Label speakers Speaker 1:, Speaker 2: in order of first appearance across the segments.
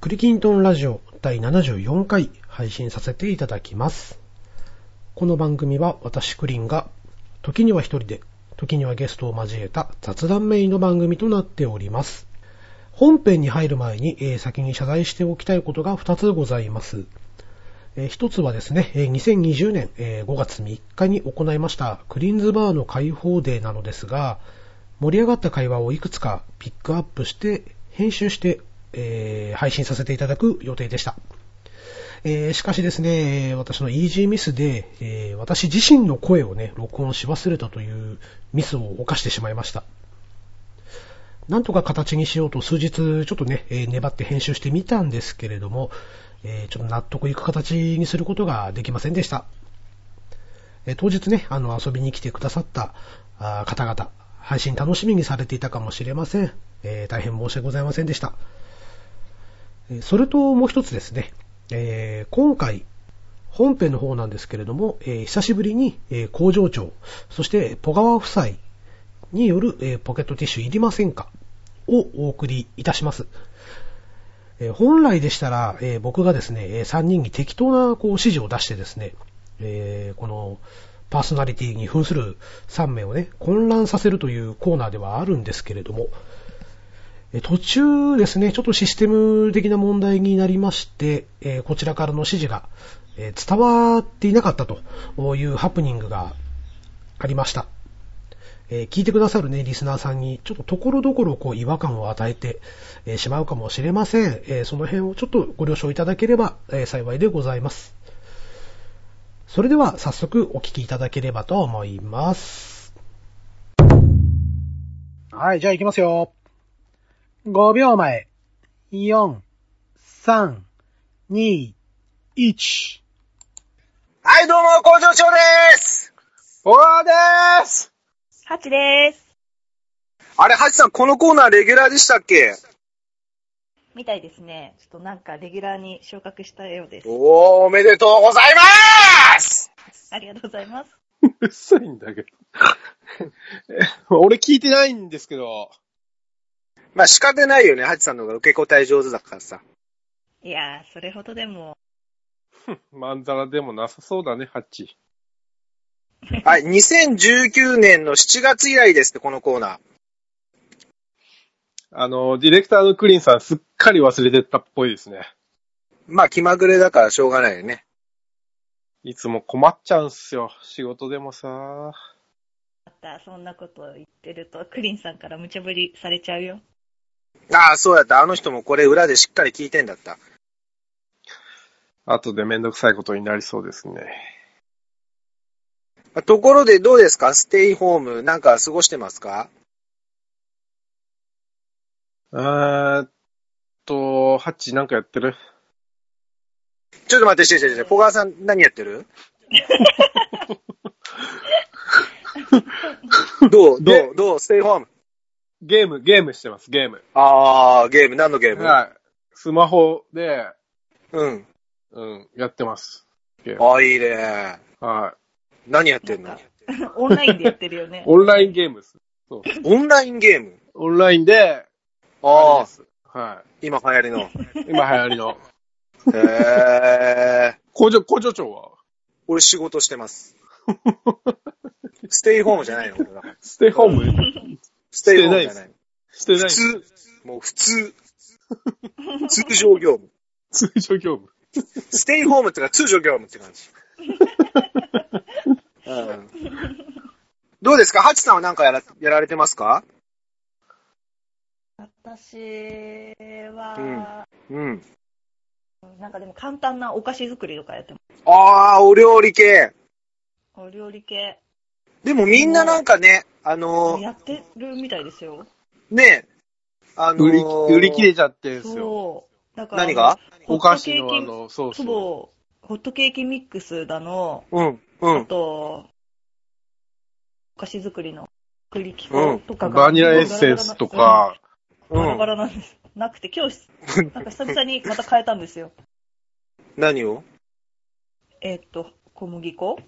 Speaker 1: クリキントンラジオ第74回配信させていただきます。この番組は私クリンが時には一人で、時にはゲストを交えた雑談メインの番組となっております。本編に入る前に、えー先に謝罪しておきたいことが2つございます。えー一つはですね、えー2020年えー5月3日に行いましたクリーンズバーの開放デーなのですが、盛り上がった会話をいくつかピックアップして、編集して、えー配信させていただく予定でした。えーしかしですね、えー私のイージーミスで、えー私自身の声をね、録音し忘れたというミスを犯してしまいました。なんとか形にしようと数日ちょっとね、えー粘って編集してみたんですけれども、えーちょっと納得いく形にすることができませんでした。えー当日ね、あの遊びに来てくださったあー方々、配信楽しみにされていたかもしれません。えー大変申し訳ございませんでした。えーそれともう一つですね、えー今回、本編の方なんですけれども、えー久しぶりに、えー工場長、そして小川夫妻による、えーポケットティッシュいりませんかをお送りいたします。えー本来でしたら、えー僕がですね、え3人に適当なこう指示を出してですね、えーこのパーソナリティに扮する3名をね、混乱させるというコーナーではあるんですけれども、えー途中ですね、ちょっとシステム的な問題になりまして、えーこちらからの指示が、えー伝わっていなかったというハプニングがありました。えー聞いてくださるね、リスナーさんに、ちょっとところどころこう違和感を与えて、えーしまうかもしれません。えーその辺をちょっとご了承いただければ、えー幸いでございます。それでは早速お聞きいただければと思います。はい、じゃあ行きますよ。5秒前。4、3、2、1。
Speaker 2: はい、どうも、工場長でーすおーでーす
Speaker 3: ハチです。
Speaker 2: あれ、ハチさん、このコーナーレギュラーでしたっけ
Speaker 3: みたいですね。ちょっとなんかレギュラーに昇格したようです。
Speaker 2: おー、おめでとうございまーす
Speaker 3: ありがとうございます。
Speaker 4: うっさいんだけど。え 俺聞いてないんですけど。
Speaker 2: まあ、仕方ないよね、ハチさんの方が受け答え上手だから さ。
Speaker 3: いやー、それほどでも、
Speaker 4: まんざらでもなさそうだね、ハッチ。
Speaker 2: はい、2019年の7月以来ですって、このコーナ
Speaker 4: あの、ディレクターのクリンさんすっかり忘れてったっぽいですね。
Speaker 2: ー。まあ、気まぐれだからしょうがないよね。
Speaker 4: いつも困っちゃうんすよ。仕事でもさ。
Speaker 3: またそんなことを言ってると、クリンさんから無茶ぶりされちゃうよ。
Speaker 2: ああ、そうやった。あの人もこれ裏でしっかり聞いてんだった。
Speaker 4: 後でめんどくさいことになりそうですね。
Speaker 2: まあところで、どうですかステイホーム、なんか過ごしてますか
Speaker 4: えーっと、ハッチなんかやってる
Speaker 2: ちょっと待って、して、して、して。小川さん、何やってるどうどうどうステイホーム
Speaker 4: ゲーム、ゲームしてます、ゲーム。
Speaker 2: あー、ゲーム、何のゲーム
Speaker 4: はい。スマホで、
Speaker 2: うん。
Speaker 4: うん、やってます。
Speaker 2: あー、いいね。
Speaker 4: は
Speaker 2: 何やってん
Speaker 3: なん
Speaker 2: の
Speaker 3: かオンラインでやってるよ
Speaker 4: い。
Speaker 3: ね。
Speaker 4: オンラインゲームです。
Speaker 2: オンラインゲーム
Speaker 4: オンラインで、あれ
Speaker 2: あ
Speaker 4: で
Speaker 2: ー、
Speaker 4: す。はい。
Speaker 2: 今流行りの。へ
Speaker 4: 今流行りの。
Speaker 2: え。
Speaker 4: 工場、工場長は
Speaker 2: 俺仕事してます。ステイホームじゃないの俺だから
Speaker 4: ステイホーム
Speaker 2: ステイホームじゃない。
Speaker 4: してない
Speaker 2: 普。通。もう普通。通常業務。
Speaker 4: 通常業務。
Speaker 2: ステイホームってか通常業務って感じ。うん、どうですかハチさんは何かやらやられてますか
Speaker 3: 私は、
Speaker 2: うん。
Speaker 3: なんかでも簡単なお菓子作りとかやってま
Speaker 2: ああ、お料理系。
Speaker 3: す。お料理系、
Speaker 2: でもみんななんかね、あのー
Speaker 3: やってるみたいですよ。
Speaker 2: ねえ、あの
Speaker 4: 売り、
Speaker 2: ー
Speaker 4: 売り切れちゃってんすよ。
Speaker 3: そう。だから、
Speaker 2: 何が
Speaker 4: お菓子のあの、そう
Speaker 3: そ、
Speaker 4: そう
Speaker 3: ホットケーキミックスだの、
Speaker 2: うん、う
Speaker 3: あ
Speaker 2: ん。
Speaker 3: と、お菓子作りの作り機構と
Speaker 4: う。
Speaker 3: かが、
Speaker 4: バニラエッセンスとか、
Speaker 3: うん、
Speaker 2: う
Speaker 3: バラバ
Speaker 2: ん、
Speaker 3: ラなんです。なくて、今日、 なんか久々にまた変えたんですよ。
Speaker 2: 何を
Speaker 3: えーっと、小麦粉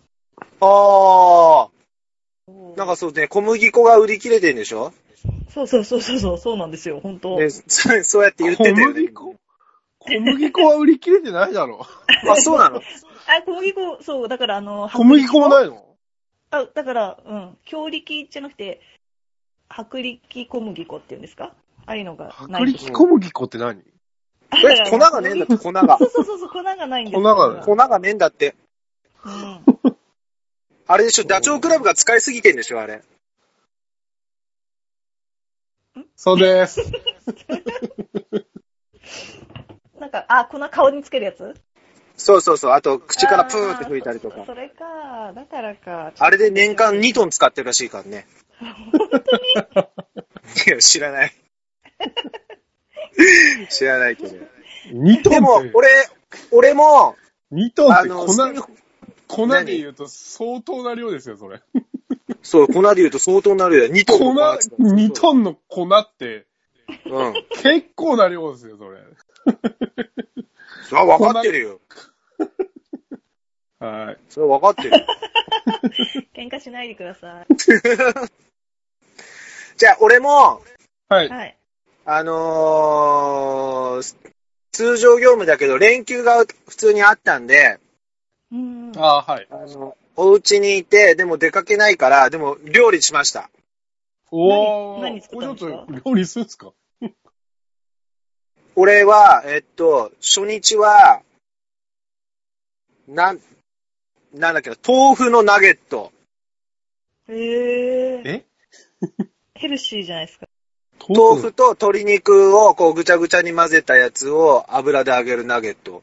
Speaker 2: ああ、なんかそうね、小麦粉が売り切れてんでしょ
Speaker 3: そうそうそうそうそう、そうなんですよ、本当
Speaker 2: ね、そそうやって言ってたよね。
Speaker 4: 小麦粉小麦粉は売り切れてないだろ。
Speaker 2: あ、 そうなの
Speaker 3: あ、小麦粉、そう、だからあの、
Speaker 4: 小麦粉もないの
Speaker 3: あ、だから、うん、強力じゃなくて、薄力小麦粉っていうんですかああいうのがない
Speaker 4: 薄力小麦粉って何
Speaker 2: え、粉がねえんだって、粉が
Speaker 3: そ。うそうそうそう、粉がないんですよ
Speaker 4: 粉がない
Speaker 2: 粉がねえんだって。
Speaker 3: うん。
Speaker 2: あれでしょ、ダチョウ倶楽部が使いすぎてんでしょ、あれ。
Speaker 4: そうです。
Speaker 3: なんか、あ、粉顔につけるやつ
Speaker 2: そうそうそう。あと、口からプーって吹いたりと
Speaker 3: あー
Speaker 2: か
Speaker 3: そ。れか、だからか。
Speaker 2: あれで年間2トン使ってるらしいからね。 本当にいや、知らない。 知らないけど。
Speaker 4: 2トン
Speaker 2: でも
Speaker 4: って、、
Speaker 2: 俺、俺も、
Speaker 4: 2トンっ
Speaker 2: あ
Speaker 4: て
Speaker 2: の、
Speaker 4: 粉、粉
Speaker 2: 何
Speaker 4: で言うと相当な量ですよ、それ。
Speaker 2: そう、粉で言うと相当なるよ。2ト
Speaker 4: 粉、
Speaker 2: ンの粉。
Speaker 4: 2トンの粉って、
Speaker 2: うん。
Speaker 4: 結構な量ですよ、それ。
Speaker 2: それは分かってるよ。
Speaker 4: はい。
Speaker 2: それは分かってる よ。
Speaker 3: 喧嘩しないでくださ。
Speaker 2: じゃあ、俺も、
Speaker 4: はいい。
Speaker 3: はい。
Speaker 2: あのー、通常業務だけど、連休が普通にあったんで、
Speaker 3: うん。
Speaker 4: あーはい。
Speaker 2: あの、お家にいて、でも出かけないから、でも料理しました。
Speaker 4: おー。
Speaker 3: 何何作ったんですか
Speaker 4: これちょっと料理するんですか
Speaker 2: 俺は、えっと、初日は、なん、なんだっけな、豆腐のナゲット。
Speaker 3: へえ。
Speaker 4: え
Speaker 3: ヘルシーじゃないですか。
Speaker 2: 豆腐と鶏肉をこうぐちゃぐちゃに混ぜたやつを油で揚げるナゲット。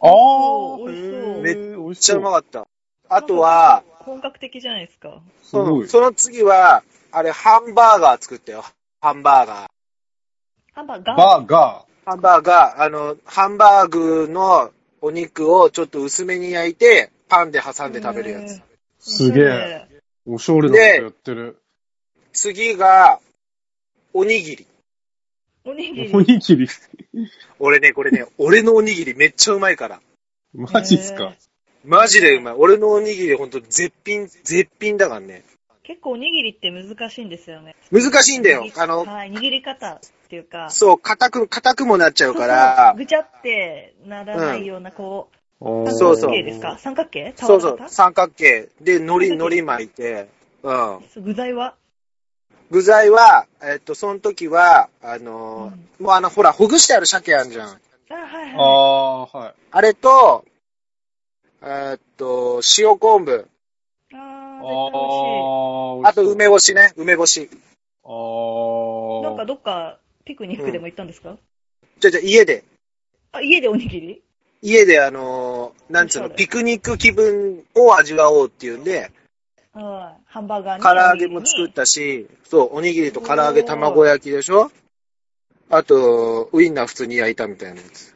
Speaker 4: あ
Speaker 3: おー美
Speaker 4: ー。
Speaker 3: 味しそう
Speaker 4: へー美味
Speaker 2: めっちゃうま
Speaker 4: う。
Speaker 2: かった。あとは、
Speaker 3: 本格的じゃないですか。
Speaker 4: す
Speaker 2: そ
Speaker 4: ご
Speaker 2: の
Speaker 4: い。
Speaker 2: その次は、あれ、ハンバーガー作ったよ。ハンバーガー。
Speaker 3: ハンバーガー。
Speaker 4: バーガ
Speaker 2: ハンバーガー、あの、ハンバーグのお肉をちょっと薄めに焼いて、パンで挟んで食べるや
Speaker 3: へ
Speaker 2: つ
Speaker 3: ー。
Speaker 4: ー。すげえ。。おしゃれなことやってる。
Speaker 2: 次が、おにぎり。
Speaker 3: おにぎり。
Speaker 4: おにぎり。
Speaker 2: 俺ね、これね、俺のおにぎりめっちゃうまいから。
Speaker 4: マジっすか
Speaker 3: へ。
Speaker 2: マジでうまい。俺のおにぎりほんと絶品、絶品だからね。
Speaker 3: 結構おにぎりって難しいんですよね。
Speaker 2: 難しいんだよ。あの、
Speaker 3: はい、握り方っていうか。
Speaker 2: そう、硬く、硬くもなっちゃうか
Speaker 3: そうそ
Speaker 2: ら
Speaker 3: う、ぐちゃってならないような、こう、
Speaker 2: そうそう
Speaker 3: 三角形ですか三角形タ
Speaker 2: そう
Speaker 3: ワー
Speaker 2: そ
Speaker 3: 型
Speaker 2: う、三角形で海苔、海苔巻いて、うん。
Speaker 3: そう具材は
Speaker 2: 具材は、えっと、その時は、あのーもうあの、ほら、ほぐしてある鮭あんじゃん。
Speaker 3: あ、はい
Speaker 4: あ
Speaker 3: は
Speaker 4: あ、はい。
Speaker 2: あれと、えっと、塩昆布。
Speaker 3: い。あ
Speaker 4: あ
Speaker 3: あ
Speaker 4: あ
Speaker 3: ー、絶対美味し
Speaker 4: ー、
Speaker 2: あと、梅干しね、梅干し。
Speaker 4: あ
Speaker 3: い。
Speaker 4: ー。
Speaker 3: なんかどっか、ピクニックでも行ったんですか、
Speaker 2: じゃじゃ家で、
Speaker 3: あ、家でおにぎり
Speaker 2: 家であのーなんつう
Speaker 3: お
Speaker 2: の、
Speaker 3: しゃれ
Speaker 2: ピクニック気分を味わおうっていうんで、
Speaker 3: はい。ハンバーガーに。
Speaker 2: 唐揚げも作ったし、そう、おにぎりと唐揚げ
Speaker 3: おー
Speaker 2: 卵焼きでしょあと、ウインナー普通に焼いたみたいなやつ。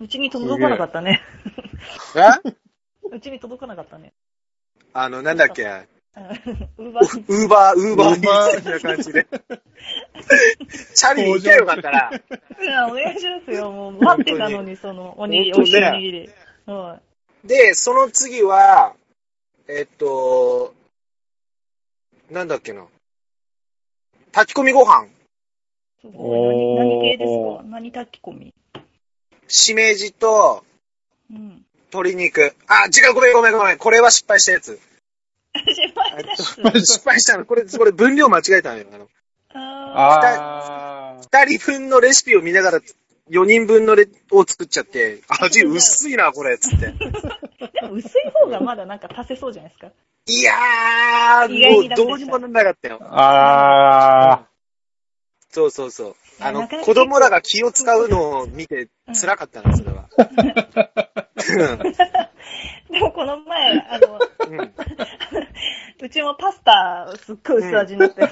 Speaker 3: うちに届かなかったね。
Speaker 2: え
Speaker 3: うちに届かなかったね。
Speaker 2: あの、なんだっ け、
Speaker 3: うんウーバー
Speaker 2: ウーバー、ウーバー
Speaker 4: ウ
Speaker 2: み
Speaker 4: ーバー
Speaker 2: たいな感じ で。チャリで行けばよかったら、
Speaker 3: うんお願いします よ。もう待ってたのに、その、おにぎり、美
Speaker 2: 本当
Speaker 3: 味しい
Speaker 2: ね
Speaker 3: おにぎり。は
Speaker 2: で、その次は、えっと、なんだっけな。炊き込みご飯。
Speaker 3: い。すごい。何何系です
Speaker 4: お
Speaker 3: か何炊き込み
Speaker 2: しめじと
Speaker 3: うん。
Speaker 2: 鶏肉。あ、違う、ごめんごめんごめん。これは失敗したやつ。
Speaker 3: 失敗で
Speaker 2: 失
Speaker 3: す。
Speaker 2: 敗失敗したの。これ、これ分量間違えたのよ。あの、
Speaker 3: あ
Speaker 4: あ
Speaker 2: 二人分のレシピを見ながら、四人分のレを作っちゃって、味薄いな、これ、つって。
Speaker 3: ーでも薄い方がまだなんか足せそうじゃないですか。
Speaker 2: いや
Speaker 3: 意外
Speaker 2: ー、も
Speaker 3: に
Speaker 2: う
Speaker 3: ダメでした
Speaker 2: どうにもなんなかったよ
Speaker 4: ー。。あ
Speaker 2: そうそうそう。あ
Speaker 3: な
Speaker 2: の、
Speaker 3: かなか
Speaker 2: 子供らが気を使うのを見て辛かったな、それ は。
Speaker 3: でもこの 前、あの、
Speaker 2: うん
Speaker 3: うちもパスタ、すっごい薄味になったや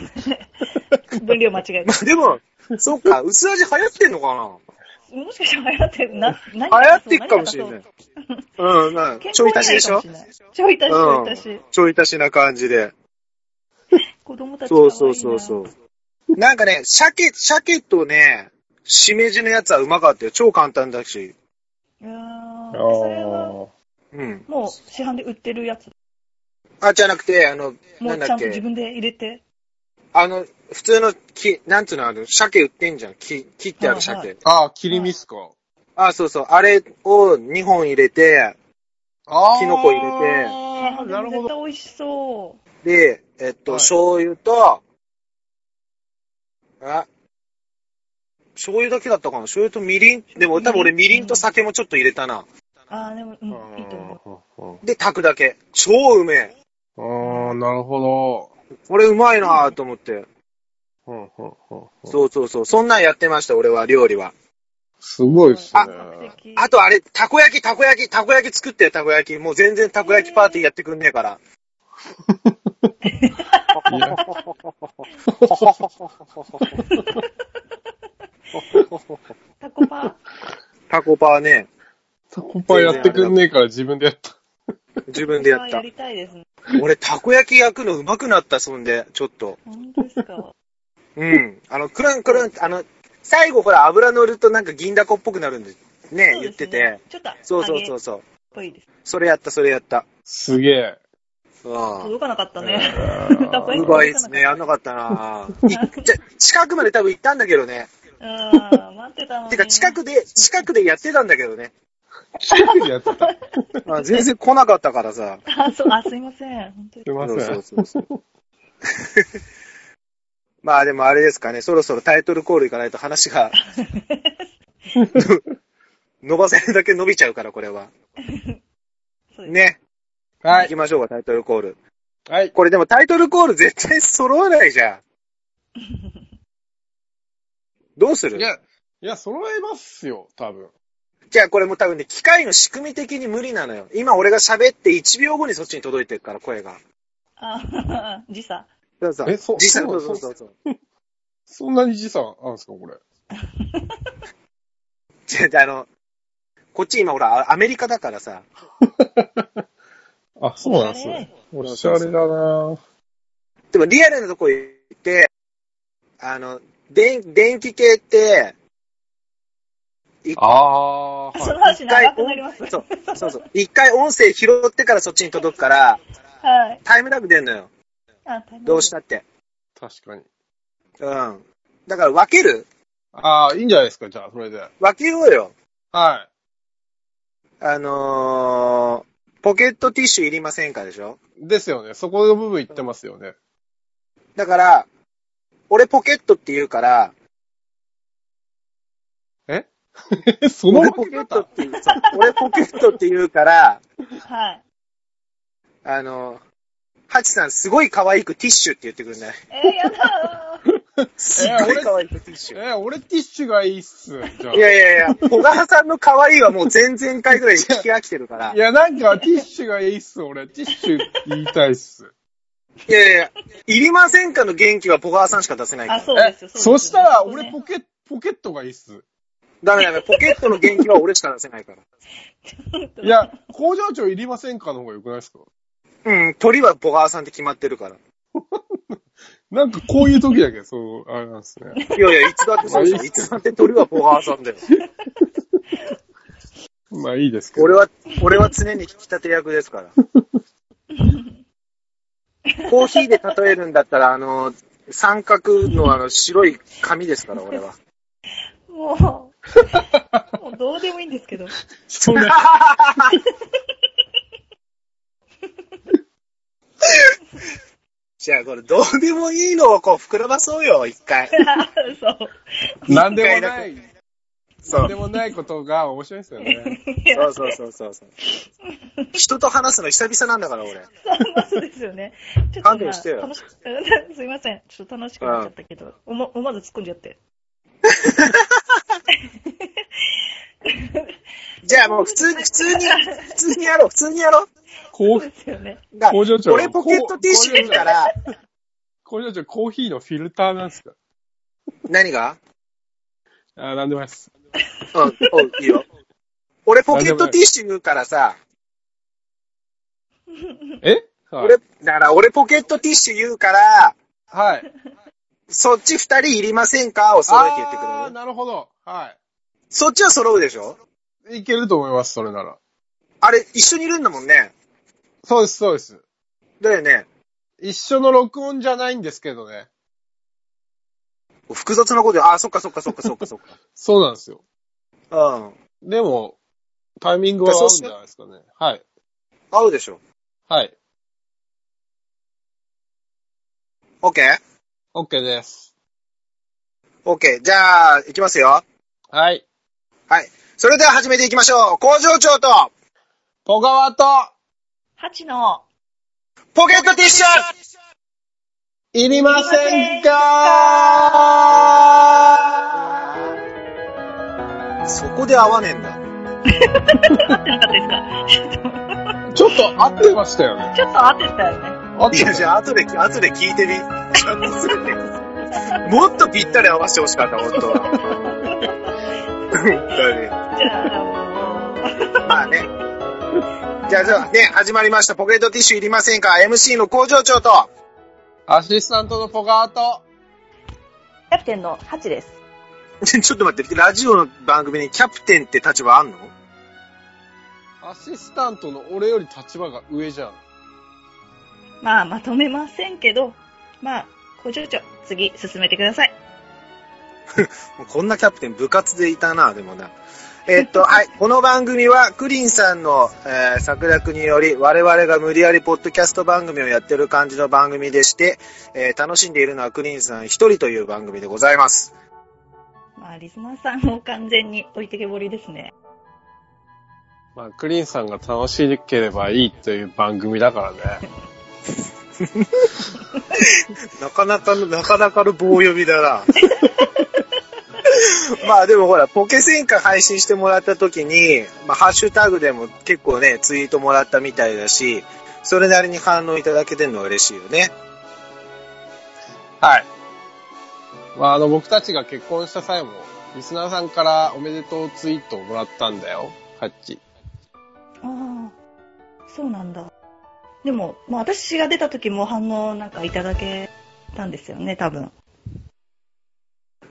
Speaker 3: つで、分量間違え
Speaker 2: ま
Speaker 3: た。
Speaker 2: あでも、そっか、薄味流行ってんのか
Speaker 3: もしかしたら流行ってる、な、
Speaker 2: な
Speaker 3: 何か
Speaker 2: 流行ってっかもしれない。。うん、まあ、
Speaker 3: 何か
Speaker 2: ち
Speaker 3: そう
Speaker 2: ょ
Speaker 3: 健
Speaker 2: い足
Speaker 3: 康
Speaker 2: しでしょ
Speaker 3: になるかもれないちょい足し、ちょい足し。
Speaker 2: ちょい足しな感じで。
Speaker 3: 子供たち可愛い
Speaker 2: そう
Speaker 3: な
Speaker 2: そうそうそう。なんかね、鮭、鮭とね、しめじのやつはうまかったよ。超簡単だし。
Speaker 3: いやー
Speaker 4: ー。
Speaker 3: それは、
Speaker 4: あ
Speaker 2: うん。
Speaker 3: もう市販で売ってるやつ。
Speaker 2: あ、じゃなくて、あの、な
Speaker 3: もうんちゃ
Speaker 2: だっ
Speaker 3: んと自
Speaker 2: け。
Speaker 3: 分で入れて。
Speaker 2: あの、普通の、き、なんつうの、あの、鮭売ってんじゃん。き、切ってある鮭。
Speaker 4: ー。あー、切り身っすか。
Speaker 2: あ、そうそう。あれを2本入れて、
Speaker 4: あー
Speaker 2: キノコ入れて
Speaker 4: あーなるほ
Speaker 3: 絶
Speaker 4: ど。
Speaker 3: 対美味しそう。
Speaker 2: で、えっと、
Speaker 4: はい
Speaker 2: 醤油と、あ、醤油だけだったかな醤油とみりんでも多分俺みりんと酒もちょっと入れたな。
Speaker 3: ああ、でも、うん、いいと思う。
Speaker 4: あ
Speaker 2: で、炊くだけ。超うめえ。
Speaker 4: ーあー、なるほ
Speaker 2: これうまいなぁと思って。
Speaker 4: どうんうんうんうん。
Speaker 2: そうそうそう。そんなんやってました、俺は、料理は。
Speaker 4: すごいっすね。
Speaker 3: 目的
Speaker 2: あとあれ、たこ焼き、たこ焼き、たこ焼き作ってよ、たこ焼き。もう全然たこ焼きパーティーやってくんねえから。
Speaker 4: いや
Speaker 3: タコパ。
Speaker 2: タコパはね、
Speaker 4: タコパやってくんねえから自分でやった。
Speaker 2: 自分で やっ
Speaker 3: や
Speaker 2: た。
Speaker 3: りたいですね。
Speaker 2: 俺、たこ焼き焼くのうまくなった、そんで、ちょっと。
Speaker 3: 本 当ですか。
Speaker 2: うん。あの、クルンクルンって、あの、最後ほら、油乗るとなんか銀だこっぽくなるんで、ね、
Speaker 3: そ
Speaker 2: 言っ
Speaker 3: うです
Speaker 2: て
Speaker 3: ね
Speaker 2: て。。
Speaker 3: ちょっと、
Speaker 2: そうそうそ
Speaker 3: っ
Speaker 2: うそう。
Speaker 3: ぽいです。
Speaker 2: それやった、それやった。
Speaker 4: すげえ。
Speaker 2: うん。
Speaker 3: 届かなかったね。 たこ
Speaker 4: う
Speaker 3: 焼
Speaker 2: う
Speaker 3: き
Speaker 2: まいですね。やんなかったなぁ。いじゃ、近くまで多分行ったんだけどね。
Speaker 3: うん、待ってたのに。
Speaker 2: てか、近くで、近くでやってたんだけどね。
Speaker 4: 近くでやってた。す
Speaker 2: あ全然来なかったからさ。
Speaker 3: あ、そう、あ、すいません。本当に
Speaker 4: いません。
Speaker 2: そうそうそうそう。まあでもあれですかね、そろそろタイトルコールいかないと話が伸ばせるだけ伸びちゃうから、これは。
Speaker 3: そうです。
Speaker 2: ね。
Speaker 4: は
Speaker 2: 行
Speaker 4: い
Speaker 2: き。ましょうか、タイトルコール。
Speaker 4: はい。
Speaker 2: これでもタイトルコール絶対揃わないじゃん。どうする
Speaker 4: いや、いや、揃えますよ、多分。
Speaker 2: じゃあこれもう多分ね、機械の仕組み的に無理なのよ。今俺が喋って1秒後にそっちに届いてるから、声が。
Speaker 3: あ、 時差。
Speaker 2: そうそう。
Speaker 4: えそう
Speaker 2: 実際
Speaker 4: そう
Speaker 2: そうそうそう。
Speaker 4: そんなに時差あるんですか、これ。
Speaker 2: 違うあの、こっち今ほら、アメリカだからさ、
Speaker 4: あ、そうなんですね。おしゃれだなぁ。
Speaker 2: でもリアルなとこ行って、あの、電、電気系って、
Speaker 4: あー、
Speaker 3: そ
Speaker 4: はい。
Speaker 3: の話長くなります。
Speaker 2: そう、そうそう。一回音声拾ってからそっちに届くから、
Speaker 3: はい。
Speaker 2: タイムラグ出んのよ。
Speaker 3: あ、大変
Speaker 2: どうしたって。
Speaker 4: 確かに。
Speaker 2: うん。だから分ける
Speaker 4: あー、いいんじゃないですか、じゃあ、それで。
Speaker 2: 分けようよ。
Speaker 4: はい。
Speaker 2: あのー、ポケットティッシュいりませんかでしょ
Speaker 4: ですよね。そこの部分言ってますよね。
Speaker 2: だから、俺ポケットって言うから、
Speaker 4: その
Speaker 2: 俺ポケットって言う、そう俺ポケットって言うから、
Speaker 3: はい。
Speaker 2: あのー、ハチさんすごい可愛くティッシュって言ってくんない
Speaker 3: えー、やだ
Speaker 2: すっごい可愛いティッシュ。
Speaker 4: え、俺ティッシュがいいっす。じゃあ。
Speaker 2: いやいやいや、小川さんの可愛いはもう前々回ぐらいに聞き飽きてるから。
Speaker 4: い
Speaker 2: い
Speaker 4: や、なんかティッシュがいいっす、俺。ティッシュ言いたいっ す。
Speaker 2: やいや、いりませんかの元気は小川さんしか出せない
Speaker 3: ー
Speaker 2: か
Speaker 3: あ、
Speaker 2: ら。
Speaker 3: そうですよ。
Speaker 4: えそしたら、俺
Speaker 3: ポ
Speaker 4: ポケ、ポケットがいいっす。
Speaker 2: ダメダメ、ポケットの元気は俺しか出せないから。
Speaker 4: いや、工場長いりませんかの方が良くないですか
Speaker 2: うん、鳥は小川さんって決まってるから。
Speaker 4: なんかこういう時だけ、そう、あれなんですね。
Speaker 2: いやいや、いつだってそうでしょ。いつだって鳥は小川さんだよ。
Speaker 4: まあいいですけど。
Speaker 2: 俺は、俺は常に引き立て役ですから。コーヒーで例えるんだったら、あの、三角のあの白い紙ですから、俺は。
Speaker 3: もう、もうどうでもいいんですけど。
Speaker 4: それ、
Speaker 2: じゃあこれどうでもいいのをこう膨らまそうよ、一回。
Speaker 3: そう。
Speaker 4: なんでもない、
Speaker 2: そ
Speaker 4: なん
Speaker 2: う
Speaker 4: で。もないことが面白いですよね。
Speaker 2: そうそうそうそうそう。人と話すの久々なんだから、俺。
Speaker 3: まあそうですよね。ちょっと、まあ、
Speaker 2: 勘弁してよ
Speaker 3: 楽しすいません。ちょっと楽しくなっちゃったけど、思思わず突っ込んじゃって。
Speaker 2: じゃあもう普通に、普通に、普通にやろう、普通にやろう。
Speaker 4: こ
Speaker 3: そう
Speaker 4: う、
Speaker 3: ですよね。
Speaker 2: だ
Speaker 4: 工場長
Speaker 2: 俺ポケットティッシュだから、
Speaker 4: 工場長コーヒーのフィルターなんですか
Speaker 2: 何が
Speaker 4: あ、なんでもないっす。
Speaker 2: うん、おういいよ。俺ポケットティッシュからさ、
Speaker 4: えはい
Speaker 2: 俺、。だから俺ポケットティッシュ言うから、
Speaker 4: はい。
Speaker 2: そっち二人いりませんかを揃えて言ってくれ
Speaker 4: あー、
Speaker 2: る。
Speaker 4: なるほど。は
Speaker 2: そっちは揃うでしょ
Speaker 4: い。いけると思います、それなら。
Speaker 2: あれ、一緒にいるんだもんね。
Speaker 4: そうです、そうです。
Speaker 2: だよね。
Speaker 4: 一緒の録音じゃないんですけどね。
Speaker 2: 複雑なことで、あ、そっかそっかそっかそっかそっ
Speaker 4: そうなんですよ。
Speaker 2: か。うん。
Speaker 4: でも、タイミングは合うんじゃないですかね。はい。
Speaker 2: 合うでしょ。
Speaker 4: はい。
Speaker 2: オッケー
Speaker 4: OK です。
Speaker 2: オッケー。じゃあ、行きますよ。
Speaker 4: はい。
Speaker 2: はい。それでは始めていきましょう。工場長と、
Speaker 4: ポガワと、
Speaker 3: 八の、
Speaker 2: ポケットティッシュ
Speaker 4: いりませんか
Speaker 2: そこで合わねえんだ。
Speaker 3: 合ってなかったですかちょっと、
Speaker 4: ちょっと合ってましたよね。
Speaker 3: ちょっと合ってたよね。
Speaker 4: 合っ
Speaker 2: い
Speaker 4: て
Speaker 2: や、
Speaker 4: まし
Speaker 2: じ
Speaker 4: た。
Speaker 2: ゃあ、後で、後で聞い てみ。ちゃんとするねもっとぴったり合わせてほしかった、本当は。本
Speaker 3: じゃあ、あのー、
Speaker 2: 当に。まあね。じゃあ、じゃあね、始まりました。ポケットティッシュいりませんか ?MC の工場長と、
Speaker 4: アシスタントのポガワと、
Speaker 3: キャプテンの八です。
Speaker 2: ちょっと待って、ラジオの番組にキャプテンって立場あんの
Speaker 4: アシスタントの俺より立場が上じゃん。
Speaker 3: まあ、まとめませんけど、まあ、工場長、次、進めてください。
Speaker 2: もうこんなキャプテン部活でいたな、でもな。えっと、 はい。この番組は、クリンさんの、えー、策略により、我々が無理やりポッドキャスト番組をやってる感じの番組でして、えー楽しんでいるのはクリンさん一人という番組でございます。
Speaker 3: まあ、リスナーさんも完全に置いてけぼりですね。
Speaker 4: まあ、クリーンさんが楽しければいいという番組だからね。
Speaker 2: なかなかの、なかなかの棒読みだな。 まあでもほら、ポケセンカ配信してもらった時に、まあハッシュタグでも結構ね、ツイートもらったみたいだし、それなりに反応いただけてるのは嬉しいよね。
Speaker 4: はい。まあ、あの、僕たちが結婚した際も、リスナーさんからおめでとうツイートをもらったんだよ。ハッチ。
Speaker 3: ああ、そうなんだ。でも、まあ、私が出た時も反応なんかいただけたんですよね、多分。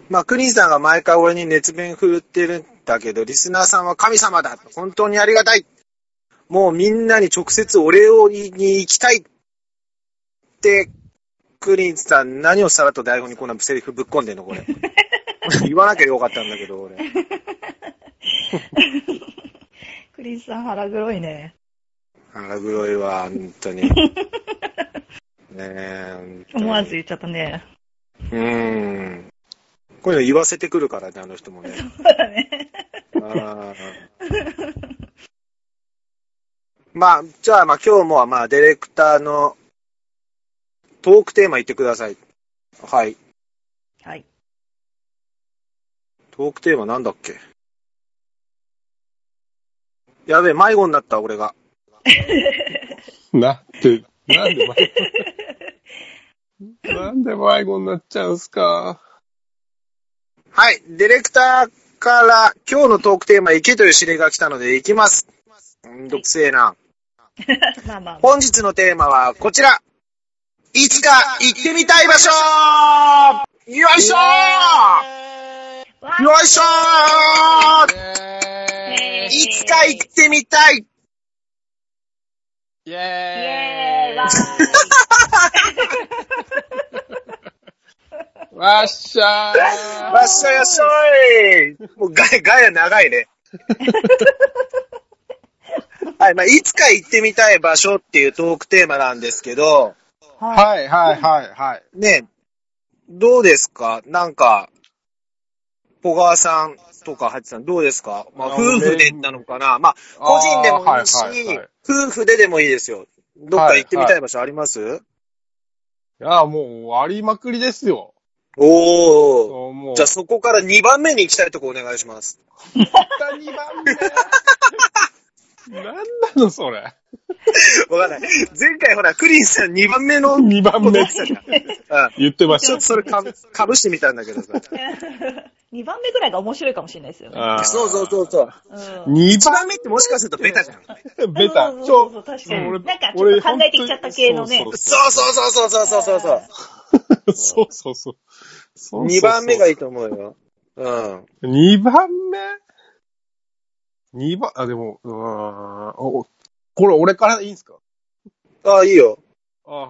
Speaker 2: まあ、クリンさんが毎回俺に熱弁振るってるんだけど、リスナーさんは神様だ本当にありがたいもうみんなに直接お礼を言いに行きたいって、クリンさん何をさらっと台本にこんなセリフぶっ込んでんの これ。言わなきゃよかったんだけど、俺。
Speaker 3: クリスさん腹黒いね。
Speaker 2: 腹黒いわ、本当 に。ねえ。
Speaker 3: 思わず言っちゃったね。
Speaker 2: うーん。こういうの言わせてくるからね、あの人もね。
Speaker 3: そうだね。
Speaker 2: あーまあ、じゃあ、まあ今日もはまあディレクターのトークテーマ言ってください。はい。
Speaker 3: はい。
Speaker 2: トークテーマなんだっけやべえ、迷子になった、俺が。
Speaker 4: なって、 なんで迷子なんで迷子になっちゃうんすか。
Speaker 2: はい、ディレクターから今日のトークテーマ行けという指令が来たので行きます。めんどくせえな。
Speaker 3: まあまあ、
Speaker 2: 本日のテーマはこちら。いつか行ってみたい場所よいしょ
Speaker 3: わあ
Speaker 2: よいしょ
Speaker 4: イ
Speaker 2: い
Speaker 4: ェーイ
Speaker 2: つか行ってみたい
Speaker 4: イ
Speaker 3: イ
Speaker 4: ェ
Speaker 3: エーイわ
Speaker 4: ー
Speaker 3: ーい
Speaker 4: イ わっしゃー
Speaker 2: わっしょいよっしょいもうガヤ、ガヤ長いね。はい、まあ、いつか行ってみたい場所っていうトークテーマなんですけど、
Speaker 3: はい。
Speaker 4: はいはいはいはい。
Speaker 2: ね、どうですかなんか、小川さんとかハチさんどうですかまあ、
Speaker 4: あ
Speaker 2: 夫婦でなのかなまあ、個人でもいいし、
Speaker 4: あーはいはいはい
Speaker 2: 夫婦ででもいいですよ。どっか行ってみたい場所あります、
Speaker 4: いや、もうありまくりですよ。
Speaker 2: おー。
Speaker 4: そうもう。
Speaker 2: じゃあそこから2番目に行きたいとこお願いします。
Speaker 4: った2番目。なんなのそれ。
Speaker 2: わ かんない。前回ほら、クリンさん2番目 の、うん。
Speaker 4: 2番目。言ってま
Speaker 2: ちょっと
Speaker 4: し
Speaker 2: それかぶ、かぶしてみたんだけどさ。
Speaker 3: 2番目ぐらいが面白いかもしれないですよね。
Speaker 4: た。
Speaker 2: そうそうそうそう。
Speaker 3: うん
Speaker 4: 2
Speaker 2: 1番目ってもしかするとベタじゃん。
Speaker 4: 番ベタ。
Speaker 3: そうそうそう確かに
Speaker 4: 俺
Speaker 3: なんかちょっと考えてきちゃった系のね
Speaker 4: 俺
Speaker 2: そうそうそうそうそうそうそう
Speaker 4: そうそうそう。
Speaker 2: そ。
Speaker 4: そうう
Speaker 2: 2番目がいいと思うよ。うん。
Speaker 4: 2番目 ?2 番、あ、でも、うーんおおこれ俺からいいんすか
Speaker 2: ああ、いいよ。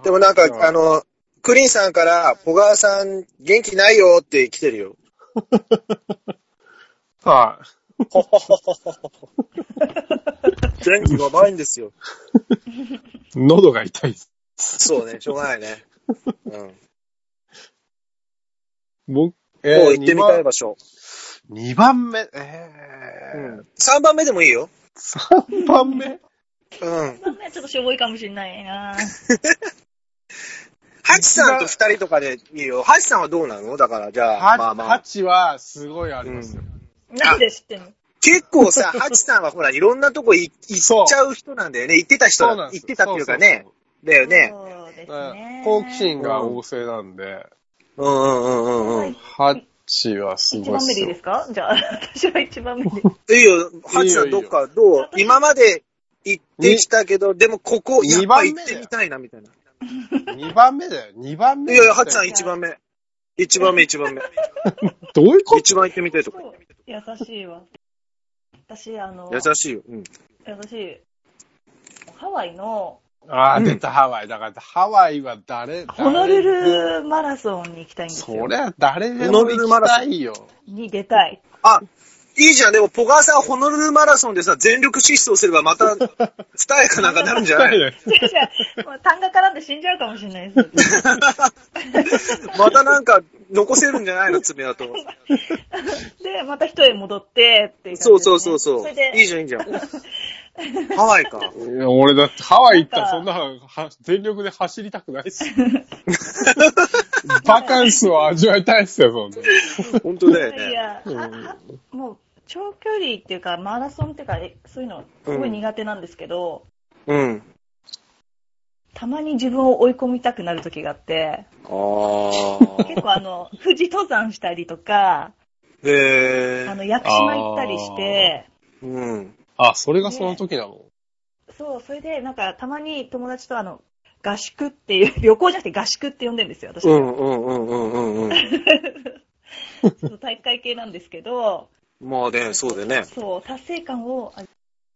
Speaker 2: でもなんか、あ
Speaker 4: の、
Speaker 2: の、クリンさんから、小川 さん元気ないよって来てるよ。
Speaker 4: はい。
Speaker 2: 電気がないんですよ。
Speaker 4: 喉が痛いです。
Speaker 2: そうね、しょうがないね。うん。
Speaker 4: 僕、え
Speaker 2: もう行ってみたい
Speaker 4: ば。
Speaker 2: 場所。
Speaker 4: 2番目、
Speaker 2: う
Speaker 4: え
Speaker 2: ん。3番目でもいいよ。
Speaker 4: ー、3番目
Speaker 2: うん。
Speaker 3: そんなちょっとしょぼいかもしれな いな。
Speaker 2: ハチさんと2人とかでいいよ。ハチさんはどうなのだから、じゃあ、まあまあ。
Speaker 4: ?8 はすごいありますよ。
Speaker 3: なんで知ってんの
Speaker 2: 結構さ、ハチさんはほら、いろんなとこい行
Speaker 4: そう
Speaker 2: っちゃう人なんだよね。行ってた人
Speaker 4: そう
Speaker 2: だ
Speaker 4: なん。で
Speaker 2: 行
Speaker 4: す
Speaker 2: ってたっていうかね。。だよね。
Speaker 3: そうです
Speaker 4: そうそうそう
Speaker 3: ね。
Speaker 4: 好奇心が旺盛なんで、
Speaker 2: うんうんうんうんうん。
Speaker 4: 8はす
Speaker 3: 一
Speaker 4: ごいっ
Speaker 3: 番目でいい
Speaker 4: す
Speaker 3: で
Speaker 4: よ
Speaker 3: す。かじゃあ、 私は一番目で。
Speaker 2: いいよ、ハチさん
Speaker 4: いい
Speaker 2: ど
Speaker 4: よ
Speaker 2: っかどう
Speaker 3: 私
Speaker 2: 今まで行ってきたけど、でもここ、やっ
Speaker 4: 二
Speaker 2: ぱ
Speaker 4: 番目
Speaker 2: 行
Speaker 4: だよ
Speaker 2: ってみたいな、みたいな。
Speaker 4: 2番目だよ。2番目。
Speaker 2: いやいや、ハチさん1番目。1番目、1番目。
Speaker 4: どういうこと
Speaker 2: 一番行ってみたいとこ。
Speaker 3: 優しいわ。私、あの、
Speaker 2: 優しいよ。うん。
Speaker 3: 優しい。ハワイの
Speaker 4: ああ、
Speaker 2: うん
Speaker 4: 出た、ハワイ。だから、ハワイは誰
Speaker 3: ホノル
Speaker 4: 誰
Speaker 3: ルマラソンに行きたいんです
Speaker 4: そ
Speaker 3: よ
Speaker 4: り。ゃ、誰で
Speaker 2: ホ
Speaker 4: も
Speaker 2: ノルル
Speaker 4: 行
Speaker 2: マ
Speaker 4: き
Speaker 2: ラソン
Speaker 4: たいよ。
Speaker 3: に出たい。
Speaker 2: あ、いいじゃん。でも、ポガーさん、ホノルルマラソンでさ、全力疾走すれば、また、 二重かなんかなるんじゃない
Speaker 3: 違う違うもう痰が絡んで死んじゃうかもしれないです。
Speaker 2: またなんか、残せるんじゃないの爪 痕。
Speaker 3: で、また一重戻ってっていう感じですね、
Speaker 2: そうそうそうそ。
Speaker 3: そうれ
Speaker 2: いい
Speaker 3: で、
Speaker 2: じゃん、いいじゃん。 ハワイか。
Speaker 4: いや俺だって、ハワイ行ったらそ
Speaker 3: なんん
Speaker 4: な、は全力で走りたくないっす よ。バカンスを味わいたいっすよ、そんな。
Speaker 2: 本当だよ
Speaker 3: いやい
Speaker 2: ね。
Speaker 3: や、ははもう、長距離っていうか、マラソンっていうか、えそういうの、すごい苦手なんですけど、
Speaker 2: うん。
Speaker 3: たまに自分を追い込みたくなる時があって、
Speaker 2: ああ。
Speaker 3: 結構あ の、富士登山したりとか、
Speaker 2: へ
Speaker 3: あの、
Speaker 2: え。
Speaker 3: 屋久島行ったりして、
Speaker 2: うん。
Speaker 4: あ、それがその時なの。
Speaker 3: そう、それでなんかたまに友達とあの、合宿っていう、 旅行じゃなくて合宿って呼んでるんですよ、私。
Speaker 2: うんうんうんうんうんうん。
Speaker 3: その大会系なんですけど、
Speaker 2: まあね、そうだよね。
Speaker 3: そう、達成感を、あ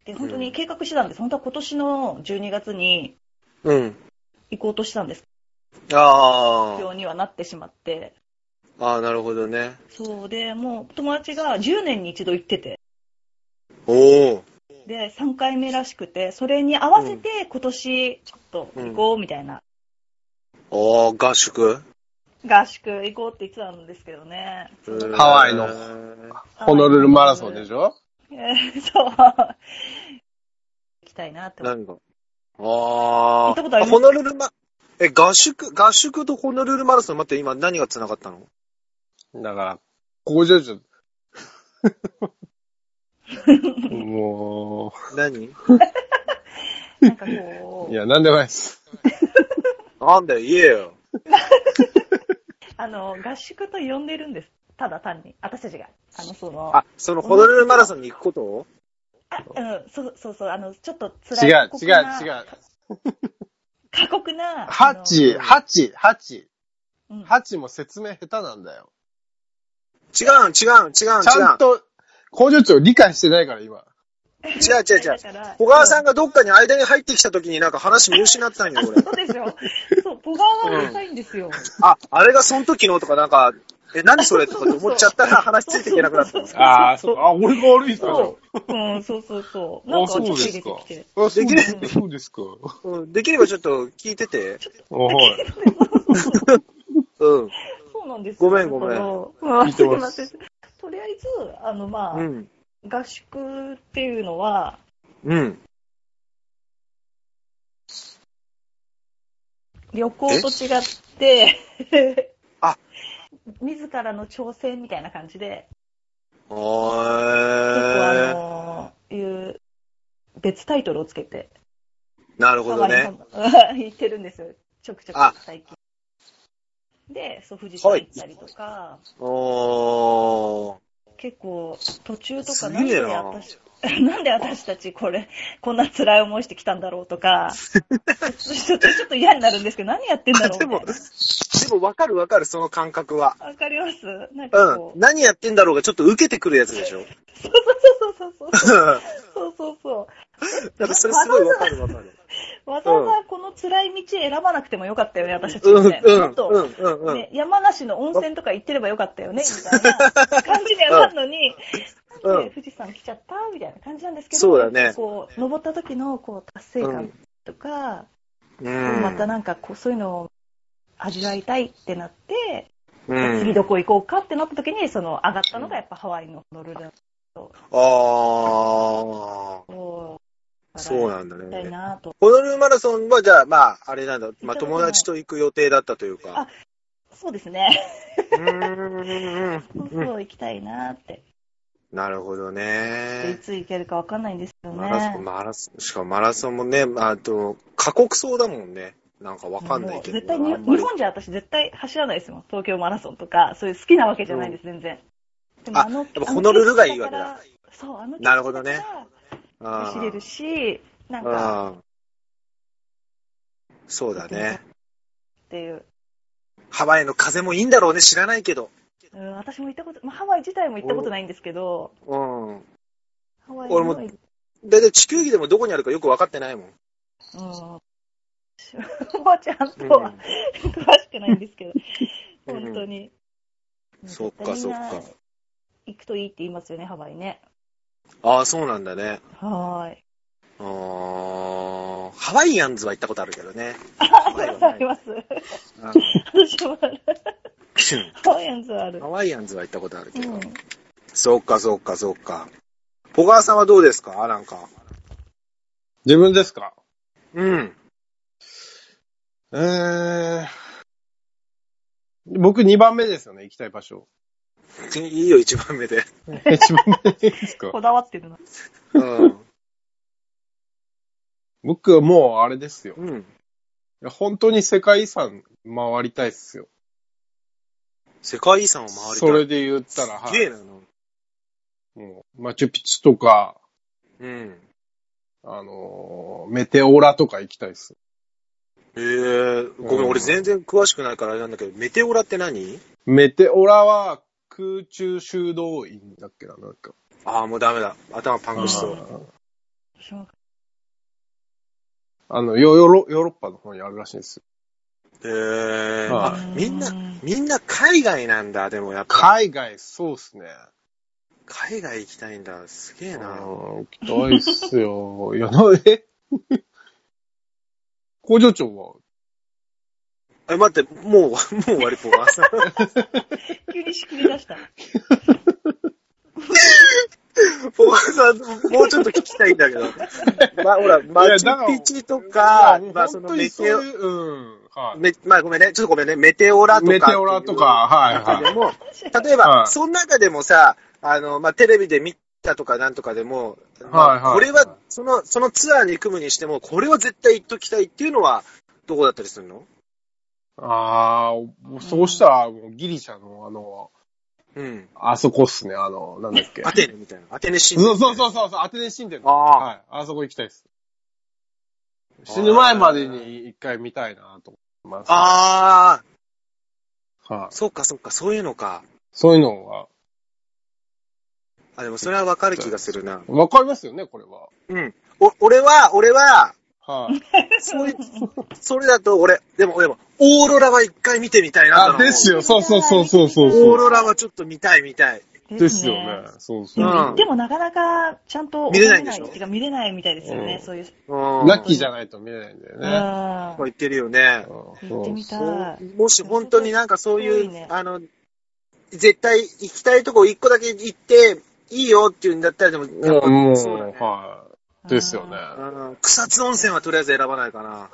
Speaker 3: で本当に計画してたんです。本当は今年の12月に
Speaker 2: うん。
Speaker 3: 行こうとしてたんです。
Speaker 2: あ
Speaker 3: ようにはなってしまって。
Speaker 2: あ。ああ、なるほどね。
Speaker 3: そうで、もう友達が10年に一度行ってて、
Speaker 2: おお。
Speaker 3: で、3回目らしくて、それに合わせて今年ちょっと行こうみたいな、
Speaker 2: ああ、合宿
Speaker 3: 合宿行こうって言ってたんですけどね。
Speaker 4: ハワイのホノルルマラソンでし
Speaker 3: ょ
Speaker 4: ょ
Speaker 3: そう。行きたいなって思って。
Speaker 2: 何があ
Speaker 3: 行ったことあり
Speaker 2: あ。
Speaker 3: ます
Speaker 2: ホノルルマ、え、合宿、合宿とホノルルマラソン、待って、今何が繋がったの
Speaker 4: だから、工場長。も
Speaker 2: 何
Speaker 3: なんかこ、
Speaker 4: う、いうや、なんでもないっす。
Speaker 2: なんだよ、言えよ。
Speaker 3: あの、合宿と呼んでるんです。ただ単に。私たちが。あの、その、
Speaker 2: あ、そのホノルルマラソンに行くことを
Speaker 3: あうん、そうそうそう、あの、ちょっと
Speaker 4: 違
Speaker 3: 辛
Speaker 4: う
Speaker 3: い。、
Speaker 4: 違う、違
Speaker 3: う。
Speaker 4: う。
Speaker 3: 過酷な。
Speaker 4: ハチ、ハチ、ハチ。
Speaker 3: あのうん
Speaker 4: ハチも説明下手なんだよ。
Speaker 2: 違う、違う、違う、違う。
Speaker 4: ちゃんと、工場長理解してないから、
Speaker 2: 違
Speaker 4: 今。
Speaker 2: う、違う、違う
Speaker 3: だ。から
Speaker 2: 小川さんがどっかに間に入ってきた時になんか話見失ってたんよ、これ。
Speaker 3: そうでしょそう、ポガーがうるさいんですよ。
Speaker 2: あ、あれがその時のとかなんか、え、何それとかって思っちゃったら話ついていけなくなったんです。
Speaker 4: ああ、 そうか。あ、俺が悪いっす
Speaker 3: そう。うん、そうそうそう。なんかちょっと入れてきて。
Speaker 4: あ、そう
Speaker 2: う
Speaker 4: で
Speaker 2: ですす
Speaker 4: か。そうですか。
Speaker 2: うん、できればちょっと聞いてて。
Speaker 4: おはい。
Speaker 2: うん。
Speaker 3: そうなんです
Speaker 2: ごめんごめん
Speaker 3: だからうん
Speaker 4: 聞いて
Speaker 3: すい
Speaker 4: ま
Speaker 3: ますせん。とりあえず、あの、まあ、
Speaker 2: うん。
Speaker 3: 合宿っていうのは、
Speaker 2: うん。
Speaker 3: 旅行と違って、
Speaker 2: あ
Speaker 3: 自らの挑戦みたいな感じで、
Speaker 2: お
Speaker 3: 結構あ
Speaker 2: ー。
Speaker 3: のいう、別タイトルをつけて、
Speaker 2: なるほどね。
Speaker 3: ハワイに 行ってるんですよ。ちょくちょ
Speaker 2: あ
Speaker 3: く最近。で、そう、富士山行ったりとか、
Speaker 2: おー。
Speaker 3: 結構、途中とか
Speaker 2: す
Speaker 3: なん
Speaker 2: げえ
Speaker 3: で
Speaker 2: な
Speaker 3: 私、 なんで私たちこれ、こんな辛い思いしてきたんだろうとか、ちょっとちょっと嫌になるんですけど、何やってんだろう
Speaker 2: で
Speaker 3: みた
Speaker 2: も
Speaker 3: いな。、
Speaker 2: でもわかるわかる、その感覚は。
Speaker 3: わかりますなんかこ
Speaker 2: う
Speaker 3: う、
Speaker 2: ん。何やってんだろうがちょっと受けてくるやつでしょ。
Speaker 3: そうそうそうそうそう。 そうそうそう。
Speaker 2: なんかそれすごいわかるわかる。
Speaker 3: わざわざこの辛い道選ばなくてもよかったよね、私たち
Speaker 2: うん、うん
Speaker 3: みたいな。もっ、
Speaker 2: う
Speaker 3: と、
Speaker 2: ん、うん、うん。
Speaker 3: ね、山梨の温泉とか行ってればよかったよね、みたいな感じで選んのに、来
Speaker 2: う
Speaker 3: て
Speaker 2: ん
Speaker 3: 富士山来ちゃったみたいな感じなんですけど、
Speaker 2: そうだね
Speaker 3: こう登った時のこう達成感とか、
Speaker 2: う
Speaker 3: また
Speaker 2: ん。
Speaker 3: なんかこうそういうのを味わいたいってなって、
Speaker 2: うん
Speaker 3: 次。どこ行こうかってなった時にその上がったのがやっぱハワイのホノルルだ
Speaker 2: あ
Speaker 3: と
Speaker 2: あ、そう
Speaker 3: だ
Speaker 2: なんだ
Speaker 3: から行きたい
Speaker 2: ね。
Speaker 3: なと。
Speaker 2: ホノルルマラソンは、じゃあ、まあ、あれなんだ。まあ、友達と行く予定だったというか。
Speaker 3: そうですね。
Speaker 2: うーん。
Speaker 3: そうそう行きたいなって。
Speaker 2: なるほど
Speaker 3: でい
Speaker 2: ね。
Speaker 3: つ行けるかわかんないんですよ
Speaker 2: マラソン、
Speaker 3: ね。
Speaker 2: マラソン、しかもマラソンもね、まああと、過酷そうだもんね。なんかわかんないけど。
Speaker 3: もう絶対に
Speaker 2: あんまり
Speaker 3: 日本じゃ私絶対走らないですもん。東京マラソンとか、そういう好きなわけじゃないです、全然。で
Speaker 2: あ
Speaker 3: の、
Speaker 2: やっぱホノルルがいいわけだ
Speaker 3: あの景色から。そう、あの景色
Speaker 2: なるほどね
Speaker 3: から
Speaker 2: あ
Speaker 3: 走れ
Speaker 2: ー
Speaker 3: るし、なんか、
Speaker 2: あー。そうだね。
Speaker 3: っていう。
Speaker 2: ハワイの風もいいんだろうね、知らないけど。
Speaker 3: うん、私も行ったこと、まあ、ハワイ自体も行ったことないんですけど、
Speaker 2: うん。
Speaker 3: ハワイ
Speaker 2: 俺も
Speaker 3: うん、
Speaker 2: だいたい地球儀でもどこにあるかよく分かってないもん。
Speaker 3: おばあちゃんとは、詳しくないんですけど、
Speaker 2: うん
Speaker 3: 本当に。
Speaker 2: そっか
Speaker 3: 絶対みんな
Speaker 2: そっか。
Speaker 3: 行くといいって言いますよね、ハワイね。
Speaker 2: ああ、そうなんだね。
Speaker 3: はーい。
Speaker 2: あーハワイアンズは行ったことあるけどね。
Speaker 3: あ、
Speaker 2: ワイはない
Speaker 3: あります。
Speaker 2: うん
Speaker 3: 私もある。ハワイアンズはある
Speaker 2: ハ。ワイアンズは行ったことある
Speaker 3: う
Speaker 2: けど。
Speaker 3: ん。
Speaker 2: そっかそっかそっか。小川さんはどうですかなんか。
Speaker 4: 自分ですか
Speaker 2: うん。
Speaker 4: えー、僕2番目ですよね、行きたい場 所。
Speaker 2: いいよ、一番目で。
Speaker 4: 一番目ですか
Speaker 3: こだわってるな。
Speaker 2: うん。
Speaker 4: 僕はもうあれですよ。い
Speaker 2: うん。
Speaker 4: や本当に世界遺産回りたいっすよ。
Speaker 2: 世界遺産を回りたい。
Speaker 4: それで言ったら、
Speaker 2: す
Speaker 4: は
Speaker 2: げえ
Speaker 4: い。
Speaker 2: なの。
Speaker 4: もうマチュピチュとか、
Speaker 2: うん。
Speaker 4: あのーメテオラとか行きたいっす。
Speaker 2: ええー、ごめ、
Speaker 4: うんん
Speaker 2: 俺全然詳しくないからあれなんだけど、メテオラって何
Speaker 4: メテオラは空中修道院だっけな、なんか。
Speaker 2: ああ、もうダメだ。頭パンクしそうう。
Speaker 3: 私も
Speaker 4: あの、ヨヨーロヨーロッパの方にあるらしいんです
Speaker 2: え
Speaker 4: よ。
Speaker 2: えー。
Speaker 4: は
Speaker 2: あ
Speaker 4: い、
Speaker 2: みん
Speaker 3: う
Speaker 2: な、みんな海外なんだ、でもやっぱ。
Speaker 4: 海外、そうっすね。
Speaker 2: 海外行きたいんだ。すげえ
Speaker 4: うん
Speaker 2: な。
Speaker 4: 行きたいっすよ。いや、な、え 工場長は
Speaker 2: え、待って、もう、もう終わり、小川 さん。
Speaker 3: 急に仕切り出した。
Speaker 2: 小川さん、もうちょっと聞きたいんだけど。まあ、ほら、マチュピチュとか
Speaker 4: いや、
Speaker 2: まあ、そ
Speaker 4: 本
Speaker 2: の
Speaker 4: 当
Speaker 2: メ
Speaker 4: にそう
Speaker 2: テオ、
Speaker 4: いう、うん。はい。
Speaker 2: めまあ、ごめんね、ちょっとごめんね、メテオラとか。
Speaker 4: メテオラとか、。はい
Speaker 2: 中で
Speaker 4: は
Speaker 2: も、例えば、
Speaker 4: はい
Speaker 2: その中でもさ、あの、まあ、テレビで見たとかなんとかでも、まあ
Speaker 4: はいはい
Speaker 2: これは、その、そのツアーに組むにしても、これは絶対行っときたいっていうのは、どこだったりするの
Speaker 4: い。ああ、そうしたら、もうギリシャのあの、
Speaker 2: うん。
Speaker 4: あそこっすね、あの、なんだっけ。
Speaker 2: アテネみたいな。アテネ神
Speaker 4: そう
Speaker 2: 殿。
Speaker 4: そうそうそう、アテネ神殿の。
Speaker 2: あー
Speaker 4: はい。あそこ行きたいです。死ぬ前までに一回見たいなと思います。
Speaker 2: ああ、
Speaker 4: はい。
Speaker 2: そっかそっか、そういうのか。
Speaker 4: そういうのは、
Speaker 2: あ、でもそれはわかる気がするな。
Speaker 4: わかりますよね、これは。
Speaker 2: うん。お、俺は、俺は、
Speaker 4: はい。
Speaker 2: そういう、それだと俺、でも、でも、オーロラは一回見てみたいなと
Speaker 4: あ、
Speaker 2: は思う。
Speaker 4: ですよ、そうそうそうそうそ
Speaker 2: オ
Speaker 4: う
Speaker 2: ー
Speaker 4: そ
Speaker 2: ロラはちょっと見たい見たい。
Speaker 4: う。ですよね。。そう
Speaker 3: で
Speaker 4: そう。
Speaker 3: も
Speaker 2: うん
Speaker 3: 行ってもなかなかちゃんと
Speaker 2: 見れないんでしょ
Speaker 3: てか見れないみたいですよね、
Speaker 4: うん
Speaker 3: そういう。
Speaker 2: うん
Speaker 4: ラッキーじゃないと見れないんだよ
Speaker 3: う
Speaker 4: ね。
Speaker 3: ん
Speaker 2: まあ言ってるよね。
Speaker 4: うん
Speaker 3: 行ってみたい。
Speaker 2: もし本当になんかそうい
Speaker 3: す
Speaker 2: う、
Speaker 3: ごいね
Speaker 2: あの、絶対行きたいとこ一個だけ行って、いいよっていうんだったらでも、やっぱ
Speaker 4: うんもう、
Speaker 2: そうだね
Speaker 4: はい。ですよね。
Speaker 2: うん草津温泉はとりあえず選ばないか な。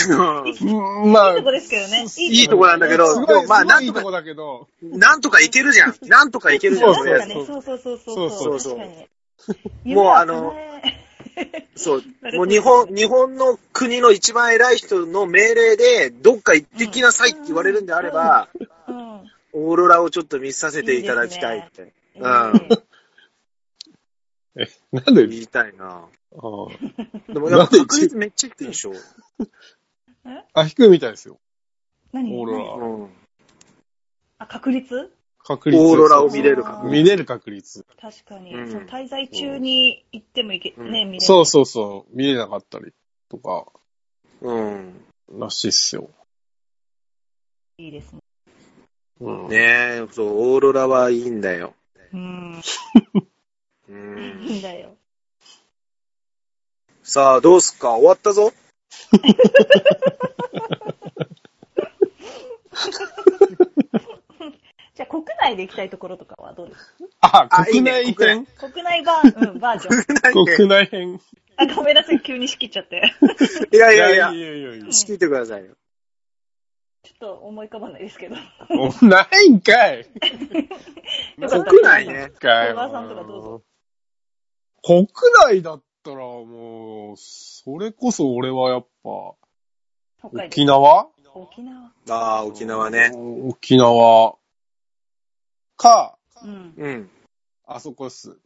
Speaker 2: うん
Speaker 4: うんまあ
Speaker 3: いいとこですけどね。
Speaker 2: いいとこなんだけど、
Speaker 4: す
Speaker 2: で
Speaker 4: ご
Speaker 2: も
Speaker 4: い、
Speaker 2: まあ、
Speaker 4: すご
Speaker 2: ない
Speaker 4: いい
Speaker 2: ん
Speaker 4: と
Speaker 2: と
Speaker 4: こ
Speaker 2: か、
Speaker 4: だけど、
Speaker 2: なんとか行けるじゃん。なんとか行けるじゃん、
Speaker 4: そ
Speaker 2: と
Speaker 4: う
Speaker 2: り
Speaker 4: そう
Speaker 2: あ
Speaker 3: な
Speaker 2: え
Speaker 3: ん
Speaker 2: ず
Speaker 3: かねそうそうそうそう。
Speaker 4: そう
Speaker 2: そう
Speaker 3: 確かに
Speaker 2: もうあの
Speaker 3: 夢は叶え
Speaker 2: そう。もう日本、日本の国の一番偉い人の命令で、どっか行ってきなさいって言われるんであれば、
Speaker 3: うん。
Speaker 2: オーロラをちょっと見させていただきたいって。うん
Speaker 4: なんで、
Speaker 2: 言いたいな。
Speaker 4: うん
Speaker 2: でも、やっぱ確率めっちゃ低いでしょ。
Speaker 4: あ、低いみたいですよ。
Speaker 3: 何
Speaker 4: オー
Speaker 2: う
Speaker 4: ロラ。
Speaker 2: ん。
Speaker 3: あ、確率
Speaker 4: 確率。
Speaker 2: オーロラを見れる確
Speaker 4: 見れる確率。
Speaker 3: 確かに、
Speaker 2: うん
Speaker 3: そう滞在中に行ってもいけ、
Speaker 2: うん
Speaker 3: ね、見れる。
Speaker 4: そうそうそう。見れなかったりとか、
Speaker 2: うん。
Speaker 4: らしいっすよ。
Speaker 3: いいですね。
Speaker 4: うん。
Speaker 2: ねえ、そう、オーロラはいいんだよ。
Speaker 3: うん。
Speaker 2: う
Speaker 3: い
Speaker 2: ん。
Speaker 3: いんだよ。
Speaker 2: さあ、どうすっか終わったぞ。
Speaker 3: じゃあ、国内で行きたいところとかはどうです
Speaker 4: あ、
Speaker 2: あ
Speaker 4: 国内
Speaker 2: いいね
Speaker 4: 編
Speaker 3: か 国内バー、うん、バージ ョン。
Speaker 4: 国内編。
Speaker 3: あ、ごめんなさい、急に仕切っちゃって。
Speaker 2: いやいやいや
Speaker 4: い、やいやいや。
Speaker 2: 仕切ってくださいよ。
Speaker 3: ちょっと思い浮かばないですけど。
Speaker 4: もうないんかい。
Speaker 3: よかった
Speaker 2: 国内ね。
Speaker 4: かい。
Speaker 3: 小川さんとかどうぞ。
Speaker 4: 国内だったらもう、それこそ俺はやっぱ、
Speaker 3: 北海
Speaker 4: 沖
Speaker 3: 道。
Speaker 4: 縄
Speaker 3: 沖縄。
Speaker 2: ああ、沖縄ね。
Speaker 4: 沖縄。か、
Speaker 3: うん。
Speaker 2: うん。
Speaker 4: あそこっす。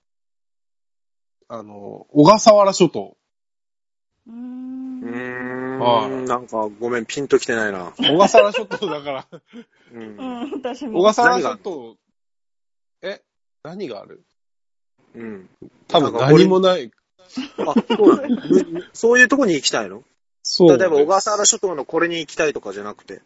Speaker 4: あの、小笠原諸島。
Speaker 3: うー
Speaker 2: うー
Speaker 3: ん。
Speaker 4: は
Speaker 2: ん。
Speaker 4: い
Speaker 2: なんか、ごめん、ピンときてないな。
Speaker 4: 小笠原諸島 だから。
Speaker 2: う。
Speaker 3: うんん、私
Speaker 4: 小
Speaker 3: も。
Speaker 4: 笠原諸島、え、何がある
Speaker 2: うん。
Speaker 4: 多分何もない。
Speaker 2: あ、そうなのむそういうとこに行きたいの
Speaker 4: そ
Speaker 2: 例
Speaker 4: う。
Speaker 2: えば、小笠原諸島のこれに行きたいとかじゃなくて、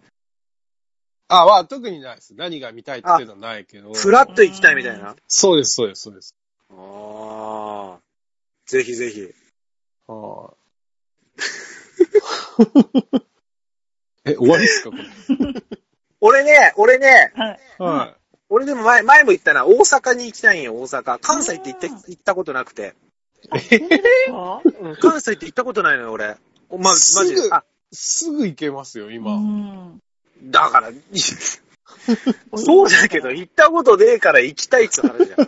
Speaker 4: あ、は特にないです。何が見たいっていうのはないけど。
Speaker 2: ふらっと行きたいみたいな。
Speaker 4: そうです、そうです、そうです。
Speaker 2: ああ。ぜひぜひ。
Speaker 4: はい え、終わりっすかこれ。
Speaker 2: 俺ね、俺ね、
Speaker 3: はい。
Speaker 4: は
Speaker 2: 俺でも前、前も言ったな、大阪に行きたいんよ、大阪。関西って行って
Speaker 3: うん
Speaker 2: 行ったことなくて。
Speaker 3: あ、 本当ですか
Speaker 2: うん関西って行ったことないのよ、俺。おま、マ
Speaker 4: すぐ
Speaker 2: ジで。あ、
Speaker 4: い。すぐ行けますよ、
Speaker 3: う
Speaker 4: 今。
Speaker 3: ん。
Speaker 2: だから、そうだけど、行ったことねえから行きたいっつう話じゃん。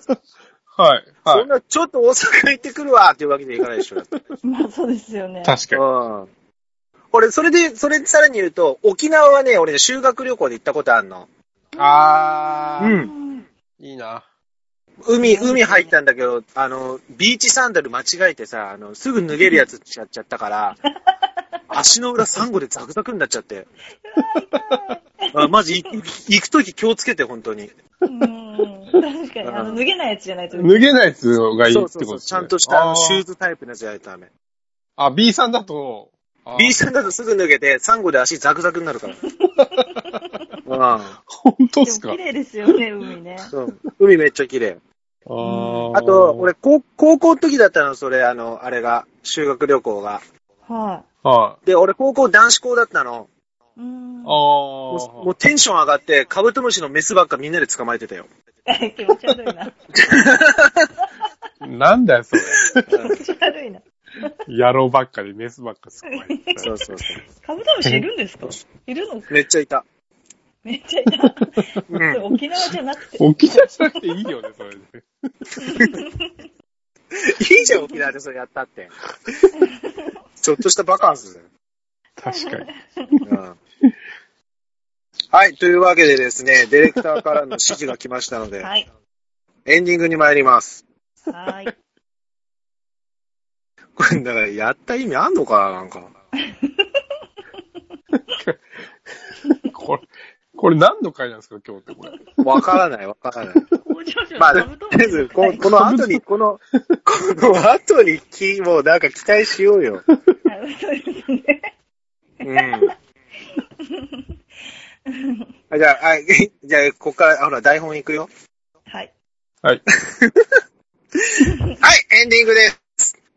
Speaker 4: はい。は
Speaker 2: そん
Speaker 4: い。
Speaker 2: な、ちょっと大阪行ってくるわっていうわけにはいかないで しょ。だって
Speaker 3: まあ、そうですよね。
Speaker 4: 確かに。
Speaker 2: うん。俺、それで、それでさらに言うと、沖縄はね、俺ね、修学旅行で行ったことあんの。
Speaker 4: あー、
Speaker 2: う
Speaker 3: うん。
Speaker 4: いいな。
Speaker 2: 海、海入ったんだけど、あの、ビーチサンダル間違えてさ、あの、すぐ脱げるやつやっちゃった から、足の裏サンゴでザクザクになっちゃって。あマジ、い行くとき気をつけて、本当に。
Speaker 3: うん。確かに。あの、脱げないやつじゃないと。
Speaker 4: 脱げないやつがいい
Speaker 2: そ
Speaker 4: ってこ
Speaker 2: う
Speaker 4: と
Speaker 2: そ
Speaker 4: で
Speaker 2: う
Speaker 4: す
Speaker 2: そう。ちゃ
Speaker 4: ね。
Speaker 2: んとしたあ
Speaker 4: あ
Speaker 2: の
Speaker 4: ー
Speaker 2: シューズタイプのやつじゃないとダメ。
Speaker 4: あ、B さんだと、あー
Speaker 2: B さんだとすぐ脱げて、サンゴで足ザクザクになる から。うん
Speaker 4: 本当っ
Speaker 3: ですも
Speaker 4: か
Speaker 3: 綺麗ですよね、海ね。
Speaker 2: そう。海めっちゃ綺麗。
Speaker 4: あー
Speaker 2: あと、、俺、高高校の時だったの、それ、あの、あれが、修学旅行が。
Speaker 3: は
Speaker 4: は
Speaker 2: で、俺、高校男子校だったの。
Speaker 3: い。うん
Speaker 4: い。あ。ー
Speaker 2: もうもうテンション上がって、カブトムシのメスばっかみんなで捕まえてたよ。
Speaker 3: 気持ち悪いな。
Speaker 4: なんだよ、それ。
Speaker 3: 気持ち悪いな。
Speaker 4: 野郎ばっかり、メスばっか捕まえて
Speaker 2: そうそうそう。
Speaker 3: カブトムシいるんですかいるの
Speaker 2: めっちゃいた。
Speaker 3: めっちゃいた。
Speaker 2: う
Speaker 3: それ
Speaker 2: ん。
Speaker 3: 沖縄じゃなくて。
Speaker 4: 起き出しなくていいよね、それで。
Speaker 2: いいじゃん、沖縄でそれやった って。ちょっとしたバカンスだよ。
Speaker 4: 確かに。
Speaker 2: うん。はい、というわけでですね、ディレクターからの指示が来ましたので、
Speaker 3: はい。
Speaker 2: エンディングに参ります。
Speaker 3: はい。
Speaker 2: これ、だから、やった意味あんのかな、なんか。
Speaker 4: これ、これ何の回なんですか、今日ってこれ。
Speaker 2: わからない、わからない。
Speaker 3: 工場 長
Speaker 2: まあ、
Speaker 3: カブト
Speaker 2: と
Speaker 3: ム
Speaker 2: りあえ
Speaker 3: シ
Speaker 2: ず
Speaker 3: の
Speaker 2: こ、
Speaker 3: はい
Speaker 2: この後に、この、この後にき、もうなんか期待しようよ。
Speaker 3: そうですね。
Speaker 2: うん。あじゃあ、あ じゃあ、こっから、ほら、台本いくよ。
Speaker 3: はい。
Speaker 2: はい、エンディングです。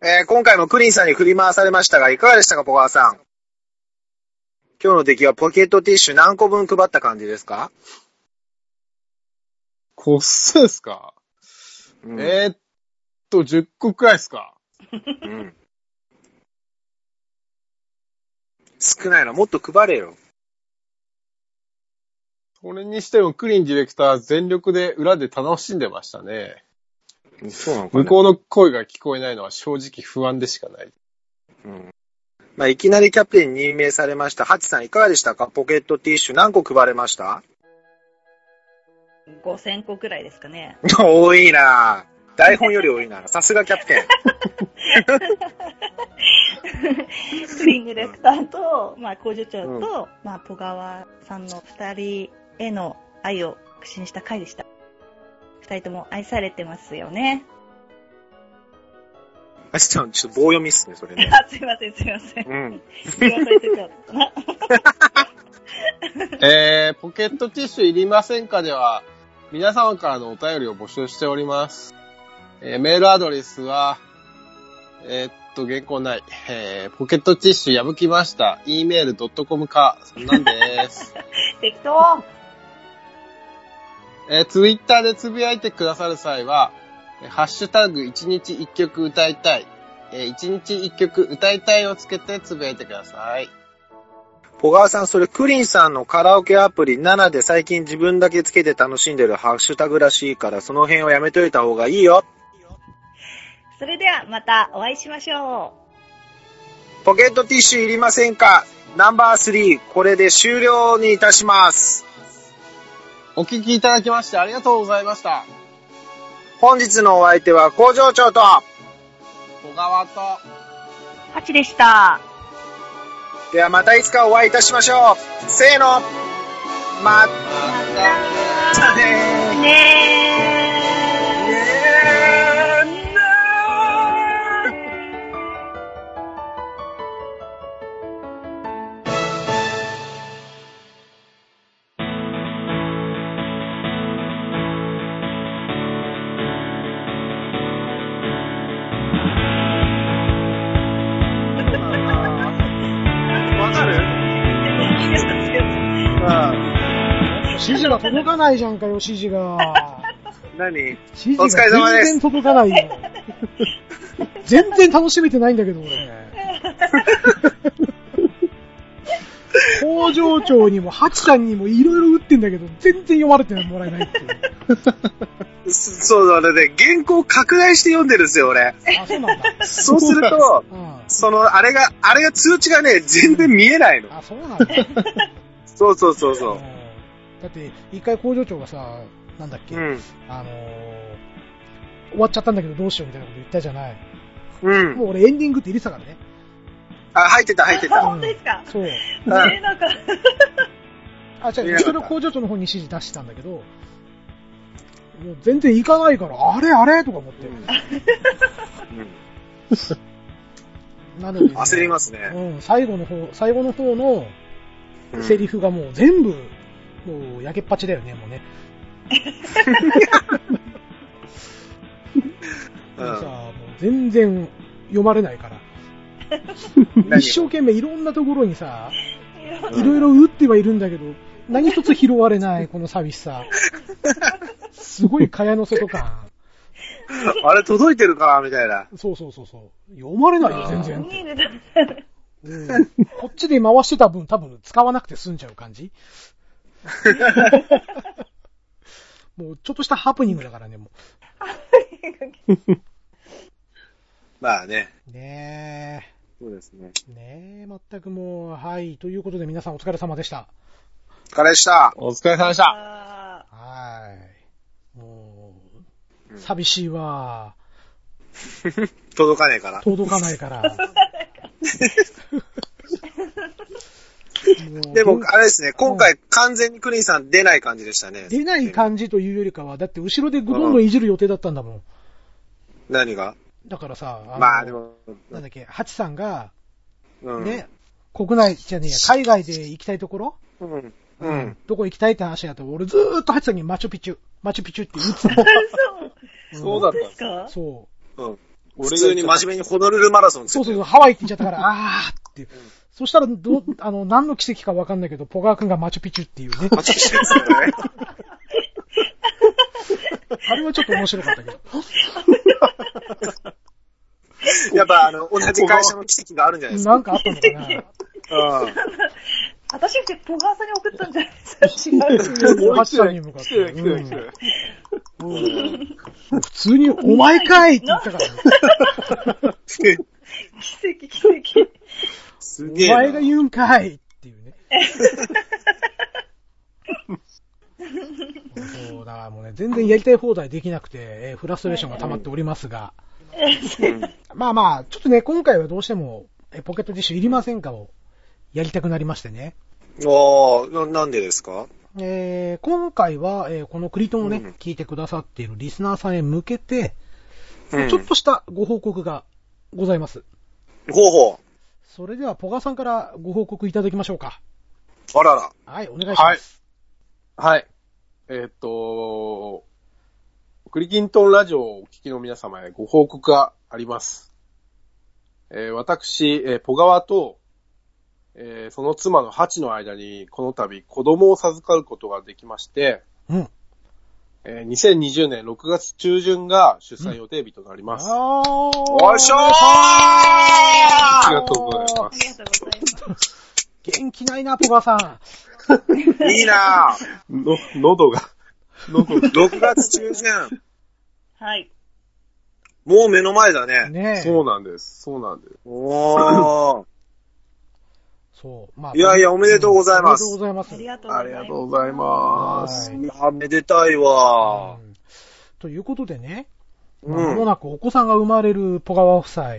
Speaker 2: えー今回もクリンさんに振り回されましたが、いかがでしたか、ポガーさん。今日の出来はポケットティッシュ何個分配った感じですか、
Speaker 4: 個数ですか、
Speaker 2: うん
Speaker 4: えーっと、10個くらいですか
Speaker 2: うん少ないな、もっと配れよ。
Speaker 4: それにしてもクリンディレクター全力で裏で楽しんでましたね。
Speaker 2: そうなのかな
Speaker 4: 向こうの声が聞こえないのは正直不安でしかない。
Speaker 2: うんまあ、いきなりキャプテンに任命されました。ハチさんいかがでしたかポケットティッシュ何個配れました
Speaker 3: 5000個くらいですかね。
Speaker 2: 多いなぁ台本より多いなさすがキャプテン。
Speaker 3: クリンディレクターと、まあ、工場長と、まあ、小川さんの二人への愛を苦心した回でした。二人とも愛されてますよね。
Speaker 2: ハチさん、ちょっと棒読みっすね、それね。
Speaker 3: あ、すいません、すいません。
Speaker 2: うん。
Speaker 3: 言わされてちゃったな。
Speaker 4: えー、ポケットティッシュいりませんかでは、皆様からのお便りを募集しております。えーメールアドレスは、えーっと、原稿ない。えーポケットティッシュ破きました。email.com か、そんなんです。
Speaker 3: 適当
Speaker 4: えー、ツイッターでつぶやいてくださる際は、えーハッシュタグ1日1曲歌いたい、えー、1日1曲歌いたいをつけてつぶやいてください。
Speaker 2: 小川さん、それクリンさんのカラオケアプリ7で最近自分だけつけて楽しんでるハッシュタグらしいから、その辺をやめといた方がいいよ。
Speaker 3: それではまたお会いしましょ
Speaker 2: ポケットティッシュいりませんかナンバー3、これで終了にいたします。
Speaker 4: お聞きいただきましてありがとうございました。
Speaker 2: 本日のお相手は工場長と、
Speaker 4: 小川と、
Speaker 3: う。ハチでした。
Speaker 2: ではまたいつかお会いいたしましょう。せーの、またねー。
Speaker 3: ねー。
Speaker 2: わかる
Speaker 1: 指示が届かないじゃんかよ、指示が。
Speaker 2: 何
Speaker 1: 指
Speaker 2: お
Speaker 1: 示
Speaker 2: 疲れ様
Speaker 1: が
Speaker 2: です
Speaker 1: 全然届かないよ。全然楽しめてないんだけど、俺。工場長にも、ハチさんにもいろいろ打ってんだけど、全然読まれてもらえないっていう。
Speaker 2: そうだ、ね、原稿拡大して読んでるんですよ、俺。
Speaker 1: あ、そうなんだ。
Speaker 2: そうすると、
Speaker 1: うん。
Speaker 2: その、あれが、あれが通知がね、全然見えないの。
Speaker 1: あ、そうなんだ。
Speaker 2: そうそうそうそう
Speaker 1: うん。だって、一回工場長がさ、なんだっけ、
Speaker 2: うん。
Speaker 1: あのー、終わっちゃったんだけどどうしようみたいなこと言ったじゃない。
Speaker 2: うん。
Speaker 1: もう俺エンディングって入れてたからね。
Speaker 2: あ、入ってた、入ってた。
Speaker 3: 本当ですか
Speaker 1: そう。
Speaker 2: うん
Speaker 3: ねなんか、
Speaker 1: あ、じゃあ、
Speaker 2: 入れなかった
Speaker 1: 一応工場長の方に指示出したんだけど、もう全然行かないから、あれあれとか思って。 なので、
Speaker 2: 焦りますすね。
Speaker 1: うん、最後の方、最後の方の
Speaker 2: うん
Speaker 1: セリフがもう全部、もう焼けっぱちだよね、もうね。
Speaker 2: うん
Speaker 1: もうさ、もう全然読まれないから。
Speaker 2: 何
Speaker 1: 一生懸命いろんなところにさ、
Speaker 2: うん
Speaker 1: いろいろ打ってはいるんだけど、何一つ拾われ ない、この寂しさ。すごい蚊帳の外感。
Speaker 2: あれ届いてるかみたいな。
Speaker 1: そうそうそうそう。読まれないよ、全然。
Speaker 3: 見えて
Speaker 1: うんこっちで回してた分、多分使わなくて済んじゃう感 じ。もうちょっとしたハプニングだからね、も
Speaker 2: まあね。
Speaker 1: う。ね
Speaker 2: そうですね。
Speaker 1: え、ねえ、全くもう、はい。ということで皆さんお疲れ様でした。
Speaker 2: お疲れでした。
Speaker 4: お疲れ様でした。
Speaker 3: た。
Speaker 1: はい。も
Speaker 2: う
Speaker 1: う、
Speaker 2: ん
Speaker 1: 寂しいわ。
Speaker 2: 届かねえから。
Speaker 1: 届かない から。もう
Speaker 2: でも、あれですね、今回完全にクリンさん出ない感じでしたね。
Speaker 1: 出ない感じというよりかは、だって後ろでどんどんいじる予定だったんだもん。
Speaker 2: 何が
Speaker 1: だからさ、の
Speaker 2: まあでも、
Speaker 1: なんだっけ、ハチさんが、
Speaker 2: うん。
Speaker 1: ね、国内じゃねえや、海外で行きたいところ
Speaker 2: うん。うん。
Speaker 1: どこ行きたいって話だと、俺ずーっとハチさんにマチュピチュ、マチュピチュって言ってたの
Speaker 3: そう
Speaker 4: そうだっ
Speaker 3: で
Speaker 4: た
Speaker 3: すか
Speaker 1: そう。
Speaker 2: うん。
Speaker 4: 俺
Speaker 2: 普
Speaker 4: が
Speaker 2: 通に真面目にホノルルマラソンつ
Speaker 1: そ
Speaker 2: いうて
Speaker 1: そう
Speaker 2: る
Speaker 1: そう、ハワイって言っちゃったから、あーって。そしたら、どう、あの、何の奇跡かわかんないけど、ポガー君がマチュピチュっていうね。
Speaker 2: マジでしてるんですよね。
Speaker 1: あれはちょっと面白かったけど。
Speaker 2: やっぱあの、同じ会社の奇跡があるんじゃないです
Speaker 1: なんかあったのかな
Speaker 2: か。 うん。
Speaker 3: 私ってポガーさんに送ったんじゃないですか違う。
Speaker 1: ハチさんに向かって。うん普通に、お前かいって言ったからね。
Speaker 3: 奇跡、奇跡。
Speaker 2: す
Speaker 1: お
Speaker 2: げえな。
Speaker 1: 前が言うんかいっていうね。そうだからもうね、全然やりたい放題できなくて、えーフラストレーションが溜まっておりますが、まあまあ、ちょっとね、今回はどうしても、えーポケットティッシュいりませんかをやりたくなりましてね。
Speaker 2: おー、ななんでですか
Speaker 1: えー今回は、えーこのクリトンをね、
Speaker 2: うん
Speaker 1: 聞いてくださっているリスナーさんへ向けて、
Speaker 2: うん
Speaker 1: ちょっとしたご報告がございます。
Speaker 2: ほうほ
Speaker 1: それでは、ポガさんからご報告いただきましょうか。
Speaker 2: う。あらら。
Speaker 1: はい、お願いします。
Speaker 4: はい。えっと、クリキントンラジオをお聞きの皆様へご報告があります。えー私、えーポガワと、えーその妻のハチの間に、この度子供を授かることができまして、
Speaker 1: うん。
Speaker 4: えー2020年6月中旬が出産予定日となります。
Speaker 1: お
Speaker 2: おいしょー
Speaker 4: ありがとうござい
Speaker 3: あ
Speaker 4: ま
Speaker 3: りが
Speaker 4: す。
Speaker 3: とうございます。
Speaker 1: 元気ないな、ポガさん。
Speaker 2: いいなぁ。
Speaker 4: の、喉が、 喉が、
Speaker 2: 6月中旬。
Speaker 3: はい。
Speaker 2: もう目の前だね。
Speaker 1: ねえ。
Speaker 4: そう
Speaker 1: う。
Speaker 4: なんです。そうなんです。
Speaker 2: おー。
Speaker 1: そう。ま
Speaker 2: いやいやおめでとうございます
Speaker 1: おめでとうございま
Speaker 3: あ
Speaker 1: す。
Speaker 3: りがとうござ
Speaker 4: あ
Speaker 3: います。
Speaker 4: りがとうございま
Speaker 1: は
Speaker 4: す。
Speaker 1: い
Speaker 2: いやー、めでたいわ
Speaker 1: うんということでね、
Speaker 2: う
Speaker 1: まあ間も
Speaker 2: ん。
Speaker 1: なくお子さんが生まれるポガワ夫妻、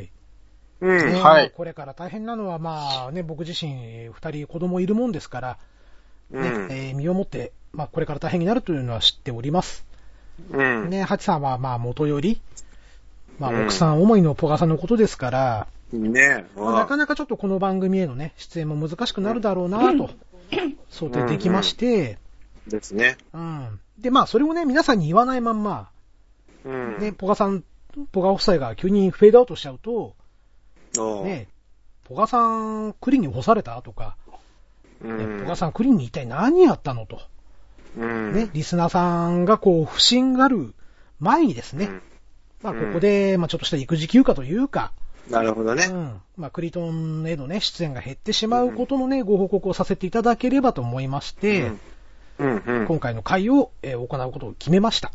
Speaker 2: う
Speaker 1: ね
Speaker 2: ん。
Speaker 4: はい
Speaker 1: これから大変なのは、まあね、僕自身、二人子供いるもんですから、
Speaker 2: う
Speaker 1: ね
Speaker 2: ん。
Speaker 1: えー身をもって、まあ、これから大変になるというのは知っております。
Speaker 2: うん。
Speaker 1: ね、ハチさんは、まあ、元より、ま
Speaker 2: う
Speaker 1: あ、
Speaker 2: ん
Speaker 1: 奥さん思いのポガさんのことですから、
Speaker 2: ねえ。
Speaker 1: まあなかなかちょっとこの番組へのね、出演も難しくなるだろうなと、想定できまして、
Speaker 2: ですね。
Speaker 1: うん。で、まあ、それをね、皆さんに言わないまんま、
Speaker 2: うん。
Speaker 1: ね、ポガさん、ポガ夫妻が急にフェードアウトしちゃうと、
Speaker 2: おう
Speaker 1: ね、ポガさん、クリに干されたとか、
Speaker 2: う
Speaker 1: ね
Speaker 2: ん
Speaker 1: ポガさん、クリに一体何やったのと、
Speaker 2: うん。
Speaker 1: ね、リスナーさんがこう、不審がる前にですね、
Speaker 2: うん
Speaker 1: まあ、
Speaker 2: うん
Speaker 1: ここで、まあ、ちょっとした育児休暇というか、
Speaker 2: なるほど
Speaker 1: う
Speaker 2: ね。
Speaker 1: ん、まあ、クリトンへのね、出演が減ってしまうことのね、ご報告をさせていただければと思いまして、
Speaker 2: うん。うん。
Speaker 1: 今回の会を、えー行うことを決めました。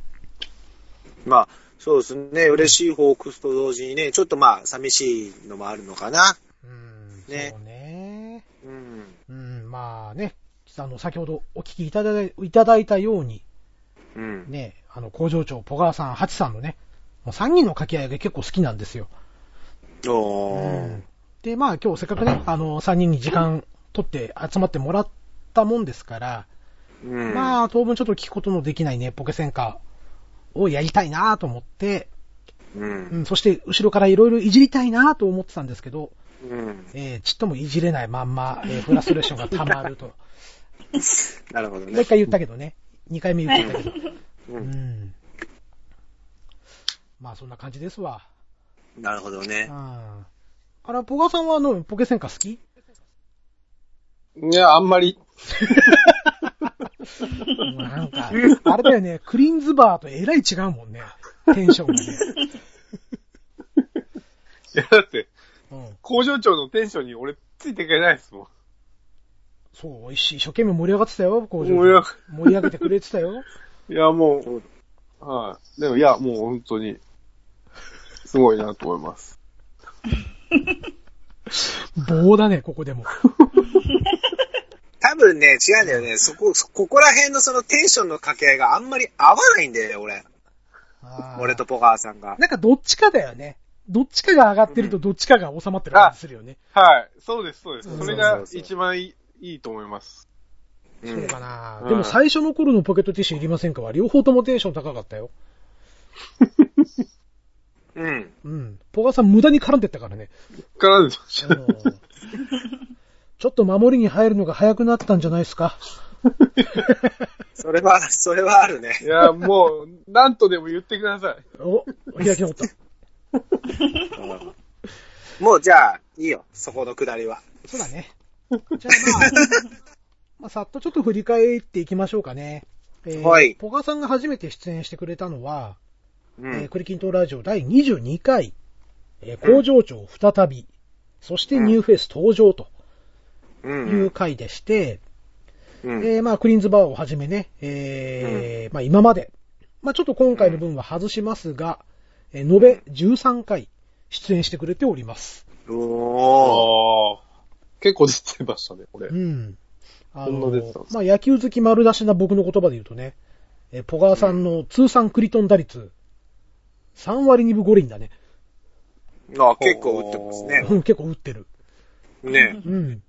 Speaker 2: まあ、そうですね。嬉しい報告と同時にね、ちょっとまあ、寂しいのもあるのかな。
Speaker 1: うん、
Speaker 2: ね
Speaker 1: そうね。
Speaker 2: うん。
Speaker 1: うん、まあね、あの、先ほどお聞きいただいいただいたように、
Speaker 2: うん。
Speaker 1: ね、あの、工場長、ポガーさん、ハチさんのね、もう3人の掛け合いが結構好きなんですよ。
Speaker 2: お
Speaker 1: う
Speaker 2: ー
Speaker 1: ん。で、まあ今日せっかくね、あの、3人に時間取って集まってもらったもんですから、
Speaker 2: うん。
Speaker 1: まあ当分ちょっと聞くことのできないね、ポケセンカをやりたいなと思って、
Speaker 2: う。
Speaker 1: うんん、そして後ろからいろいろいじりたいなと思ってたんですけど、
Speaker 2: うん。
Speaker 1: えーちっともいじれないまんま、えーフラストレーションが溜まると。
Speaker 2: なるほど
Speaker 1: もう
Speaker 2: ね
Speaker 1: 一。回言ったけどね、2回目言ってたけど。
Speaker 2: う。
Speaker 1: うんん。まあそんな感じですわ。
Speaker 2: なるほどね。
Speaker 1: あら、ポガさんはあの、ポケセンカ好き
Speaker 4: いや、あんまり、
Speaker 1: なんか、あれだよね、クリーンズバーとえらい違うもんね。テンションがね。
Speaker 4: いや、だって、
Speaker 1: うん。
Speaker 4: 工場長のテンションに俺ついていけないですもん。
Speaker 1: そう、美味しい。一生懸命盛り上がってたよ、工場
Speaker 4: 盛り上が
Speaker 1: 盛り上げてくれてたよ。
Speaker 4: いや、もう、はい。でも、いや、もう本当に、すごいなと思います。
Speaker 1: 棒だね、ここでも。
Speaker 2: 多分ね、違うんだよね。そこ、そここら辺のそのテンションの掛け合いがあんまり合わないんだよね、俺。
Speaker 1: あー
Speaker 2: 俺と。ポガーさんが。
Speaker 1: なんかどっちかだよね。どっちかが上がってるとどっちかが収まってる感じするよね。
Speaker 4: はい。そうです、そうです。
Speaker 1: うん
Speaker 4: それが一番いいいいと思います。
Speaker 2: う
Speaker 1: そうんかな、
Speaker 4: うん
Speaker 1: でも最初の頃のポケットティッシュいりませんかは両方ともテンション高かったよ。
Speaker 2: うん。
Speaker 1: うん。ポガさん無駄に絡んでったからね。
Speaker 4: からです。
Speaker 1: あの ちょっと守りに入るのが早くなったんじゃないです か。
Speaker 2: それは、それはあるね。
Speaker 4: いや、もう、なんとでも言ってください。
Speaker 1: お、開き直った。
Speaker 2: もうじゃあ、いいよ。そこのくだりは。
Speaker 1: そうだね。じゃあまあ、まあ、さっとちょっと振り返っていきましょうかね。えー
Speaker 2: はい
Speaker 1: ポガさんが初めて出演してくれたのは、
Speaker 2: う
Speaker 1: えー
Speaker 2: ん。
Speaker 1: クリキントラジオ第22回、えー工場長再び、そしてニューフェイス登場と
Speaker 2: う
Speaker 1: い
Speaker 2: ん
Speaker 1: う。回でして、
Speaker 2: うん。
Speaker 1: えーまあ、クリーンズバーをはじめね、えーまあ、今まで、まあ、ちょっと今回の分は外しますが、えー延べ13回出演してくれております。
Speaker 2: おー。
Speaker 4: ああ。結構出てましたね、これ
Speaker 1: う。ん。あ
Speaker 4: こんな出てたん
Speaker 1: の
Speaker 4: で、す
Speaker 1: まあ、野球好き丸出しな僕の言葉で言うとね、えーポガーさんの通算クリトン打率、3割2分5厘だね。
Speaker 2: あ、結構打ってますね。
Speaker 1: うん結構打ってる。
Speaker 2: ね
Speaker 1: う
Speaker 2: え
Speaker 1: ん。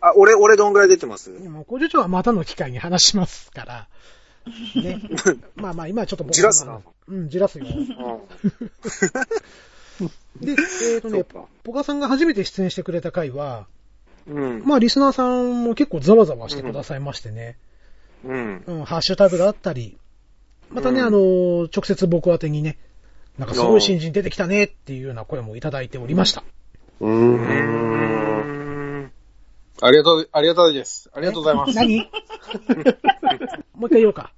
Speaker 2: あ、俺、俺どんぐらい出てます
Speaker 1: でもう工場長はまたの機会に話しますから、 ね。まあまあ、今はちょっと僕の
Speaker 2: じらすな
Speaker 1: うん、じらすよ。
Speaker 2: う
Speaker 1: で、えっ、とね、
Speaker 2: か。
Speaker 1: ポガさんが初めて出演してくれた回は、
Speaker 2: うん。
Speaker 1: まあリスナーさんも結構ざわざわしてくださいましてね。
Speaker 2: うん。
Speaker 1: うん、ハッシュタグがあったり、またね、
Speaker 2: うん
Speaker 1: あのー、直接僕宛てにね、なんかすごい新人出てきたねっていうような声もいただいておりま した。
Speaker 4: う
Speaker 2: う
Speaker 4: ーん。
Speaker 2: ーん。
Speaker 4: ありがとう、ありがたいです。ありがとうございま す。
Speaker 1: 何もう一回言おうか。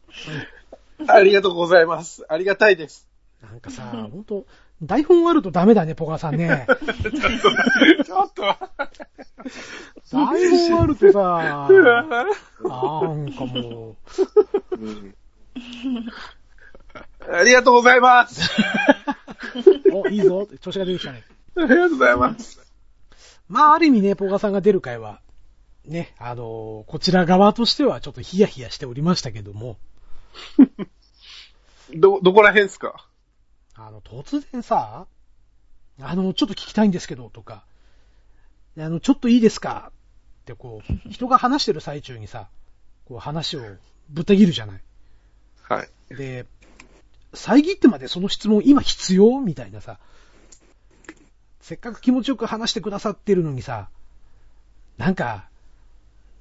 Speaker 4: ありがとうございます。ありがたいです。
Speaker 1: なんかさ、本当台本あるとダメだね、ポカさん ね。
Speaker 4: ちょっと。
Speaker 1: 台本あるとさ、なんかも
Speaker 2: うん
Speaker 4: ありがとうございます。
Speaker 1: う、お、いいぞ、調子が出てきたね。
Speaker 4: ありがとうございます。
Speaker 1: まあ、ある意味ね、ポカさんが出る回は、ね、あのーこちら側としてはちょっとヒヤヒヤしておりましたけども、
Speaker 4: ど、どこら辺ですか
Speaker 1: あの、突然さ、あの、ちょっと聞きたいんですけど、とか、あの、ちょっといいですかってこう、人が話してる最中にさ、こう話をぶった切るじゃない。
Speaker 4: はい。
Speaker 1: で、遮ってまでその質問今必要みたいなさ、せっかく気持ちよく話してくださってるのにさ、なんか、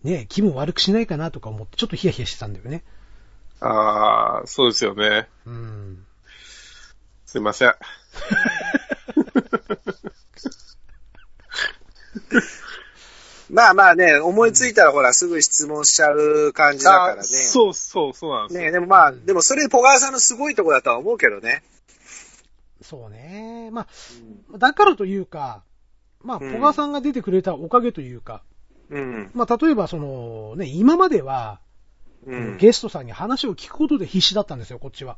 Speaker 1: ねえ、気分悪くしないかなとか思って、ちょっとヒヤヒヤしてたんだよね。
Speaker 4: ああ、そうですよね。
Speaker 1: うん。
Speaker 4: すいません。
Speaker 2: まあまあね、思いついたらほら、すぐ質問しちゃう感じだからね。
Speaker 4: あそうそう、そうなんですよ。
Speaker 2: ねでもまあ、でもそれポガーさんのすごいとこだとは思うけどね。
Speaker 1: そうね。まあ、だからというか、まあ、
Speaker 2: うん
Speaker 1: 小川さんが出てくれたおかげというか、
Speaker 2: うん。
Speaker 1: まあ、例えばその、ね、今までは、
Speaker 2: うん。
Speaker 1: ゲストさんに話を聞くことで必死だったんですよ、こっちは。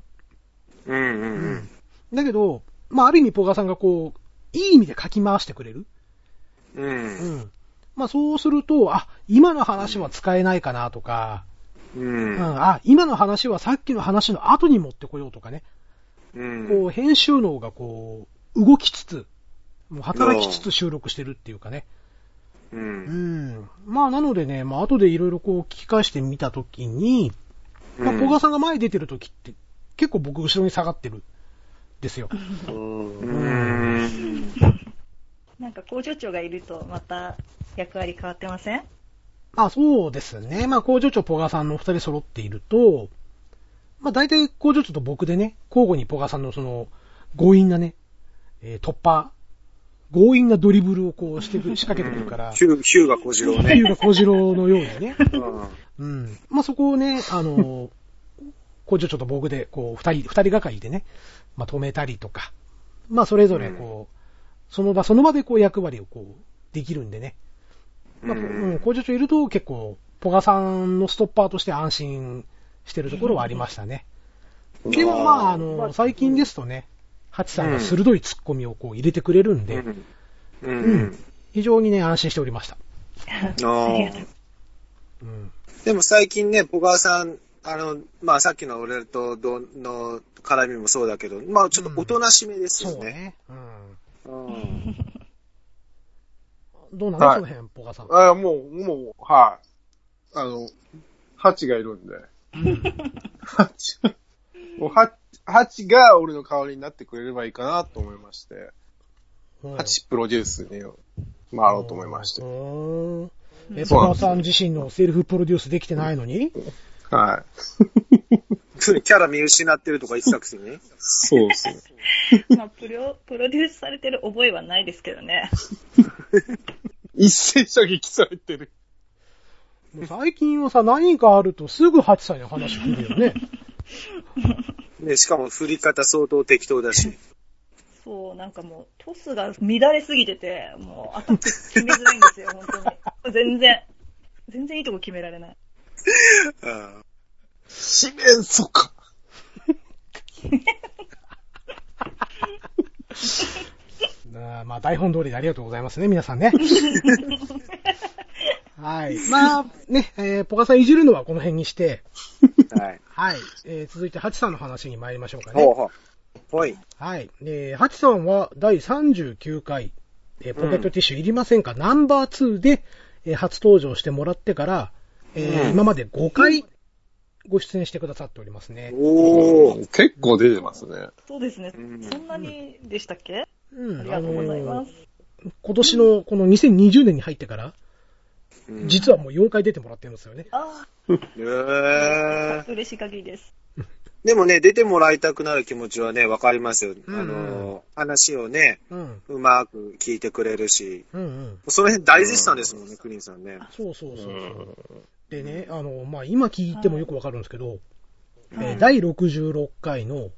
Speaker 2: うんうん
Speaker 1: だけど、まあ、ある意味、ポガさんがこう、いい意味で書き回してくれる。
Speaker 2: うん。う。
Speaker 1: うんん。まあ、そうすると、あ、今の話は使えないかなとか、
Speaker 2: う
Speaker 1: う
Speaker 2: ん
Speaker 1: ん、。あ、今の話はさっきの話の後に持ってこようとかね、
Speaker 2: うん。
Speaker 1: こう、編集能がこう、動きつつ、もう働きつつ収録してるっていうかね。
Speaker 2: う。
Speaker 1: うんん。まあ、なのでね、まあ、後でいろいろこう、聞き返してみたときに、まあ、
Speaker 2: うん
Speaker 1: 小川さんが前に出てるときって、結構僕後ろに下がってる、ですよ。
Speaker 4: うん
Speaker 2: うん。
Speaker 3: なんか工場長がいるとまた役割変わってません
Speaker 1: まあそうですね。まあ工場長、ポガさんのお二人揃っていると、まあ大体工場長と僕でね、交互にポガさんのその、強引なね、えー突破、強引なドリブルをこうしてくる、仕掛けてくるから、
Speaker 2: ヒュー、ヒューが小次郎
Speaker 1: ってい
Speaker 2: ね。
Speaker 1: うか小次郎のようにね。
Speaker 2: うん
Speaker 1: うん。まあそこをね、あの、 工場長と僕で、こう、二人、二人がかりでね、まあ止めたりとか、まあそれぞれこう、その場その場でこう役割をこう、できるんでね。まあ、うん、工場長いると結構、ポガさんのストッパーとして安心してるところはありましたね。でもまあ、あの、最近ですとね、ハチさんが鋭い突っ込みをこう入れてくれるん
Speaker 2: う
Speaker 1: で、
Speaker 2: ん。うん。
Speaker 1: 非常にね、安心しておりました。
Speaker 2: あ
Speaker 3: ありがとう
Speaker 2: ー
Speaker 1: うん。
Speaker 2: でも最近ね、ポガーさん、あの、まあさっきの俺とどの絡みもそうだけど、まあちょっとおとなしめです
Speaker 1: そう
Speaker 2: よね。
Speaker 1: ね。うん。
Speaker 2: うん
Speaker 1: どうなの、
Speaker 4: はい
Speaker 1: その辺、ポガさん。
Speaker 4: あもう、もう、はい。あの、ハチがいる んで。ハチ、もうハチ、ハチが俺の代わりになってくれればいいかなと思いまして、
Speaker 1: うん
Speaker 4: ハチプロデュースに回ろうと思いまして
Speaker 1: う。ーん。え、
Speaker 4: そ
Speaker 1: ポ
Speaker 4: うなん
Speaker 1: ガ
Speaker 4: です
Speaker 1: さん自身のセルフプロデュースできてないのに
Speaker 4: はい。
Speaker 2: キャラ見失ってるとか言ってたくせに。
Speaker 4: そうですね。
Speaker 3: まあ、プロ、プロデュースされてる覚えはないですけどね。
Speaker 4: 一斉射撃されてる。
Speaker 1: もう最近はさ、何かあるとすぐハチさんに話聞くよ ね。
Speaker 2: ね、しかも振り方相当適当だし。
Speaker 3: そう、なんかもう、トスが乱れすぎてて、もう、アタック決めづらいんですよ、本当に。全然、全然いいとこ決められない。
Speaker 2: うん
Speaker 4: 四面楚か。
Speaker 1: あーまあ、台本通りでありがとうございますね、皆さん ね。はい。まあ、ね、えーポカさんいじるのはこの辺にして、
Speaker 2: はい。
Speaker 1: はい。えー続いて、ハチさんの話に参りましょうか
Speaker 2: ほう
Speaker 1: ね。
Speaker 2: ほう。はい。
Speaker 1: はい。えー、ハチさんは第39回、えーポケットティッシュいりませんか、ナンバー2で、えー初登場してもらってから、えー
Speaker 2: うん
Speaker 1: 今まで5回ご出演してくださっておりますね。
Speaker 2: おー。
Speaker 4: 結構出てますね。
Speaker 3: そうですね。
Speaker 2: うん
Speaker 3: そんなにでしたっけ、
Speaker 1: うん
Speaker 3: ありがとうございます。
Speaker 1: 今年のこの2020年に入ってから、
Speaker 2: うん
Speaker 1: 実はもう4回出てもらってるんですよね。
Speaker 3: あ
Speaker 2: へ
Speaker 3: あ
Speaker 2: ー、
Speaker 3: 嬉しい限りです。
Speaker 2: でもね、出てもらいたくなる気持ちはね、わかりますよ。あ
Speaker 1: うん
Speaker 2: の、話をね、
Speaker 1: うん。
Speaker 2: うまく聞いてくれるし、
Speaker 1: うんうん。
Speaker 2: その辺大絶賛ですもんね、クリンさんね。
Speaker 1: そうそうそううそう。
Speaker 4: ん
Speaker 1: でね、あの、まあ、今聞いてもよくわかるんですけど、
Speaker 3: はい
Speaker 1: えー第66回の、ね、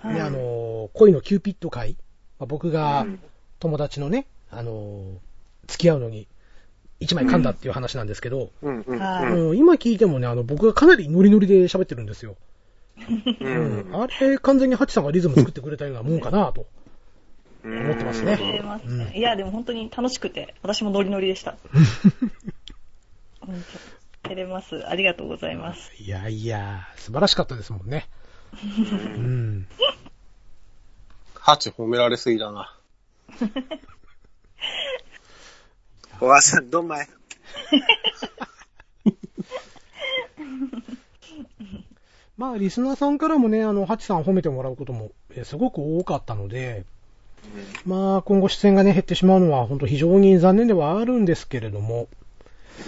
Speaker 3: はい
Speaker 1: あの、恋のキューピッド会、まあ僕が
Speaker 2: うん
Speaker 1: 友達のね、あの、付き合うのに一枚噛んだっていう話なんですけど、
Speaker 2: うんうん
Speaker 1: あ
Speaker 3: は
Speaker 2: うん
Speaker 1: の今聞いてもね、あの、僕がかなりノリノリで喋ってるんですよ。
Speaker 2: う
Speaker 1: うんん。あれ、完全にハチさんがリズム作ってくれたようなもんかなと。
Speaker 2: うん
Speaker 1: 思ってますね
Speaker 3: 出ますね
Speaker 1: うん
Speaker 3: いや、でも本当に楽しくて、私もノリノリでした。本当照れます。ありがとうございます。
Speaker 1: いやいや、素晴らしかったですもん ね。うん。
Speaker 4: ハチ褒められすぎだな。
Speaker 2: おばさん、どんまい。
Speaker 1: まあ、リスナーさんからもね、あの、ハチさんを褒めてもらうことも、えーすごく多かったので、まあ、今後出演がね、減ってしまうのは、本当非常に残念ではあるんですけれども、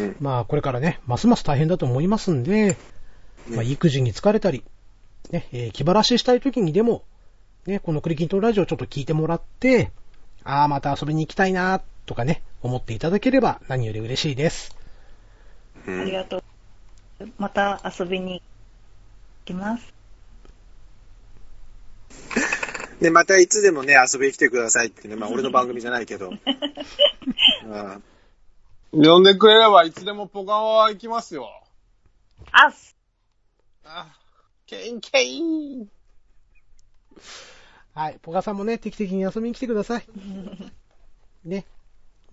Speaker 2: うん
Speaker 1: まあ、これからね、ますます大変だと思いますんで、まあ、育児に疲れたり、ね、えー気晴らししたい時にでも、ね、このクリキントンラジオちょっと聞いてもらって、ああ、また遊びに行きたいな、とかね、思っていただければ何より嬉しいです。
Speaker 2: うん
Speaker 3: ありがとう。また遊びに行きます。
Speaker 2: で、またいつでもね、遊びに来てくださいってね、まあ俺の番組じゃないけ ど。うん
Speaker 4: 呼んでくれればいつでもポカワ行きますよ。
Speaker 3: あっ
Speaker 4: あ、ケインケイン。
Speaker 1: はい。ポカさんもね、定期的に遊びに来てください。 ね。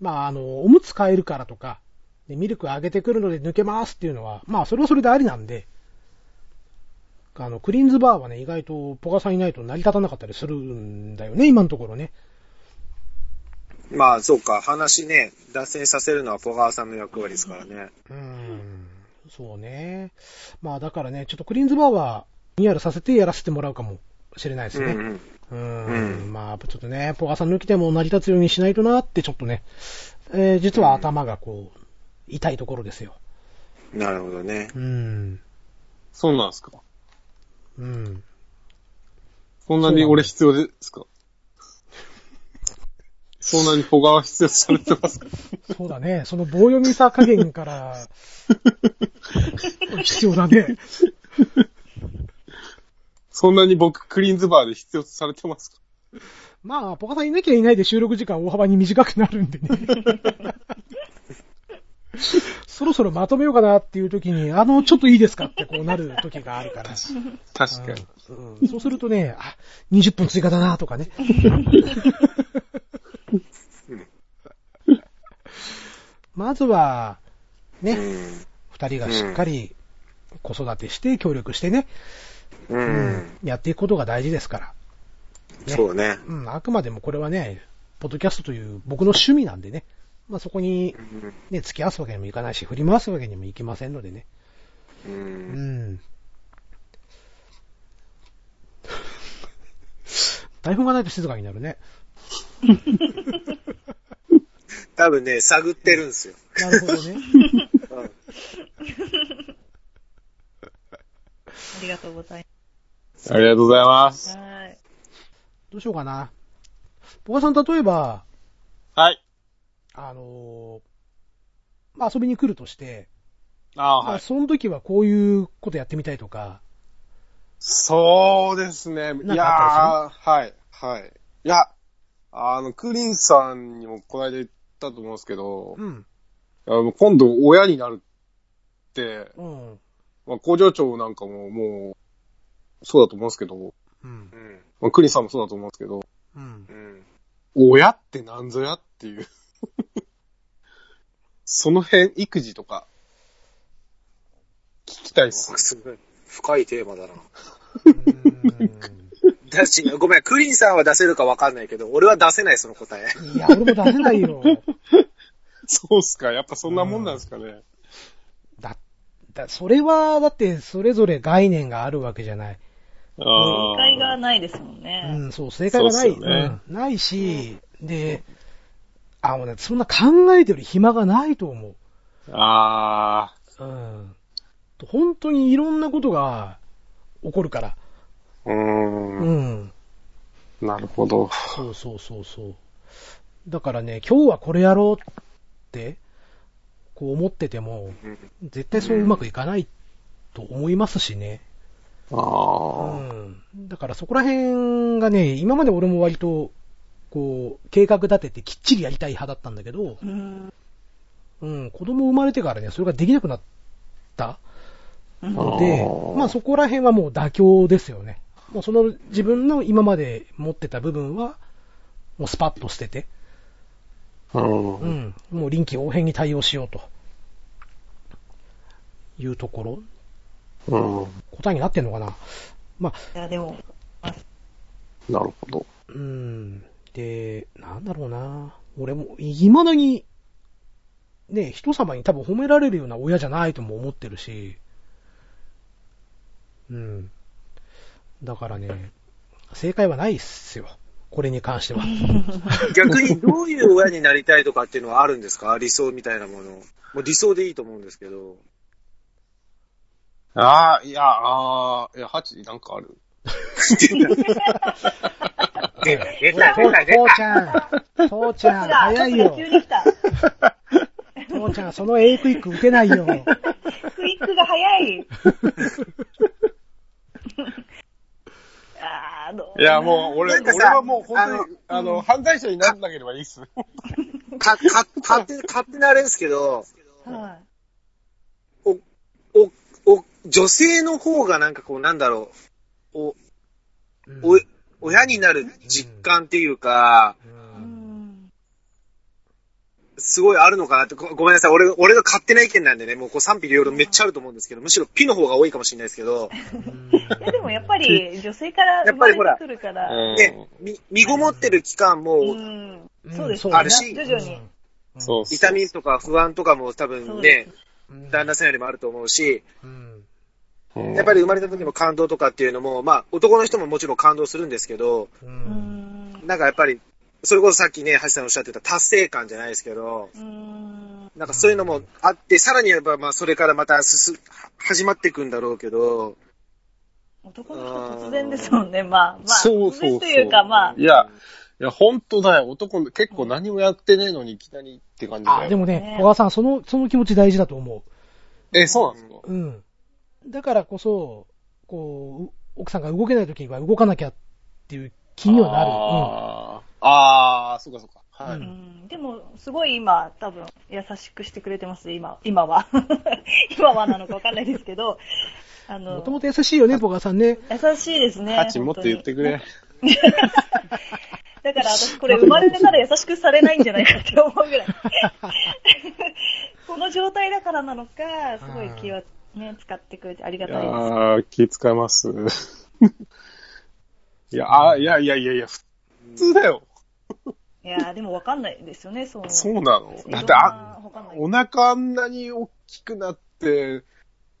Speaker 1: まあ、あの、おむつ変えるからとか、でミルクあげてくるので抜けますっていうのは、まあ、それはそれでありなんで、あの、クリーンズバーはね、意外とポカさんいないと成り立たなかったりするんだよね、今のところね。
Speaker 2: まあそうか、話ね、脱線させるのは小川さんの役割ですからね。
Speaker 1: うーん。そうね。まあ、だからね、ちょっとクリーンズバーは、ニューアルさせてやらせてもらうかもしれないです
Speaker 2: うん
Speaker 1: ね。
Speaker 2: うん。
Speaker 1: うー、
Speaker 2: うん
Speaker 1: まあ、ちょっとね、ポガさん抜きでも成り立つようにしないとなって、ちょっとね、えー実は頭がこう、痛いところですよ。
Speaker 2: なるほどね。
Speaker 1: うん。
Speaker 4: そうなんですか
Speaker 1: うん。
Speaker 4: そんなに俺必要ですかそんなにポカワ必要とされてます か
Speaker 1: そうだね、その棒読みさ加減から、必要だね。
Speaker 4: そんなに僕クリーンズバーで必要とされてますか
Speaker 1: まあ、ポガさんいなきゃいないで収録時間大幅に短くなるん でね。そろそろまとめようかなっていう時に、あの、ちょっといいですかってこうなる時があるから。
Speaker 4: 確かに。
Speaker 1: うんそうするとね、あ、20分追加だなとか ね。まずは、
Speaker 2: う
Speaker 1: ね、
Speaker 2: ん。
Speaker 1: 二人がしっかり子育てして協力してね、
Speaker 2: うん。
Speaker 1: やっていくことが大事ですから。
Speaker 2: そうね。
Speaker 1: うん、あくまでもこれはね、ポッドキャストという僕の趣味なんでね。まあ、そこに
Speaker 2: うん
Speaker 1: ね、付き合わすわけにもいかないし、振り回すわけにもいきませんのでね。
Speaker 2: う。
Speaker 1: うんん。台本がないと静かになるね。
Speaker 2: 多分ね、探ってるんですよ。
Speaker 1: なるほどね。
Speaker 3: ありがとうござい
Speaker 4: ありがとうございま。
Speaker 3: ますす。はい。
Speaker 1: どうしようかな。ポカさん、例えば、
Speaker 4: はい。
Speaker 1: あのーまあ、遊びに来るとして、
Speaker 4: あ
Speaker 1: ま
Speaker 4: は
Speaker 1: あ、
Speaker 4: い。
Speaker 1: その時はこういうことやってみたいとか、
Speaker 4: そうですね。い
Speaker 1: なん
Speaker 4: やー、
Speaker 1: か
Speaker 4: はい、はい。いや、あの、クリンさんにもこの間言ったと思うんですけど、
Speaker 1: うん、
Speaker 4: あの今度親になるって、
Speaker 1: うん、
Speaker 4: まあ、工場長なんかももう、そうだと思うんですけど、
Speaker 1: うん
Speaker 2: う、ん。
Speaker 4: まあ、クリンさんもそうだと思うんですけど、
Speaker 1: うん
Speaker 2: う。ん。
Speaker 4: 親ってなんぞやっていう。 その辺、育児とか、聞きたいっす。
Speaker 2: すごい。深いテーマだな。
Speaker 1: うー
Speaker 2: だし、ごめん、クリンさんは出せるかわかんないけど、俺は出せない、その 答え。
Speaker 1: んいや、俺も出せないよ。
Speaker 4: そうっすかやっぱそんなもんなんですかね。
Speaker 1: だ、だ、それは、だって、それぞれ概念があるわけじゃない。
Speaker 4: あ
Speaker 3: 正
Speaker 4: ー
Speaker 3: 解がないですもんね。
Speaker 1: うん、そう、正解がない。
Speaker 4: そうっすよね
Speaker 1: うん、ないし、で、あのね、そんな考えてる暇がないと思う。
Speaker 4: あ
Speaker 1: うん。本当にいろんなことが起こるから。
Speaker 4: ー、うー、
Speaker 1: うんん。
Speaker 4: なるほど。
Speaker 1: そうそうそうそう。だからね、今日はこれやろうって、こう思ってても、絶対そううまくいかないと思いますしね。う
Speaker 4: ああ、
Speaker 1: ん。だからそこら辺がね、今まで俺も割と、こう、計画立ててきっちりやりたい派だったんだけど、
Speaker 3: うん。
Speaker 1: うん、子供生まれてからね、それができなくなった
Speaker 3: うん
Speaker 1: ので
Speaker 4: あー、
Speaker 1: まあそこら辺はもう妥協ですよね。もうその自分の今まで持ってた部分は、もうスパッと捨てて、
Speaker 4: うん、
Speaker 1: う
Speaker 4: うん、
Speaker 1: ん、もう臨機応変に対応しようと。いうところ答えになってんのかなまあ、
Speaker 3: いや、でも、
Speaker 4: なるほど。
Speaker 1: うん。で、なんだろうな。俺も、未だに、ね、人様に多分褒められるような親じゃないとも思ってるし、うん。だからね、正解はないっすよ。これに関しては。
Speaker 2: 逆にどういう親になりたいとかっていうのはあるんですか理想みたいなもの。もう理想でいいと思うんですけど。
Speaker 4: ああ、いや、ああ、いや、ハチなんかある。
Speaker 1: 出
Speaker 2: た出た出た
Speaker 1: 父ちゃん、父 ちゃん、早いよ
Speaker 3: 急。に来た。
Speaker 1: 父ちゃん、そのエイクイック打てないよ。
Speaker 3: クイックが早い。あーどう
Speaker 4: いや、もう、俺、
Speaker 2: なんか
Speaker 4: 俺
Speaker 2: さ
Speaker 4: はもう本当に、あの、犯罪者にならなければいいっす。
Speaker 2: か、か、勝手、勝手なあれですけど、
Speaker 3: う。はい。
Speaker 2: お、お、女性の方がなんかこうなんだろう、お、お、親になる実感っていうか、
Speaker 1: うん
Speaker 3: うん
Speaker 2: すごいあるのかなって、ごごめんなさい。俺、俺が勝手な意見なんでね、もうこう賛否両論めっちゃあると思うんですけど、むしろピの方が多いかもしれないですけど、
Speaker 3: いや、でもやっぱり女性から生まれてくるから。
Speaker 2: ね、み、身ごもってる期間
Speaker 3: う
Speaker 2: も、
Speaker 3: ん。そうです
Speaker 1: うん
Speaker 2: あるし
Speaker 3: ね。徐々に。
Speaker 4: そうっす
Speaker 2: 痛みとか不安とかも多
Speaker 3: そ
Speaker 2: 分
Speaker 3: う
Speaker 2: ね
Speaker 3: で、
Speaker 1: うん
Speaker 2: 旦那さんよりもあると思うし、
Speaker 1: うん
Speaker 4: うん
Speaker 2: やっぱり生まれた時の感動とかっていうのも、まあ男の人ももちろん感動するんですけど、
Speaker 1: う
Speaker 3: うんん。
Speaker 2: なんかやっぱり、それこそさっきね、橋さんおっしゃってた達成感じゃないですけど、
Speaker 3: うん。
Speaker 2: なんかそういうのもあって、さらにやっぱまあそれからまた進、始まっていくんだろうけど、
Speaker 3: 男の人突然ですもんね。まあ、まあ、
Speaker 4: そうそうそう
Speaker 3: 突然というか、まあ
Speaker 4: い、や、いや、ほんとだよ。男の、結構何もやってねえのにいきなりって感じだ
Speaker 1: あ、
Speaker 4: よ。
Speaker 1: でもね
Speaker 3: ね、
Speaker 1: 小川さん、その、その気持ち大事だと思
Speaker 4: え、そうなんですか
Speaker 1: う。うん。だからこそ、こう、う奥さんが動けない時は動かなきゃっていう気にはな
Speaker 4: あー、あー、そうかそうか。は
Speaker 1: う
Speaker 3: う
Speaker 4: い。
Speaker 3: ん。でも、すごい今、多分、優しくしてくれてます、今、今は。 今はなのかわかんないですけど、
Speaker 1: る。
Speaker 3: あ
Speaker 1: うん。も
Speaker 3: の
Speaker 1: と、もと優しいよね、小川さんね。
Speaker 3: 優しいですね。
Speaker 4: ハチもっと言ってくれ。
Speaker 3: だから私これ生まれてから優しくされないんじゃないかって思う ぐらい。この状態だからなのか、すごい気をね、使ってくれてありが
Speaker 4: い
Speaker 3: た
Speaker 4: や
Speaker 3: いです。
Speaker 4: ー、気使います。 いや、あーいやいやいやいや、普通だよ。
Speaker 3: いやーでもわかんないですよね、そう。
Speaker 4: そうなの
Speaker 3: いろんな
Speaker 4: だって、あ、、
Speaker 3: わかんない
Speaker 4: お腹あんなに大きくなって、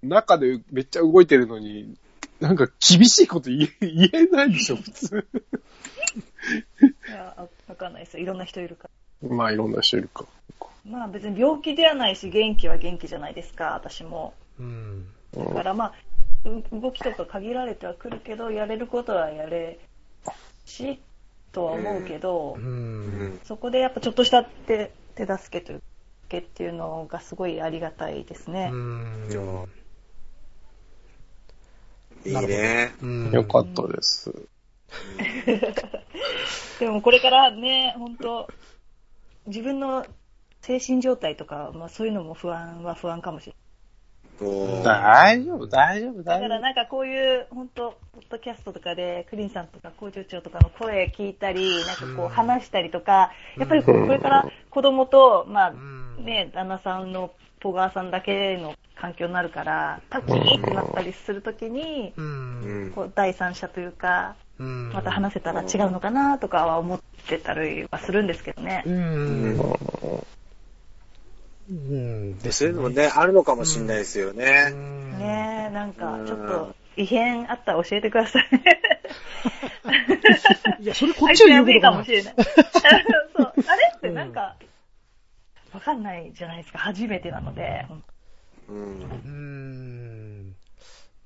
Speaker 4: 中でめっちゃ動いてるのに、なんか厳しいこと言え言えないでしょ、普通。
Speaker 3: いやーわかんないですよ。いろんな人いるから。
Speaker 4: まあ、いろんな人いるか。
Speaker 3: まあ別に病気ではないし、元気は元気じゃないですか、私も。
Speaker 1: うん。
Speaker 4: うん
Speaker 3: だからまあ、う動きとか限られてはくるけど、やれることはやれし、とは思うけど、
Speaker 1: うん。
Speaker 3: そこでやっぱちょっとした手手助けというか、手助けっていうのがすごいありがたいですね。
Speaker 1: うん
Speaker 2: いいね。
Speaker 1: うん。
Speaker 4: よかったです。
Speaker 3: でもこれからね、本当自分の精神状態とか、まあそういうのも不安は不安かもしれ
Speaker 2: こう
Speaker 4: 大丈夫、大丈夫、
Speaker 3: ない。
Speaker 4: 大
Speaker 3: だか
Speaker 4: 丈
Speaker 3: らなんかこういう、本当ポッドキャストとかで、クリンさんとか工場長とかの声聞いたり、なんかこう話したりとか、やっぱりこうこれから子供と、まあ
Speaker 1: うん
Speaker 3: ね、旦那さんの、ポガーさんだけの環境になるから、多分キーってなったりするときに、
Speaker 1: う。
Speaker 2: うんん
Speaker 3: こう第三者というか、
Speaker 1: うん。
Speaker 3: また話せたら違うのかなとかは思ってたりはするんですけどね
Speaker 1: う。ん。うん。で
Speaker 2: そういうのもね、あるのかもしれないですよね。
Speaker 1: うん
Speaker 3: ねえ、なんか
Speaker 2: うん
Speaker 3: ちょっと異変あったら教えてください。
Speaker 1: いや、それこ
Speaker 3: あ
Speaker 1: っ
Speaker 3: い
Speaker 1: ち
Speaker 3: つ
Speaker 1: は言
Speaker 3: や
Speaker 1: うこ
Speaker 3: べえ
Speaker 1: と
Speaker 3: か
Speaker 1: かな
Speaker 3: もし。れない。そうあれってなんか、わかんないじゃないですか、初めてなので。
Speaker 2: うん。
Speaker 1: うーん。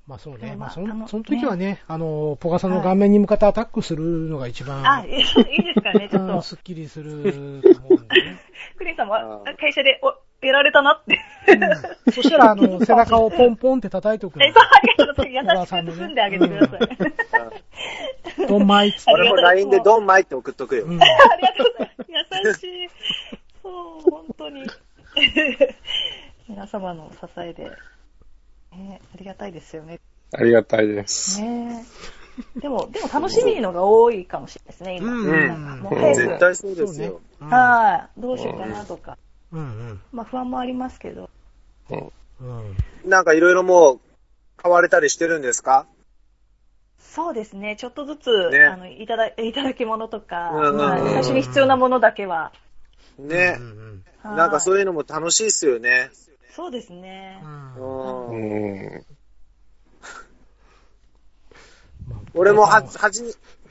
Speaker 1: まあそう
Speaker 3: で
Speaker 1: ね。ま
Speaker 3: もま
Speaker 1: あ
Speaker 3: あ
Speaker 1: そん
Speaker 3: あの
Speaker 1: その時はね、あの、ポガさんの顔面に向かってアタックするのが一番、
Speaker 3: あ、いいいいですかね、ちょっ
Speaker 1: うん
Speaker 3: と、
Speaker 1: すっきりすると思うんでね。
Speaker 3: クリンさんもあ
Speaker 2: あー
Speaker 3: 会社で、お、やられたなっ
Speaker 1: う
Speaker 3: て。
Speaker 1: んそしたら、あ の、背中をポンポンって叩いておくの
Speaker 3: え、そう、ありがとうござい
Speaker 1: おば
Speaker 3: ま
Speaker 1: あ
Speaker 3: す。
Speaker 1: さん
Speaker 3: 優
Speaker 1: の
Speaker 3: し
Speaker 1: ね
Speaker 3: く包んであげてください。
Speaker 1: ドンマイっつって。
Speaker 3: あ
Speaker 2: 俺
Speaker 3: りが
Speaker 2: も
Speaker 3: とう
Speaker 2: LINE でドンマイって送っとくよ
Speaker 1: う。ん
Speaker 3: ありがとうございます。優しい。そう、本当に。 皆様の支えで、ね、ありがたいですよね。
Speaker 4: ありがたいです。
Speaker 3: ねでも、でも楽しみのが多いかもしれないですね、今。
Speaker 1: うん
Speaker 3: なんかもう
Speaker 4: うん
Speaker 3: 早
Speaker 2: 絶
Speaker 3: く。
Speaker 2: 対そうですよ。
Speaker 1: うん
Speaker 3: はい、どうしようかなとか。
Speaker 1: うん
Speaker 3: まあ不安もありますけど。
Speaker 4: うん
Speaker 1: うん。うん。
Speaker 2: なんかいろいろもう、買われたりしてるんですか
Speaker 3: そうですね、ちょっとずつ、
Speaker 2: ね
Speaker 3: あの、いただ、いただき物とか、
Speaker 2: うんうんうん
Speaker 3: はい最初に必要なものだけは。
Speaker 2: ね
Speaker 1: う。ん
Speaker 3: はい
Speaker 2: なんかそういうのも楽しいっすよね。
Speaker 3: そうですね
Speaker 1: う。ん
Speaker 2: う。
Speaker 1: うん
Speaker 4: うんん。
Speaker 1: まあ
Speaker 2: 俺もは、はじ、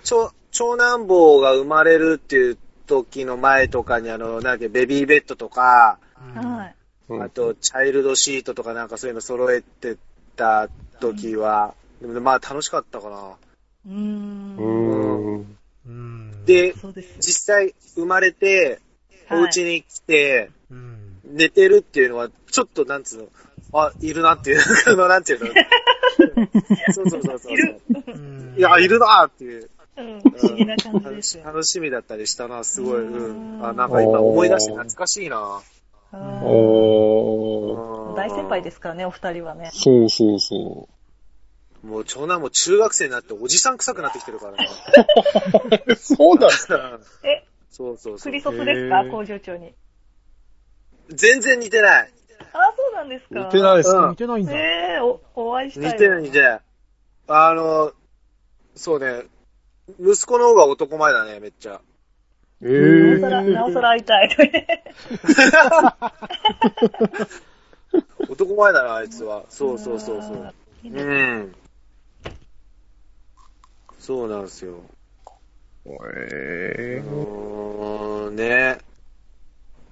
Speaker 2: 長、長男坊が生まれるっていう時の前とかにあの、なんだっけ、ベビーベッドとか、
Speaker 1: うん
Speaker 3: はい。
Speaker 4: うん
Speaker 2: あと、チャイルドシートとかなんかそういうの揃えてた時は、でもまあ楽しかったかな。
Speaker 3: うーん。
Speaker 4: うん。
Speaker 1: うん、
Speaker 2: で、
Speaker 3: そうです。
Speaker 2: 実際生まれて、お家に来て、
Speaker 1: うん。
Speaker 2: 寝てるっていうのは、ちょっとなんつうの、あ、いるなっていう、 なんかなんて いうの。そうそうそうそう。いる
Speaker 1: うん
Speaker 2: いや、いるなっていう。
Speaker 3: うん、
Speaker 2: うん
Speaker 3: 不思議な感じですよ。
Speaker 2: 楽しみだったりしたな、すごい。うん。あ、
Speaker 3: うん
Speaker 2: なんか今思い出して懐かしいな。。
Speaker 3: うん
Speaker 4: おー。
Speaker 3: 大先輩ですすからね、お二人はね。
Speaker 4: そうそうそ
Speaker 2: もう長男も中学生になっておじさん臭くなってきてるから
Speaker 4: う。そうなんです
Speaker 2: な。
Speaker 3: え、
Speaker 2: そうそうそう
Speaker 3: 栗。卒ですか
Speaker 4: へー
Speaker 3: 工場長に。
Speaker 2: 全然似てない。
Speaker 3: ああ、そうなんですか。
Speaker 4: 似てないです
Speaker 2: うん
Speaker 1: 似てないんだ。
Speaker 3: ええお、お会いしたい。
Speaker 2: 似てない似てない。あの、そうね、息子の方が男前だね、めっちゃ。
Speaker 4: え
Speaker 3: なおさら、なおさら会いたい。
Speaker 2: 男前だな、あいつは。そうそうそうそう。
Speaker 3: いいです
Speaker 2: う
Speaker 3: ね。
Speaker 2: ん。そうなんですよ。
Speaker 4: え
Speaker 2: うーん、ね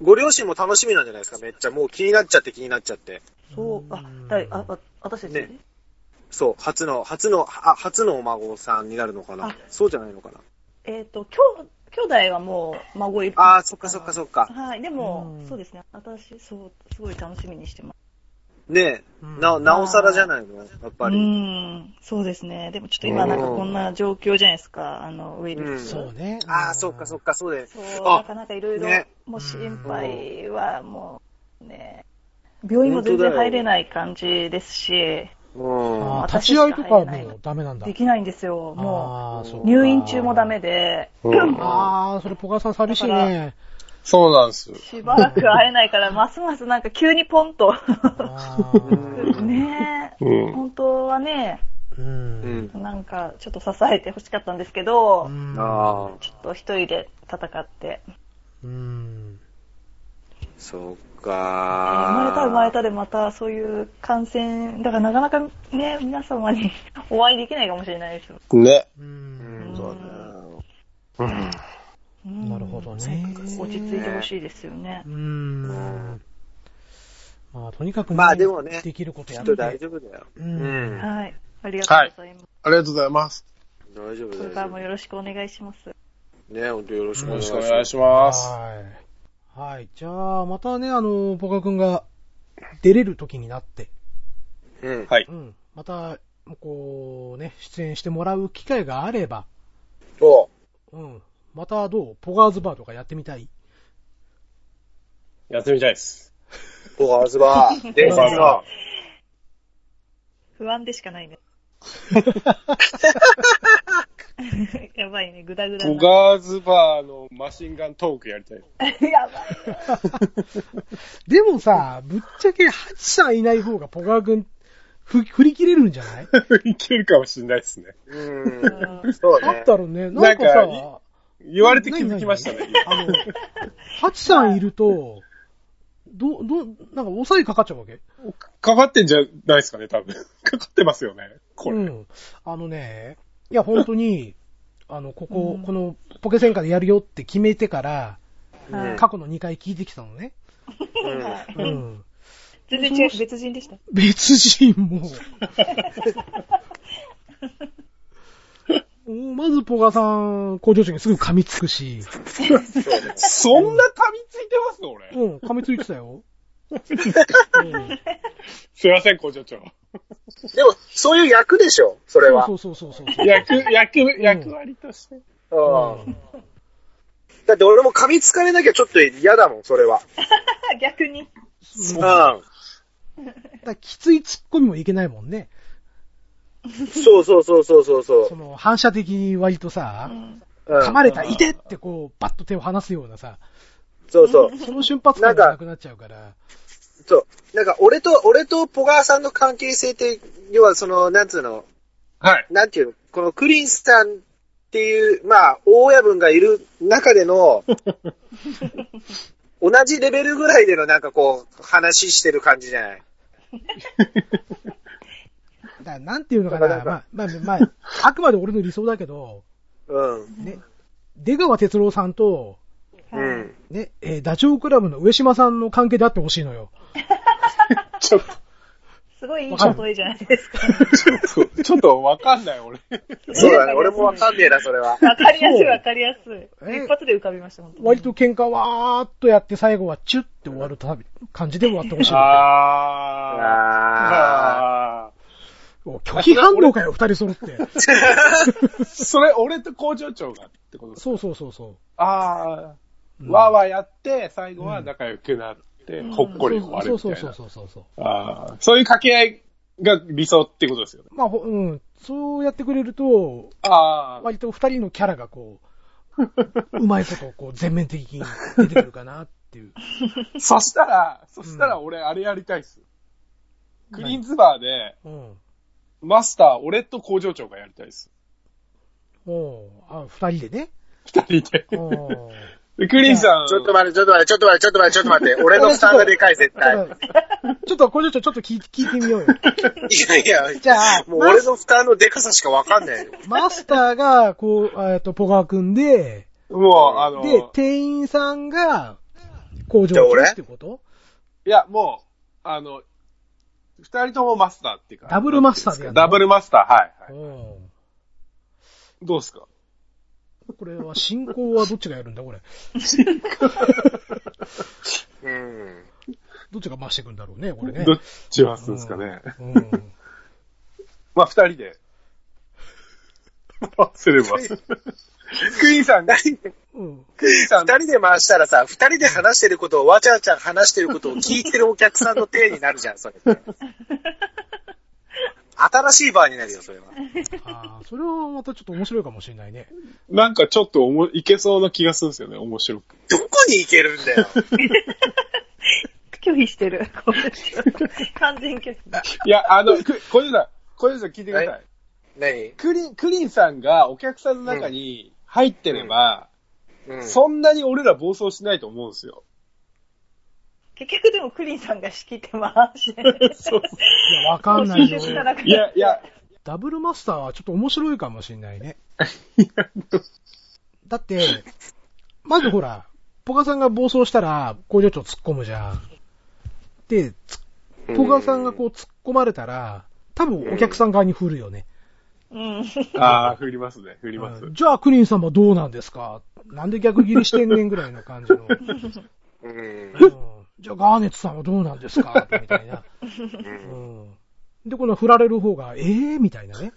Speaker 2: ご両親も楽しみなんじゃないですか、めっちゃ。もう気になっちゃって気になっちゃって。
Speaker 3: そう、あ、だいあ、あ、私たち、
Speaker 2: ねそう、初の、初の、あ、初のお孫さんになるのかな
Speaker 3: あ。
Speaker 2: そうじゃないのかな。
Speaker 3: えっ、と、きょ、兄弟はもう、孫いる。
Speaker 2: あー、そっかそっかそっか。
Speaker 3: はい、でも、
Speaker 1: うん
Speaker 3: そうですね。私、そう、すごい楽しみにしてます。
Speaker 2: ね
Speaker 1: うん
Speaker 2: な、なおさらじゃないのやっぱ
Speaker 3: う
Speaker 2: り。
Speaker 3: ん、そうですね。でもちょっと今なんかこんな状況じゃないですか、あの、ウイルス。
Speaker 1: そうね。
Speaker 2: あー、そっかそっか、そうで。
Speaker 3: そう、
Speaker 2: あ
Speaker 3: なかなかいろいろ
Speaker 2: ね、
Speaker 3: もう心配はもうね、病院も全然入れない感じですし、
Speaker 2: うん。
Speaker 1: あー
Speaker 3: 私
Speaker 1: 立ち会いとかもうダメなんだ。
Speaker 3: できないんですよ。
Speaker 1: あ
Speaker 3: も
Speaker 1: ーそうう、
Speaker 3: 入院中もダメで、
Speaker 4: うん
Speaker 1: あー、それポカさん寂しいね。
Speaker 4: そうなんですよ。
Speaker 3: しばらく会えないから、ますますなんか急にポンと。
Speaker 1: あー
Speaker 3: ね
Speaker 4: う
Speaker 3: え、
Speaker 4: ん。
Speaker 3: 本当はね、
Speaker 1: う。
Speaker 2: うんん。
Speaker 3: なんかちょっと支えてほしかったんですけど、
Speaker 1: あ
Speaker 2: ああ、
Speaker 3: ちょっと一人で戦って、
Speaker 1: うん。
Speaker 2: そっ
Speaker 3: えー生ま
Speaker 2: か
Speaker 3: れたら生まれたでまたそういう感染、だからなかなかね、皆様に お会いできないかもしれないですよ。
Speaker 4: ね。
Speaker 1: うん。
Speaker 2: そう
Speaker 4: うん。
Speaker 3: うん
Speaker 1: なるほどね
Speaker 3: 落ち着いてほしいですよね
Speaker 1: う。ん。まあ、とにかくね
Speaker 2: まあでもね
Speaker 1: できること
Speaker 2: き
Speaker 1: や
Speaker 2: っ
Speaker 1: って
Speaker 2: と。大丈夫だよ。
Speaker 1: う。
Speaker 2: うんん。
Speaker 3: はい。ありがとうございます。
Speaker 4: ありがとうございます。
Speaker 2: 大丈夫
Speaker 3: これ
Speaker 2: 大
Speaker 3: から
Speaker 2: 丈
Speaker 3: も
Speaker 2: 夫。
Speaker 3: よろしくお願いします。
Speaker 2: ねほんとよろしくお願いし
Speaker 4: よろ
Speaker 2: ま
Speaker 4: しく
Speaker 2: す。
Speaker 4: お願いします。
Speaker 1: はい。はい。じゃあ、またね、あの、ポカ君が出れる時になって、
Speaker 2: うん。
Speaker 4: はい。
Speaker 1: うん。また、こうね、出演してもらう機会があれば、
Speaker 2: お
Speaker 1: うん。またどうポガーズバーとかやってみたい
Speaker 4: やってみたいです。
Speaker 2: ポガーズバー。伝説の。
Speaker 3: 不安でしか ないね。やばいね、ぐだぐだな。
Speaker 4: ポガーズバーのマシンガントークやりたい。
Speaker 3: やばい。
Speaker 1: でもさ、ぶっちゃけハチさんいない方がポガー君、ふ、振り切れるんじゃない
Speaker 4: いけるかもしれないですね。
Speaker 2: うん。
Speaker 3: うん
Speaker 2: そう
Speaker 1: あっ
Speaker 2: ね。
Speaker 1: たろうね。なんかさ、
Speaker 4: なんか言われて気づきましたね。
Speaker 1: あの、ハチさんいると、ど、ど、なんか抑えかかっちゃうわけ
Speaker 4: かかってんじゃないですかね、多分。 かかってますよね。これ。
Speaker 1: うん。あのね、いや本当に、あの、ここ、
Speaker 3: うん
Speaker 1: このポケ戦火でやるよって決めてから、
Speaker 2: うん
Speaker 1: 過去の2回聞いてきたのね。。
Speaker 2: うん
Speaker 3: はいう
Speaker 1: ん。
Speaker 3: 全然違う、別人でした。
Speaker 1: 別人 も。おまず、ポガさん、工場長にすぐ噛みつくし。
Speaker 4: そんな噛みついてます俺。
Speaker 1: うん、噛みついてた よ。うん
Speaker 5: すいません、工場長。
Speaker 2: でも、そういう役でしょ、それは
Speaker 1: そ。うそうそうそうそう。
Speaker 5: 役、役、役割として。
Speaker 2: うんだって俺も噛みつかれなきゃちょっと嫌だもん、それは。
Speaker 3: 逆に。
Speaker 2: う
Speaker 1: そ
Speaker 2: ん。
Speaker 1: うだからきつい突っ込みもいけないもんね。
Speaker 2: そうそうそうそうそうそ
Speaker 1: その、反射的に割と
Speaker 3: う
Speaker 1: さ、
Speaker 3: ん。
Speaker 2: う。うん
Speaker 1: 噛まれた、いてってこう、バッと手を離すようなさ、
Speaker 2: そうそう。
Speaker 1: その瞬発感がなくなっちゃうから。
Speaker 2: そう。なんか、俺と、俺とポガーさんの関係性って、要はその、なんつうの、
Speaker 4: はい。
Speaker 2: なんていうの、このクリンスさんっていう、まあ、大親分がいる中で の、同じレベルぐらいでのなんかこう、話してる感じじゃない
Speaker 1: だからなんていうのか
Speaker 2: な
Speaker 1: な、
Speaker 2: かな
Speaker 1: ま
Speaker 2: か
Speaker 1: あ、まあ、まあ、あくまで俺の理想だけど、
Speaker 2: うん。
Speaker 1: ね、出川哲郎さんと、
Speaker 2: う
Speaker 3: はい
Speaker 2: ん。
Speaker 1: ね、えーダチョウ倶楽部の上島さんの関係であってほしいのよ。
Speaker 4: ち ょっ
Speaker 3: すごいいい例えじゃないですか。
Speaker 4: と、ちょっとわかんない俺。
Speaker 2: そう だね、俺もわかんねえな、それは。
Speaker 3: わかりやすい、わかりやすい。
Speaker 1: え
Speaker 3: 一発で浮かびました、本当に。
Speaker 1: 割と喧嘩わーっとやって最後はチュッて終わるた感じで終わってほしいの。
Speaker 5: あー。
Speaker 2: あ
Speaker 5: あ
Speaker 1: お拒否反応かよ、二人揃って。
Speaker 4: それ俺と工場長がってことです
Speaker 1: そうそうそうそ
Speaker 4: あ
Speaker 1: う。
Speaker 4: ー。
Speaker 1: うん
Speaker 4: わーわーやって、最後は仲良くなって、
Speaker 3: うん
Speaker 4: ほっこり終わるみた
Speaker 1: そう
Speaker 4: い
Speaker 1: そう
Speaker 4: な。
Speaker 1: そうそうそうそ
Speaker 4: あーそういう掛け合いが理想ってことですよね。
Speaker 1: う。まあ、ほうん。そうやってくれると、
Speaker 4: ああ。
Speaker 1: 割と二人のキャラがこ う、うまいことこう全面的に出てくるかなっていう。
Speaker 4: そしたら、そしたら俺あれやりたいっす。クリーンズバーで、
Speaker 1: うん。
Speaker 4: マスター、俺と工場長がやりたいです。
Speaker 1: おうあ、二人でね。
Speaker 4: 二人で。
Speaker 1: おう
Speaker 4: でクリンさん
Speaker 2: ー。、ちょっと待って、ちょっと待って、ちょっと待って、ちょっと待って、ちょっと待って。俺の負担がでかい、絶
Speaker 1: だか
Speaker 2: 対。
Speaker 1: らちょっと、これちょっとちょっと聞い聞いてみようよ。
Speaker 2: いやいや、
Speaker 1: じゃあ、
Speaker 2: もう俺の負担のでかさしかわかんないよ。
Speaker 1: マスターが、こう、えっと、ポガー君で、
Speaker 4: もう、あの、
Speaker 1: で、店員さんが、工場
Speaker 2: じゃあ俺
Speaker 1: 長ってこと
Speaker 4: いや、もう、あの、二人ともマスターっていうか。
Speaker 1: ダブルマスターでやるの
Speaker 4: ダブルマスター、はい、は
Speaker 1: おう
Speaker 4: い。どうですか
Speaker 1: これは、進行はどっちがやるんだ、これ。
Speaker 2: うん。
Speaker 1: どっちが回していくんだろうね、これね。
Speaker 4: どっちはすんですかね。
Speaker 1: うん
Speaker 4: まあ、二人で。回せれば。クリンさん、ク
Speaker 1: うん。
Speaker 4: リンさん、
Speaker 2: 二人で回したらさ、二人で話してることを、わちゃわちゃ話してることを聞いてるお客さんの体になるじゃん、それ。新しいバーになるよ、それは。
Speaker 1: ああ、それはまたちょっと面白いかもしれないね。
Speaker 4: なんかちょっとおも、いけそうな気がするんですよね、面白く。
Speaker 2: どこに行けるんだよ。
Speaker 3: 拒否して る。完全拒否。
Speaker 4: いや、 あの、く小泉さん、小泉さん聞いてくださ
Speaker 2: はい何
Speaker 4: クリン、クリンさんがお客さんの中に入ってれば、
Speaker 2: うん。
Speaker 4: そんなに俺ら暴走しないと思うんですよ。
Speaker 3: 結局でもクリンさんが仕切って回して。
Speaker 4: そう
Speaker 1: いや、わかんないよ
Speaker 3: もう。集中した中で
Speaker 4: いや、いや、
Speaker 1: ダブルマスターはちょっと面白いかもしれないね。だって、まずほら、ポカさんが暴走したら工場長突っ込むじゃん。で、つポカさんがこう突っ込まれたら、多分お客さん側に振るよね。
Speaker 3: うん。
Speaker 4: ああ、振りますね、振ります。
Speaker 1: うんじゃあクリンさんはどうなんですかなんで逆ギリしてんねんぐらいの感じの。
Speaker 2: う。うん。
Speaker 1: うん じゃあガーネットさんはどうなんですかみたいな。うんで、この振られる方が、ええー、みたいなね。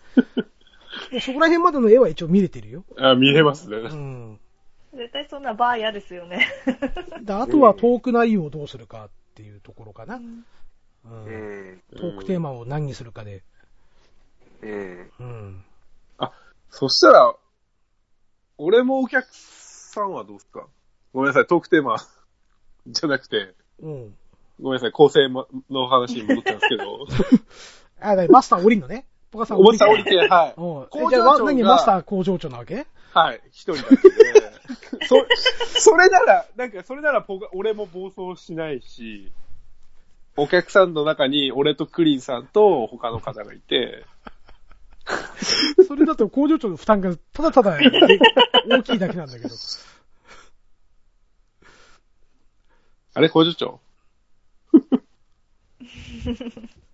Speaker 1: もうそこら辺までの絵は一応見れてるよ。
Speaker 4: あー見えますね。
Speaker 1: うん。
Speaker 3: 絶対そんなバー嫌ですよね。
Speaker 1: で、あとはトーク内容をどうするかっていうところかな。うん
Speaker 2: うん。
Speaker 1: トークテーマを何にするかで。
Speaker 2: うん。
Speaker 1: うん。
Speaker 4: そしたら、俺もお客さんはどうですかごめんなさい、トークテーマ じゃなくて、
Speaker 1: うん。
Speaker 4: ごめんなさい、構成もの話に戻ったんです けど、
Speaker 1: あ、だからマスター降りんのね。ポカさん
Speaker 4: 思っ
Speaker 1: の
Speaker 4: た降りて、はい。
Speaker 1: おうえ
Speaker 4: 工場
Speaker 1: じゃあ、
Speaker 4: 長
Speaker 1: わ
Speaker 4: が
Speaker 1: 何マスター工場長なわけ
Speaker 4: はい、一人だけで。そ、 それなら、なんかそれなら僕、俺も暴走しないし、お客さんの中に俺とクリンさんと他の方がいて、
Speaker 1: それだと工場長の負担がただただ大きいだけなんだけど。
Speaker 4: あれ工場長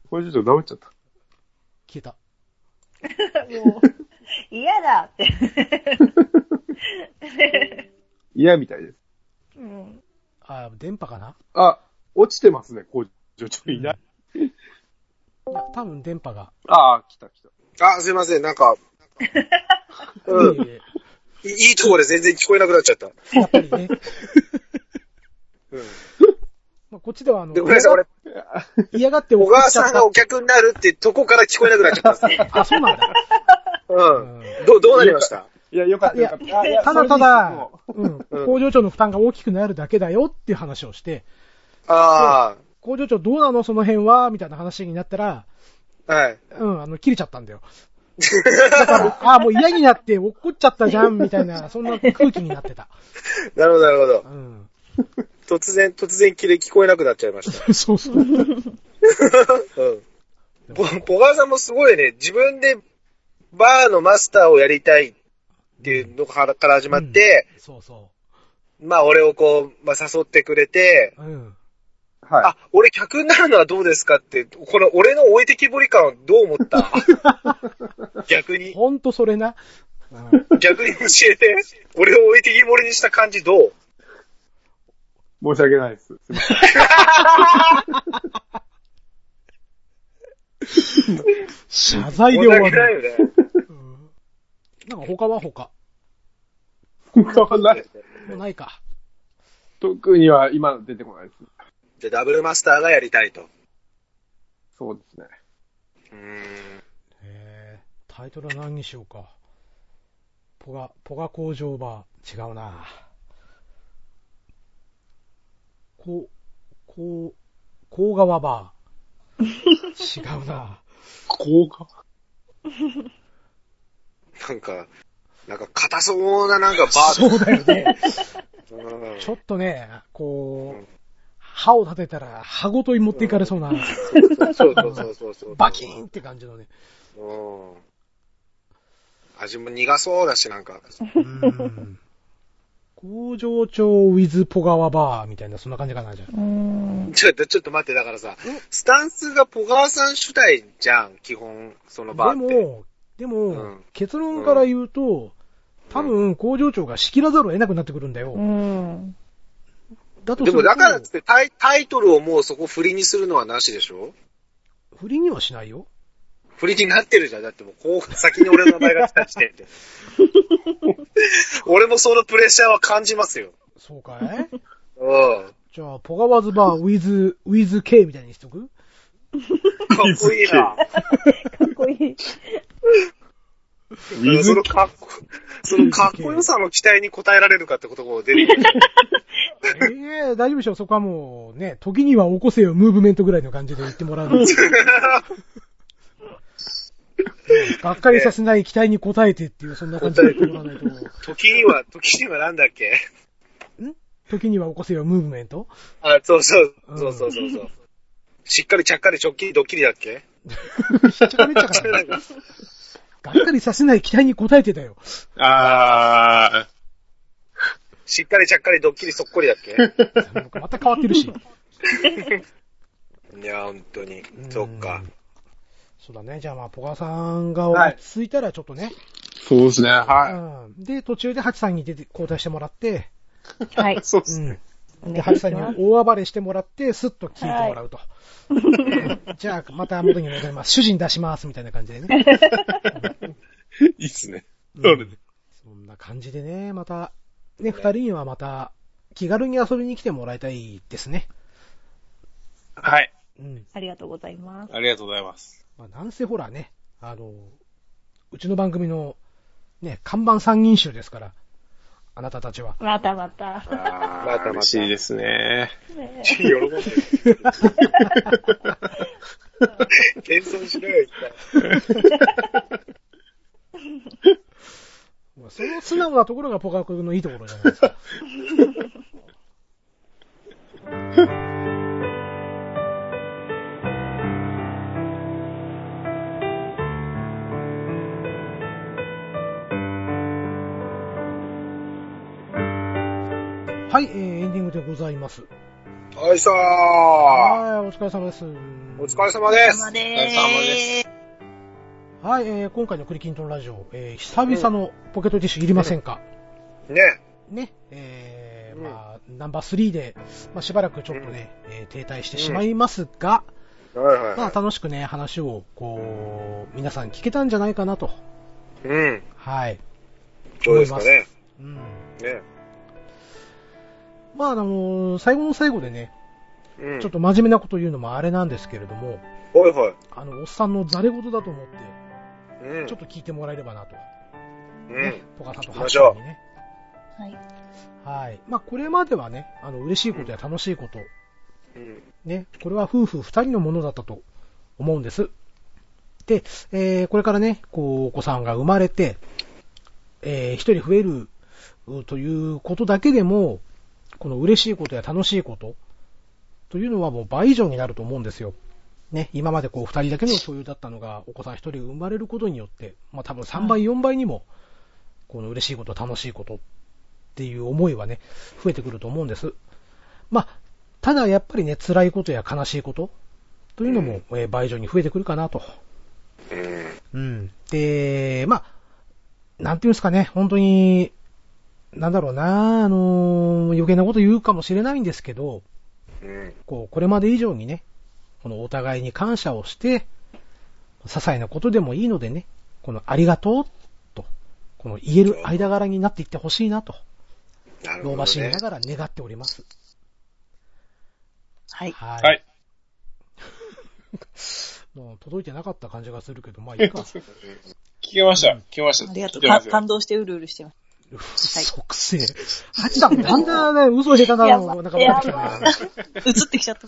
Speaker 4: 工場長黙っちゃった。
Speaker 1: 消えた。
Speaker 3: もう、嫌だって。
Speaker 4: 嫌みたいです。
Speaker 3: うん。
Speaker 1: あー、電波かな
Speaker 4: あ、落ちてますね、工場長いない。
Speaker 1: いや、多分電波が。
Speaker 4: ああ、来た来た。
Speaker 2: あ、すいません、なんか、うん、い
Speaker 1: いえい
Speaker 2: いいいとこで全然聞こえなくなっちゃった。
Speaker 1: えやっぱり ね。
Speaker 2: うん、
Speaker 1: まあ、こっちでは、あの
Speaker 2: で、、ごめんなさい、俺、
Speaker 1: 嫌がって
Speaker 2: 小
Speaker 1: 送っ
Speaker 2: 川
Speaker 1: ちゃ
Speaker 2: さ
Speaker 1: っ
Speaker 2: んが
Speaker 1: た。
Speaker 2: お客になるってとこから聞こえなくなっちゃったんですね。
Speaker 1: あ、そうなんだ。
Speaker 2: う
Speaker 1: うん
Speaker 2: ん。どう、どうなりました
Speaker 4: いや、よかった
Speaker 1: い
Speaker 4: よ
Speaker 1: や
Speaker 4: かった。あいや
Speaker 1: ただただ
Speaker 4: そ、
Speaker 1: うん、
Speaker 2: うん
Speaker 1: 工場長の負担が大きくなるだけだよっていう話をして、
Speaker 2: あ
Speaker 1: 工場長どうなのその辺はみたいな話になったら、
Speaker 2: あ、はい。
Speaker 1: うん、あの、切れちゃったんだよ。だから、あもう嫌になって怒っちゃったじゃん、みたいな、そんな空気になってた。
Speaker 2: なるほど、なるほど
Speaker 1: う。ん。
Speaker 2: 突然、突然切れ聞こえなくなっちゃいまし た。
Speaker 1: そうそう。
Speaker 2: うん。ぼボガーさんもすごいね、自分でバーのマスターをやりたいっていうのからから始まって、
Speaker 1: そうそ
Speaker 2: まあ俺をこう、まあ誘ってくれて、
Speaker 1: う。うん。
Speaker 4: うはい。
Speaker 2: あ、俺客になるのはどうですかって、この俺の置いてきぼり感をどう思った逆に、
Speaker 1: ほんとそれな。 うん
Speaker 2: 逆に教えて、俺を置いてきぼりにした感じどう
Speaker 4: 申し訳ない です。すいません
Speaker 1: 謝罪で
Speaker 2: 申し
Speaker 1: 終わ
Speaker 2: 訳ない
Speaker 1: る。
Speaker 2: よね。
Speaker 1: うんなんか他は他。
Speaker 4: 他はない
Speaker 1: もうないか。
Speaker 4: 特には今出てこないです。
Speaker 2: じゃあダブルマスターがやりたいと。
Speaker 4: そうですね。
Speaker 2: うーん
Speaker 1: えー、タイトルは何にしようか。ポガ、ポガ工場バー。違うなこう、こう、こう川バー。違うな
Speaker 4: 効果
Speaker 2: なんか、なんか硬そうななんかバー
Speaker 1: そうだよね。
Speaker 2: だなうん
Speaker 1: ちょっとね、こ
Speaker 2: う、
Speaker 1: うん歯を立てたら歯ごとに持っていかれそうな、
Speaker 2: そうそうそうそうそう。
Speaker 1: バキーンって感じのね。
Speaker 2: うん。味も苦そうだし、なんか。
Speaker 1: うん工場長 with ポガワバーみたいな、そんな感じかな、じゃあ。
Speaker 3: うん。
Speaker 2: ちょっと、ちょっと待って、だからさ、スタンスがポガーさん主体じゃん、基本、そのバ
Speaker 1: で
Speaker 2: ーって。
Speaker 1: も、で
Speaker 2: う
Speaker 1: も
Speaker 2: ん、
Speaker 1: 結論から言うと、多分工場長が仕切らざるを得なくなってくるんだ
Speaker 3: う
Speaker 1: よ。
Speaker 3: ん。
Speaker 1: だとす
Speaker 2: で
Speaker 1: ると
Speaker 2: も、だからっつってタイ、タイトルをもうそこ振りにするのはなしでしょ
Speaker 1: 不倫にはしないよ。
Speaker 2: 振りになってるじゃん。だってもう、こう、先に俺の名前が来た時 点で。俺もそのプレッシャーは感じますよ。
Speaker 1: そうかい
Speaker 2: うん。
Speaker 1: じゃあ、ポガワズバー with、with K みたいにしと く
Speaker 2: かっこいいな。
Speaker 3: かっこいい。
Speaker 4: 水
Speaker 2: そのかっこ、そのかっこよさの期待に応えられるかってことが出てくる。
Speaker 1: ええ大丈夫でしょう。そこはもうね、時には起こせよ、ムーブメントぐらいの感じで言ってもらうので。 がっかりさせない期待に応えてっていう、そんな感じで言ってもらわないと。
Speaker 2: 時には、時にはなんだっけ
Speaker 1: 時には起こせよ、ムーブメン ト
Speaker 2: あ、そうそう、そうそうそうそう。しっかりちゃっかりちょっきりドッキリだっけ
Speaker 1: めっちゃめっちゃかながっかりさせない期待に応えてだよ。
Speaker 4: ああ、
Speaker 2: しっかりちゃっかりドッキリそっこりだっけ
Speaker 1: また変わってるし。
Speaker 2: いや、本当に。そっか
Speaker 1: うん。。そうだね。じゃあまあ、ポガさんが
Speaker 4: はい
Speaker 1: 落ち着いたらちょっとね。
Speaker 4: そうですね、は
Speaker 1: うん、で、途中でハチさんに出て、交代してもらって、
Speaker 3: はい
Speaker 4: い。。そうで
Speaker 1: う
Speaker 4: すね。
Speaker 1: ん。で、ハチさんに大暴れしてもらって、スッと聞いてもらうと。 じゃあ、また元に戻ります。主人出します、みたいな感じで ね。
Speaker 4: いいっすね。
Speaker 1: うん
Speaker 4: そうですね。
Speaker 1: そんな感じでね、また、ね、二人にはまた、気軽に遊びに来てもらいたいですね。
Speaker 4: はい。
Speaker 1: うん。
Speaker 3: ありがとうございます。
Speaker 4: ありがとうございます。
Speaker 1: まあ、なんせほらね、あの、うちの番組の、ね、看板三人衆ですから、あなたたちは。
Speaker 3: またま
Speaker 2: ま
Speaker 3: た。
Speaker 2: たまた
Speaker 4: 嬉しいですね。
Speaker 3: ね
Speaker 2: 喜んで る。謙遜しろよ、一回。
Speaker 1: その素直なところがポカ君のいいところじゃないですか。はい、えーエンディングでございます。
Speaker 2: よいしょー
Speaker 1: はい、お疲れ様です。
Speaker 2: お疲れ様です
Speaker 3: 様
Speaker 4: お疲れ様
Speaker 3: で
Speaker 4: で
Speaker 3: す。
Speaker 1: はい、えー今回のクリキントンラジオ、えー久々のポケットティッシュいりませんか、
Speaker 2: ね。
Speaker 1: ね、えー
Speaker 2: うん
Speaker 1: まあ、ナンバー3で、まあ、しばらくちょっとね、えー停滞してしまいますが、
Speaker 2: はいはい
Speaker 1: まあ、
Speaker 2: は
Speaker 1: 楽しくね、話を、こう、皆さん聞けたんじゃないかなと。
Speaker 2: い。うん。
Speaker 1: はい。
Speaker 2: どうですかね。
Speaker 1: うん。
Speaker 2: ね。
Speaker 1: まあ、あのー最後の最後でね、
Speaker 2: うん。
Speaker 1: ちょっと真面目なこと言うのもあれなんですけれども、
Speaker 2: はいはい。
Speaker 1: あの、おっさんのザレ事だと思って、
Speaker 2: うん。
Speaker 1: ちょっと聞いてもらえればなと。
Speaker 2: うん。
Speaker 1: ポカさんと
Speaker 2: 行きましょう
Speaker 1: にね。
Speaker 3: はい。
Speaker 1: はい。まあ、これまではね、あの、嬉しいことや楽しいこと、
Speaker 2: うん。
Speaker 1: ね、これは夫婦二人のものだったと思うんです。で、えーこれからね、こう、お子さんが生まれて、えー一人増えるうということだけでも、この嬉しいことや楽しいこと、というのはもう倍以上になると思うんですよ。ね、今までこう二人だけの共有だったのが、お子さん一人生まれることによって、まあ多分3倍、4倍にも、この嬉しいこと、楽しいことっていう思いはね、増えてくると思うんです。まあ、ただやっぱりね、辛いことや悲しいことというのも、えー倍以上に増えてくるかなと。
Speaker 2: うん。
Speaker 1: うん。で、まあ、なんていうんですかね、本当に、なんだろうな、あのー余計なこと言うかもしれないんですけど、
Speaker 2: うん。
Speaker 1: こう、これまで以上にね、このお互いに感謝をして、些細なことでもいいのでね、このありがとうと、この言える間柄になっていってほしいなと、
Speaker 2: なる
Speaker 1: 老
Speaker 2: ほ
Speaker 1: 婆
Speaker 2: ど
Speaker 1: しみ
Speaker 2: ね
Speaker 1: な。がら願っております。
Speaker 3: はい。
Speaker 1: はい。
Speaker 5: はい。
Speaker 1: もう届いてなかった感じがするけど、まあいい か。
Speaker 5: 聞けました。聞けました。
Speaker 3: ありがと
Speaker 5: 聞
Speaker 3: う。
Speaker 5: けま
Speaker 3: か
Speaker 5: すよ
Speaker 3: 感動してうるうるしてます。
Speaker 1: 即性。ハチさん、だんだん ね、嘘下手なの、なんか分かってきた
Speaker 3: や
Speaker 1: な
Speaker 3: ばい。 映ってきちゃった。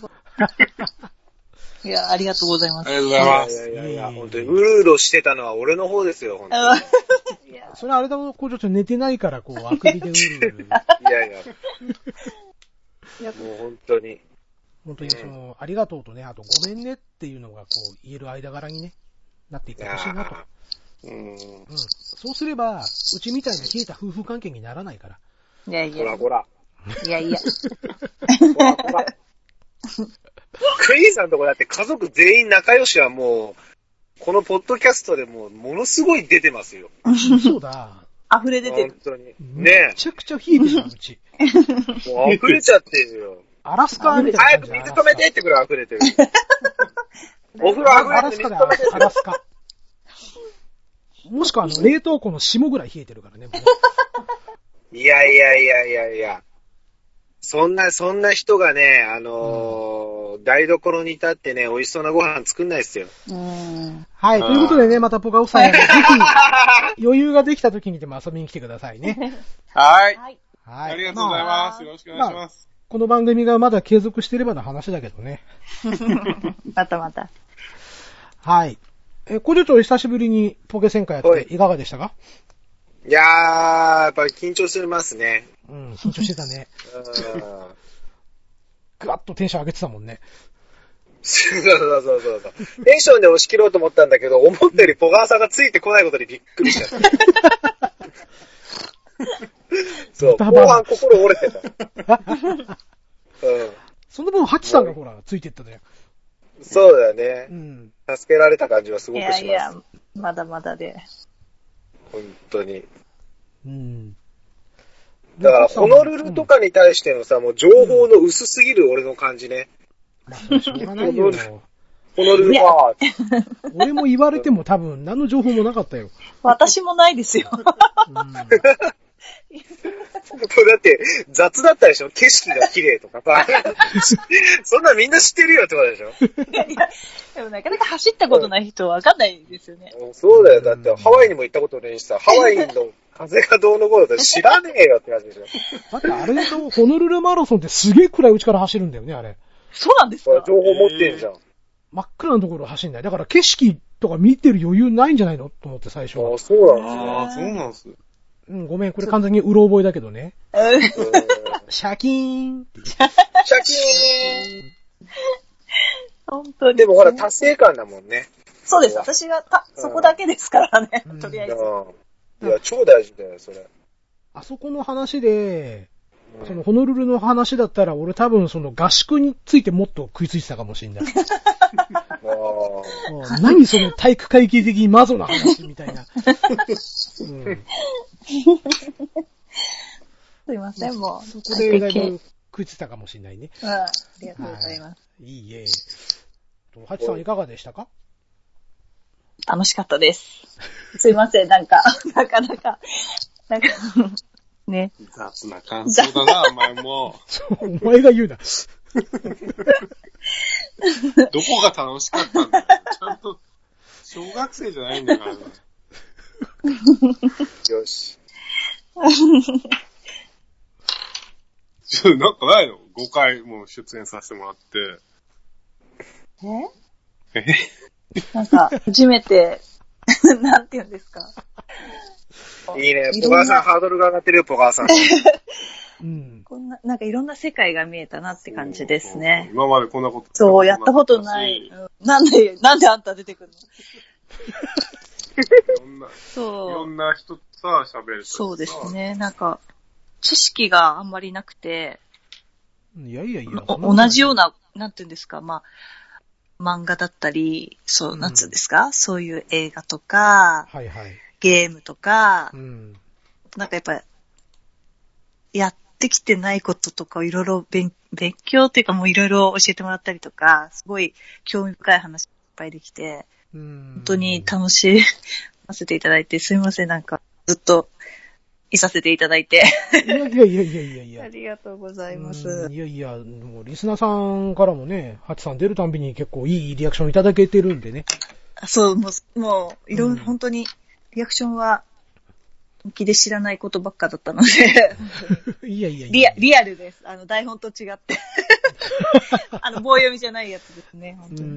Speaker 3: いや、ありがとうございま
Speaker 5: あ
Speaker 3: す。
Speaker 5: りがとうござい
Speaker 2: い
Speaker 5: ま
Speaker 2: やい
Speaker 5: す。
Speaker 2: やいやいや、
Speaker 1: うん
Speaker 2: 本当に、うるうろしてたのは俺の方ですよ、本当
Speaker 3: あいや
Speaker 1: それあれだもん、こうちょっと寝てないから、こう、あくびでうるうる。
Speaker 2: に。いやいや。もう本当に。
Speaker 1: 本当にその、ありがとうとね、あとごめんねっていうのが、こう、言える間柄にね、なっていってほしいなと。
Speaker 4: うん。
Speaker 1: うん。そうすれば、うちみたいな冷えた夫婦関係にならない から。
Speaker 3: いやい
Speaker 2: ほ
Speaker 3: や
Speaker 2: ら、ほら。
Speaker 3: いやいや。
Speaker 2: ほら、ほら。クリーンさんのとこだって家族全員仲良しはもう、このポッドキャストでもう、ものすごい出てますよ。
Speaker 1: そうだ。
Speaker 3: 溢れ出て
Speaker 2: 本
Speaker 3: る。
Speaker 2: 当に。
Speaker 1: め
Speaker 2: ね
Speaker 1: ちゃくちゃ冷えてる、うち。
Speaker 2: え。もう溢れちゃってるよ。
Speaker 1: アラスカみたい
Speaker 2: 早
Speaker 1: な
Speaker 2: く
Speaker 1: 感じ
Speaker 2: 水
Speaker 1: だ。
Speaker 2: 止めてってくらい溢れて る。お風
Speaker 1: アラ
Speaker 2: 呂溢
Speaker 1: ス
Speaker 2: れて
Speaker 1: カ
Speaker 2: 水
Speaker 1: だ
Speaker 2: 止
Speaker 1: よ
Speaker 2: めて、
Speaker 1: アラスカ。もしくは、あの、冷凍庫の霜ぐらい冷えてるからね、もう。
Speaker 2: いやいやいやいやいや。そんな、そんな人がね、あのー台所に立ってね、美味しそうなご飯作んないっすよ。
Speaker 3: うーん。
Speaker 1: はい。
Speaker 2: あ
Speaker 1: と
Speaker 2: ー
Speaker 1: いうことでね、またポカオさん、ぜひ、余裕ができた時にでも遊びに来てくださいね。
Speaker 5: はい。
Speaker 3: はい。
Speaker 1: は
Speaker 5: あ
Speaker 1: い。
Speaker 5: りがとうござい
Speaker 1: まあ
Speaker 5: ます。よろしくお願いします。
Speaker 1: この番組がまだ継続してればの話だけどね。
Speaker 3: またまた。
Speaker 1: はい。え、これちょっと久しぶりにポケ戦会やっ
Speaker 2: はい
Speaker 1: て、いかがでしたか
Speaker 2: いやー、やっぱり緊張してますね。
Speaker 1: うん、緊張してたね。
Speaker 2: うん そう
Speaker 1: ガッとテンション上げてたもんね。
Speaker 2: そうそうそうそう。テンションで押し切ろうと思ったんだけど、思ったよりポガーさんがついてこないことにびっくりしち ゃった。そう、
Speaker 1: ババア
Speaker 2: 後半心折れてた。うん。
Speaker 1: その分、ハチさんがほら、ついてったじゃん。
Speaker 2: そうだよ
Speaker 1: う
Speaker 2: ね。
Speaker 1: ん。
Speaker 2: 助けられた感じはす
Speaker 3: い
Speaker 2: ごくしま
Speaker 3: や
Speaker 2: す。
Speaker 3: いや、まだまだで。
Speaker 2: 本当に。
Speaker 1: うん。
Speaker 2: だから、ホノルルとかに対してのさ、もう情報の薄すぎる俺の感じね。
Speaker 1: うん。まあ、それしょうがないよ。
Speaker 2: ホノルルパワー。
Speaker 1: 俺も言われても多分、何の情報もなかったよ。
Speaker 3: 私もないです よ。
Speaker 1: うん。
Speaker 2: 本当だって、雑だったでしょ景色が綺麗とかさ。そんなんみんな知ってるよってことでしょ
Speaker 3: いやいや、でもなかなか走ったことない人はわかんないですよね。
Speaker 2: そうだよ。だって、ハワイにも行ったことねえしさ、ハワイの風がどうのこうのって知らねえよって感じでしょ
Speaker 1: だってあれだと、ホノルルマラソンってすげえ暗いうちから走るんだよね、あれ。
Speaker 3: そうなんです
Speaker 2: ほら
Speaker 3: か
Speaker 2: 情報持ってんじゃん。
Speaker 1: 真っ暗なところ走んない。だから景色とか見てる余裕ないんじゃないのと思って最初は
Speaker 2: ああ、。そうなんだ。
Speaker 5: ああ、そうなんです。
Speaker 1: うん、ごめん、これ完全にうろ覚えだけどね。
Speaker 3: うん
Speaker 2: うん
Speaker 1: シャキーンって。
Speaker 2: シャキー
Speaker 3: 本当
Speaker 2: ン
Speaker 3: に。
Speaker 2: でもほら、達成感だもんね。
Speaker 3: そうです。私がた、そこだけですからね
Speaker 1: うん。
Speaker 3: とりあえず。
Speaker 2: うん。いや、超大事だよ、それ。
Speaker 1: あそこの話で、そのホノルルの話だったら、俺多分その合宿についてもっと食いついてたかもしれない。
Speaker 2: あー
Speaker 1: うん何その体育会系的にマゾな話みた いな。うん
Speaker 3: すいません、もう。
Speaker 1: そこでだい
Speaker 3: 体
Speaker 1: ぶ
Speaker 3: 育
Speaker 1: 食いついてたかもしれないね。
Speaker 3: 系うん。ありがとうございます。
Speaker 1: いいえ。とハチさんいかがでしたか
Speaker 3: 楽しかったです。すいません、なんか、 なかなか、なんか、ね。
Speaker 4: 雑な感想だな、お前も。
Speaker 1: そうお前が言うな。
Speaker 4: どこが楽しかったんだよ。ちゃんと、小学生じゃないんだからな。
Speaker 2: よし。
Speaker 4: ちょなんかないの ?5 回も出演させてもらって。え
Speaker 3: なんか、初めて、 なんて言うんですか。
Speaker 2: いいね
Speaker 3: い。ろ
Speaker 2: ポ
Speaker 3: んな
Speaker 2: ガーさん、ハードルが上がってるよ、ポガーさん。
Speaker 1: うん。
Speaker 3: こんな、なんかいろんな世界が見えたなって感じですね。
Speaker 4: 今までこんなこと。
Speaker 3: そう、やったことない。うんなんで、なんであんた出てくるの
Speaker 4: いろんな、いろ
Speaker 3: そう。
Speaker 4: んな人とさ、喋るとさ
Speaker 3: そうです。ね。なんか、知識があんまりなくて、
Speaker 1: いやいやいや。
Speaker 3: お同じよう
Speaker 1: な。
Speaker 3: な、なんて言うんですか、まあ、漫画だったり、そうう、
Speaker 1: ん
Speaker 3: なんつうんですか、そういう映画とか、
Speaker 1: はいはい。
Speaker 3: ゲームとか
Speaker 1: う、ん。
Speaker 3: なんかやっぱ、やってきてないこととかをいろいろ勉勉強っていうかもういろいろ教えてもらったりとか、すごい興味深い話いっぱいできて、
Speaker 1: 本
Speaker 3: 本当に楽しませていただいて、すいません、なんか、ずっと、いさせていただいて。
Speaker 1: いやいやいやいやいやいや。
Speaker 3: ありがとうございま
Speaker 1: う
Speaker 3: す
Speaker 1: ん。いやいや、もうリスナーさんからもね、ハチさん出るたんびに結構いいリアクションいただけてるんでね。
Speaker 3: そう、もう、もう、いろ
Speaker 1: う
Speaker 3: い
Speaker 1: ん
Speaker 3: ろ、本当に、リアクションは、本気で知らないことばっかだったので、
Speaker 1: いやいやい
Speaker 3: リア
Speaker 1: や。
Speaker 3: リアルです。あの、台本と 違って。あの、棒読みじゃないやつですね、本
Speaker 1: う
Speaker 3: 当に。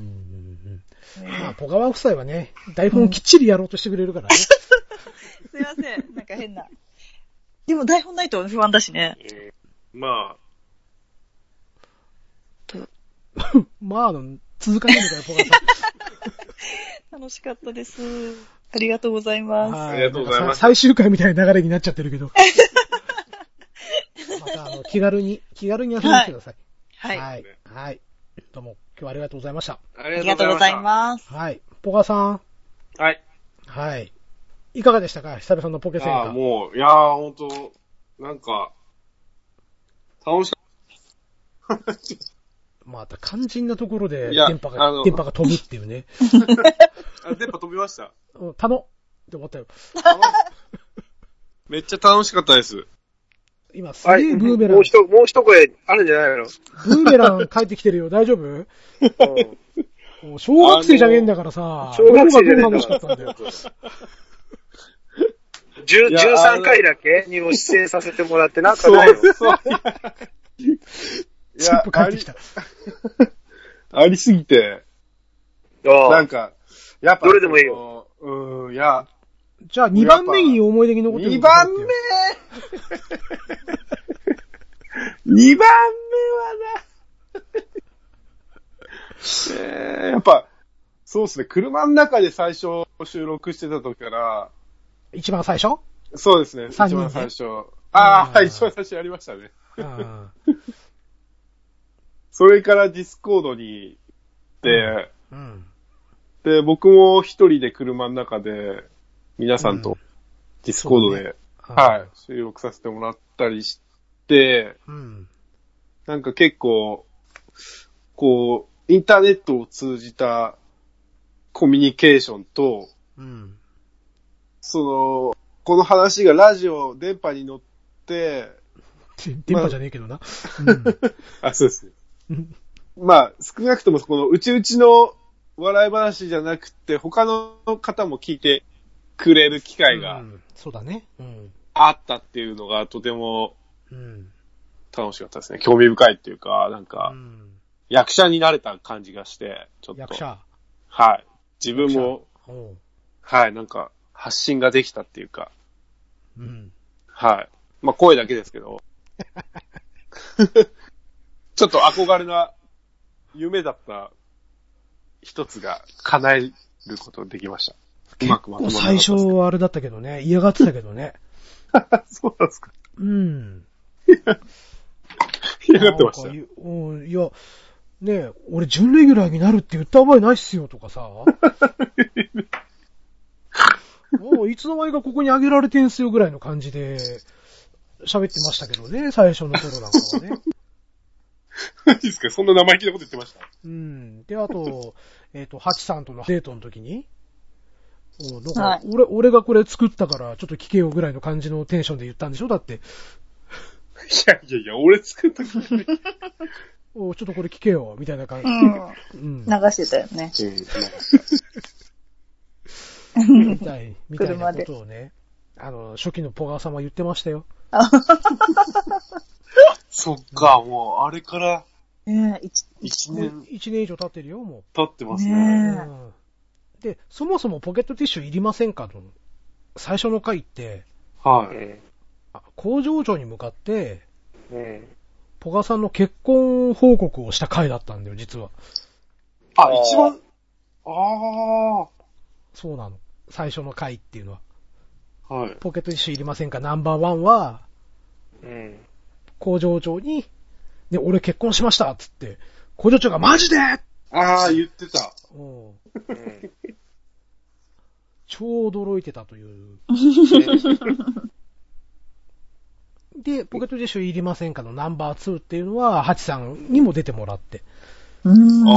Speaker 1: ん。まあ、小川夫妻はね、台本きっちりやろうとしてくれるから ね。
Speaker 3: すいません、なんか変な。でも台本ないと不安だしね。
Speaker 4: まあ、
Speaker 1: まあ、あの続かないのかよ、小川さん。
Speaker 3: 楽しかったです。ありがとうございま
Speaker 1: は
Speaker 4: ありがとうございます
Speaker 1: なんかさ最終回みたいな流れになっちゃってるけど。 また、あの、気軽に、気軽に遊びに来てください。
Speaker 3: す。はい。あ
Speaker 1: はい。はいどうも、今日はありがとうございました。
Speaker 4: あ
Speaker 3: りがとうございます。
Speaker 1: はい。ポカさん。
Speaker 4: す。はい。
Speaker 1: はい。いかがでしたか久々のポケセン
Speaker 4: ああ、
Speaker 1: ター。
Speaker 4: もう、いやー、ほんと、なんか、楽しかっ
Speaker 1: また肝心なところで
Speaker 4: いや
Speaker 1: 電波
Speaker 4: あ
Speaker 1: が、
Speaker 4: の
Speaker 1: 電波が飛ぶっていうね。
Speaker 4: た。 あ、電波飛びました。
Speaker 1: うん頼って思ったよ。
Speaker 4: 楽しめっちゃ楽しかったです。
Speaker 1: 今、す
Speaker 2: は
Speaker 1: げ
Speaker 2: い。
Speaker 1: えブーメラ
Speaker 2: も
Speaker 1: ン
Speaker 2: う、一、もう一声あるんじゃないの
Speaker 1: ブーメラン帰ってきてるよ。大丈夫
Speaker 2: うん
Speaker 1: もう小学生じゃねえんだからさ。
Speaker 2: 小学生じゃねえん
Speaker 1: どこがどう
Speaker 2: だ
Speaker 1: 楽しかったんだよ。
Speaker 2: 10
Speaker 4: いやあ
Speaker 2: 13
Speaker 4: の
Speaker 2: 回だけにも出演させてもらってなんかないの
Speaker 4: そう。い
Speaker 1: チッ
Speaker 4: や
Speaker 1: プ、帰
Speaker 4: あ
Speaker 1: って
Speaker 4: り
Speaker 1: き、た。
Speaker 4: ありすぎて、
Speaker 2: あ
Speaker 4: な
Speaker 2: あ
Speaker 4: んか、やっぱ、
Speaker 2: どれでもいいよ
Speaker 4: その。うーん、いや、
Speaker 1: じゃあ、2番目に思い出に残ってる
Speaker 4: 2
Speaker 1: のかなっ
Speaker 4: 番
Speaker 1: ていう
Speaker 4: 目 !2 番目はな、えーやっぱ、そうですね、車の中で最初収録してた時から、
Speaker 1: 一番最初
Speaker 4: そうですね、一
Speaker 1: 三人で
Speaker 4: 番最初。ああ、
Speaker 1: う
Speaker 4: は
Speaker 1: ん
Speaker 4: い、一番最初やりましたね。
Speaker 1: あ
Speaker 4: それからディスコードに行っ
Speaker 1: あうん。
Speaker 4: て、で、僕も一人で車の中で、皆さん
Speaker 1: う
Speaker 4: と
Speaker 1: ん
Speaker 4: ディスコード
Speaker 1: そう
Speaker 4: で、
Speaker 1: は
Speaker 4: はい、収録させてもらったりして、
Speaker 1: い。うん。
Speaker 4: なんか結構、こう、インターネットを通じたコミュニケーションと、
Speaker 1: うん。
Speaker 4: その、この話がラジオ、電波に乗って、
Speaker 1: で電波じゃねえけどな。うん
Speaker 4: あ、そうですね
Speaker 1: うん。
Speaker 4: まあ、少なくともこの、うちうちの笑い話じゃなくて、他の方も聞いてくれる機会
Speaker 1: う
Speaker 4: が
Speaker 1: んそうだね。うん。
Speaker 4: あったっていうのがとても
Speaker 1: うん。
Speaker 4: 楽しかったですね。興味深いっていうか、なん
Speaker 1: う
Speaker 4: か、
Speaker 1: ん
Speaker 4: 役者になれた感じがして、ちょっと。
Speaker 1: 役者。
Speaker 4: はい。自分も、
Speaker 1: おう
Speaker 4: はい、なんか、発信ができたっていうか、
Speaker 1: うん。
Speaker 4: はい。まあ、声だけです けど。ちょっと憧れな、夢だった、一つが叶えることができました。うまくまとまらなかった
Speaker 1: 最
Speaker 4: です
Speaker 1: 初はあれだったけどね。嫌がってたけどね。
Speaker 4: そうなんですか。
Speaker 1: うん。
Speaker 4: 嫌がってました
Speaker 1: なんか。いうんいや、ねえ、俺準レギュラーになるって言った覚えないっすよとかさ。もういつの間にかここに上げられてんすよぐらいの感じで喋ってましたけどね、最初の頃なんかはね。
Speaker 4: いいですかそんな生意気なこと言ってました。
Speaker 1: うん。で、あと、えっ、と、ハチさんとのデートの時に、おなん
Speaker 3: は
Speaker 1: か
Speaker 3: い
Speaker 1: 俺、俺がこれ作ったからちょっと聞けよぐらいの感じのテンションで言ったんでしょだって、
Speaker 4: いやいやいや、俺作ったことない。
Speaker 1: おちょっとこれ聞けよ、みたいな感じ
Speaker 3: う。
Speaker 1: う
Speaker 3: ん。
Speaker 1: ん。
Speaker 3: 流してたよね。
Speaker 1: みたい、みたいな
Speaker 3: 車
Speaker 1: こ
Speaker 3: で
Speaker 1: とをね、あの、初期のポガー様言ってましたよ。
Speaker 4: そっか、もう、あれから
Speaker 3: ねえ、一
Speaker 4: 1
Speaker 1: もう
Speaker 4: 年
Speaker 1: 一年以上経ってるよ、も
Speaker 4: 経ってます
Speaker 1: う。
Speaker 4: ね。
Speaker 3: ね
Speaker 1: うんで、そもそもポケットティッシュいりませんかと。最初の回って、
Speaker 4: はい。
Speaker 1: あ工場長に向かって、
Speaker 2: うん。
Speaker 1: ポガさんの結婚報告をした回だったんだよ、実は。
Speaker 4: あ、一番、あ
Speaker 1: そうなの。最初の回っていうのは。
Speaker 4: あ、はい。
Speaker 1: ポケットティッシュいりませんかナンバーワンは、
Speaker 2: うん。
Speaker 1: 工場長に、ね、俺結婚しましたっつって、工場長がマジで
Speaker 4: ああ、言ってた。
Speaker 1: うん
Speaker 2: うん
Speaker 1: 超驚いてたと いう。で、ポケットティッシュいりませんかのナンバー2っていうのは、ハチさんにも出てもらって。
Speaker 3: うん。
Speaker 4: あ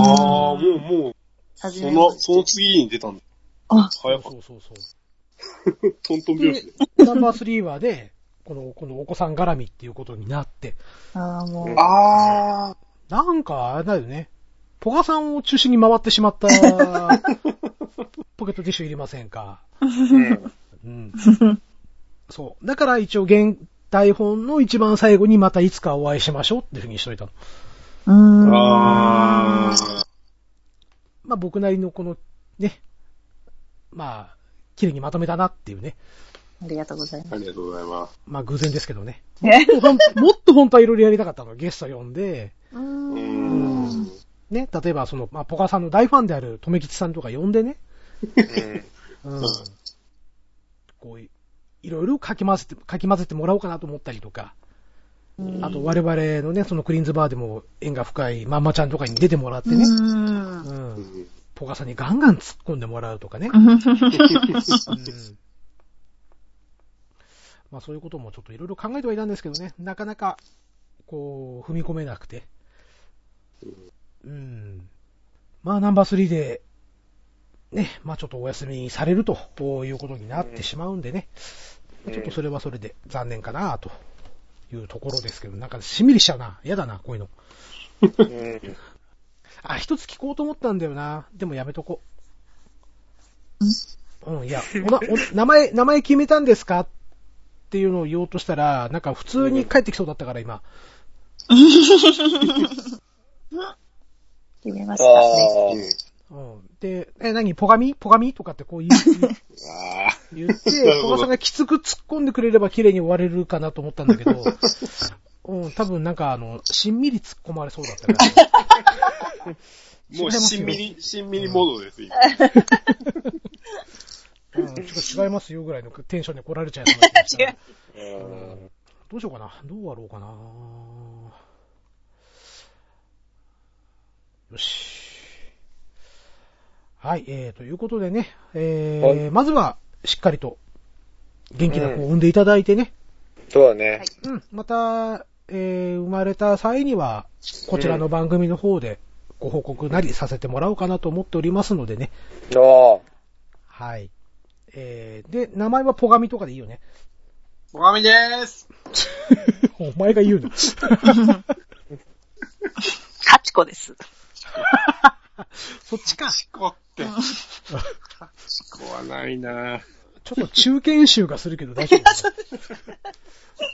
Speaker 4: あ、もう、もう、
Speaker 3: 初
Speaker 4: そ
Speaker 3: め
Speaker 4: の、
Speaker 3: ま
Speaker 4: その次に出たんだ。
Speaker 3: あ
Speaker 4: 早かっ
Speaker 1: そうそうそうそ
Speaker 4: た。トントン拍子で。
Speaker 1: う。ナンバー3はね、この、このお子さん絡みっていうことになって、
Speaker 3: ああ、もう。
Speaker 4: ああ、
Speaker 1: なんかあれだよね。ポガさんを中心に回ってしまった、ポケットティッシュいりませんか。
Speaker 2: うん。
Speaker 1: うん。そう。だから一応現、台本の一番最後にまたいつかお会いしましょうっていうふうにしといたの。
Speaker 3: うーん。
Speaker 4: ああ、
Speaker 1: まあ僕なりのこの、ね、まあ、綺麗にまとめたなっていうね。
Speaker 3: ありがとうございます。
Speaker 4: ありがとうございます。
Speaker 1: まあ偶然ですけどね。
Speaker 3: え
Speaker 1: ほんもっと本当はいろいろやりたかったの。ゲスト呼んで、
Speaker 3: う
Speaker 4: うー
Speaker 3: ん。
Speaker 4: ん。
Speaker 1: ね、例えばその、まあポカさんの大ファンである留吉さんとか呼んでね。うん。こうい、いろいろかき混ぜて、かき混ぜてもらおうかなと思ったりとか。あと我々のね、そのクリーンズバーでも縁が深いまんまちゃんとかに出てもらってね。
Speaker 3: うん。
Speaker 1: う。
Speaker 4: うんん
Speaker 1: ポカさんにガンガン突っ込んでもらうとかね。うんまあそういうこともちょっといろいろ考えてはいたんですけどね、なかなか、こう、踏み込めなくて。うん。まあナンバー3で、ね、まあちょっとお休みされると、こういうことになってしまうんでね、ちょっとそれはそれで残念かなというところですけど、なんかしんみりしちゃうな。嫌だな、こういうの。
Speaker 2: うん
Speaker 1: あ、一つ聞こうと思ったんだよな。でもやめとこう。うん、いや、おな、お、名前、名前決めたんですかっていうのを言おうとしたら、なんか普通に帰ってきそうだったから、今。
Speaker 3: 決めま
Speaker 2: あ
Speaker 3: したね。
Speaker 2: あ。
Speaker 1: うん。で、え、何ポガミポガミとかってこう言 う
Speaker 4: ああ、
Speaker 1: 言って
Speaker 4: なる、ほど
Speaker 1: ポガさんがきつく突っ込んでくれれば綺麗に終われるかなと思ったんだけど、うん、多分なんかあの、しんみり突っ込まれそうだったから。
Speaker 4: もう、しんみり、しんみりモードです、今。
Speaker 1: うん、ちょっと違いますよぐらいのテンションで来られちゃいそうだった から。
Speaker 2: うん
Speaker 1: どうしようかな。どうあろうかな。よし。はい、えー、ということでね、えー
Speaker 2: は
Speaker 1: まずは、しっかりと、元気な子を産んでいただいてね、
Speaker 2: そうだね。
Speaker 1: うん、また、えー、生まれた際には、こちらの番組の方で、ご報告なりさせてもらおうかなと思っておりますのでね、
Speaker 2: ど
Speaker 1: はい。えー、で、名前はポガミとかでいいよね。
Speaker 4: おがみでーす。
Speaker 1: お前が言うな。
Speaker 3: ハチコです。
Speaker 1: そっちか。
Speaker 4: しこって。 しこはないなぁ。
Speaker 1: ちょっと中堅集がするけど大丈夫かな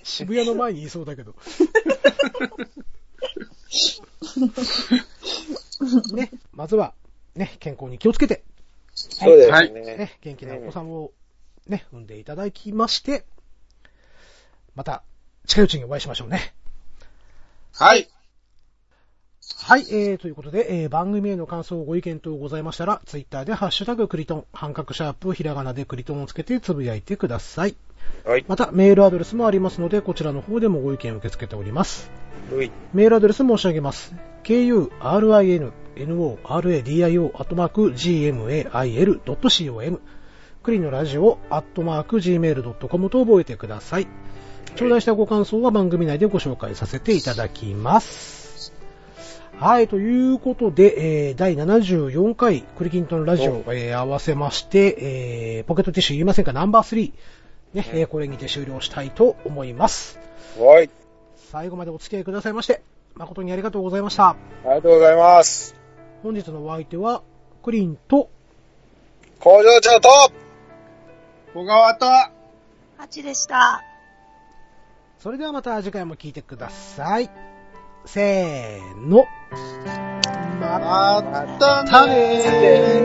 Speaker 1: 渋谷の前にいそうだけど。ね、まずは、ね、健康に気をつけて、
Speaker 2: う。そうだ
Speaker 4: は
Speaker 2: よ
Speaker 4: い
Speaker 2: ね。
Speaker 1: ね、元気なお子さんを、ね、産んでいただきまして、また、近いうちにお会いしましょうね。
Speaker 4: はい。
Speaker 1: はい、えー、ということで、えー、番組への感想、ご意見等ございましたら、ツイッターでハッシュタグクリトン、半角シャープ、ひらがなでクリトンをつけてつぶやいてください。
Speaker 2: はい。
Speaker 1: また、メールアドレスもありますので、こちらの方でもご意見を受け付けております。
Speaker 2: うい。
Speaker 1: メールアドレス申し上げます。kurinoradio.gmail.com クリのラジオ .gmail.com と覚えてください。頂戴したご感想は番組内でご紹介させていただきます。はい、ということで、えー、第74回クリキントンラジオ、えー合わせまして、えー、ポケットティッシュ言いませんかナンバー3。ね、えーこれにて終了したいと思います。
Speaker 2: はい。
Speaker 1: 最後までお付き合いくださいまして、誠にありがとうございました。
Speaker 2: ありがとうございます。
Speaker 1: 本日のお相手は、クリンと、
Speaker 2: 工場長と、
Speaker 4: 小川と、
Speaker 6: 8でした。
Speaker 1: それではまた次回も聞いてください。せーの。ま
Speaker 4: またね
Speaker 1: たねー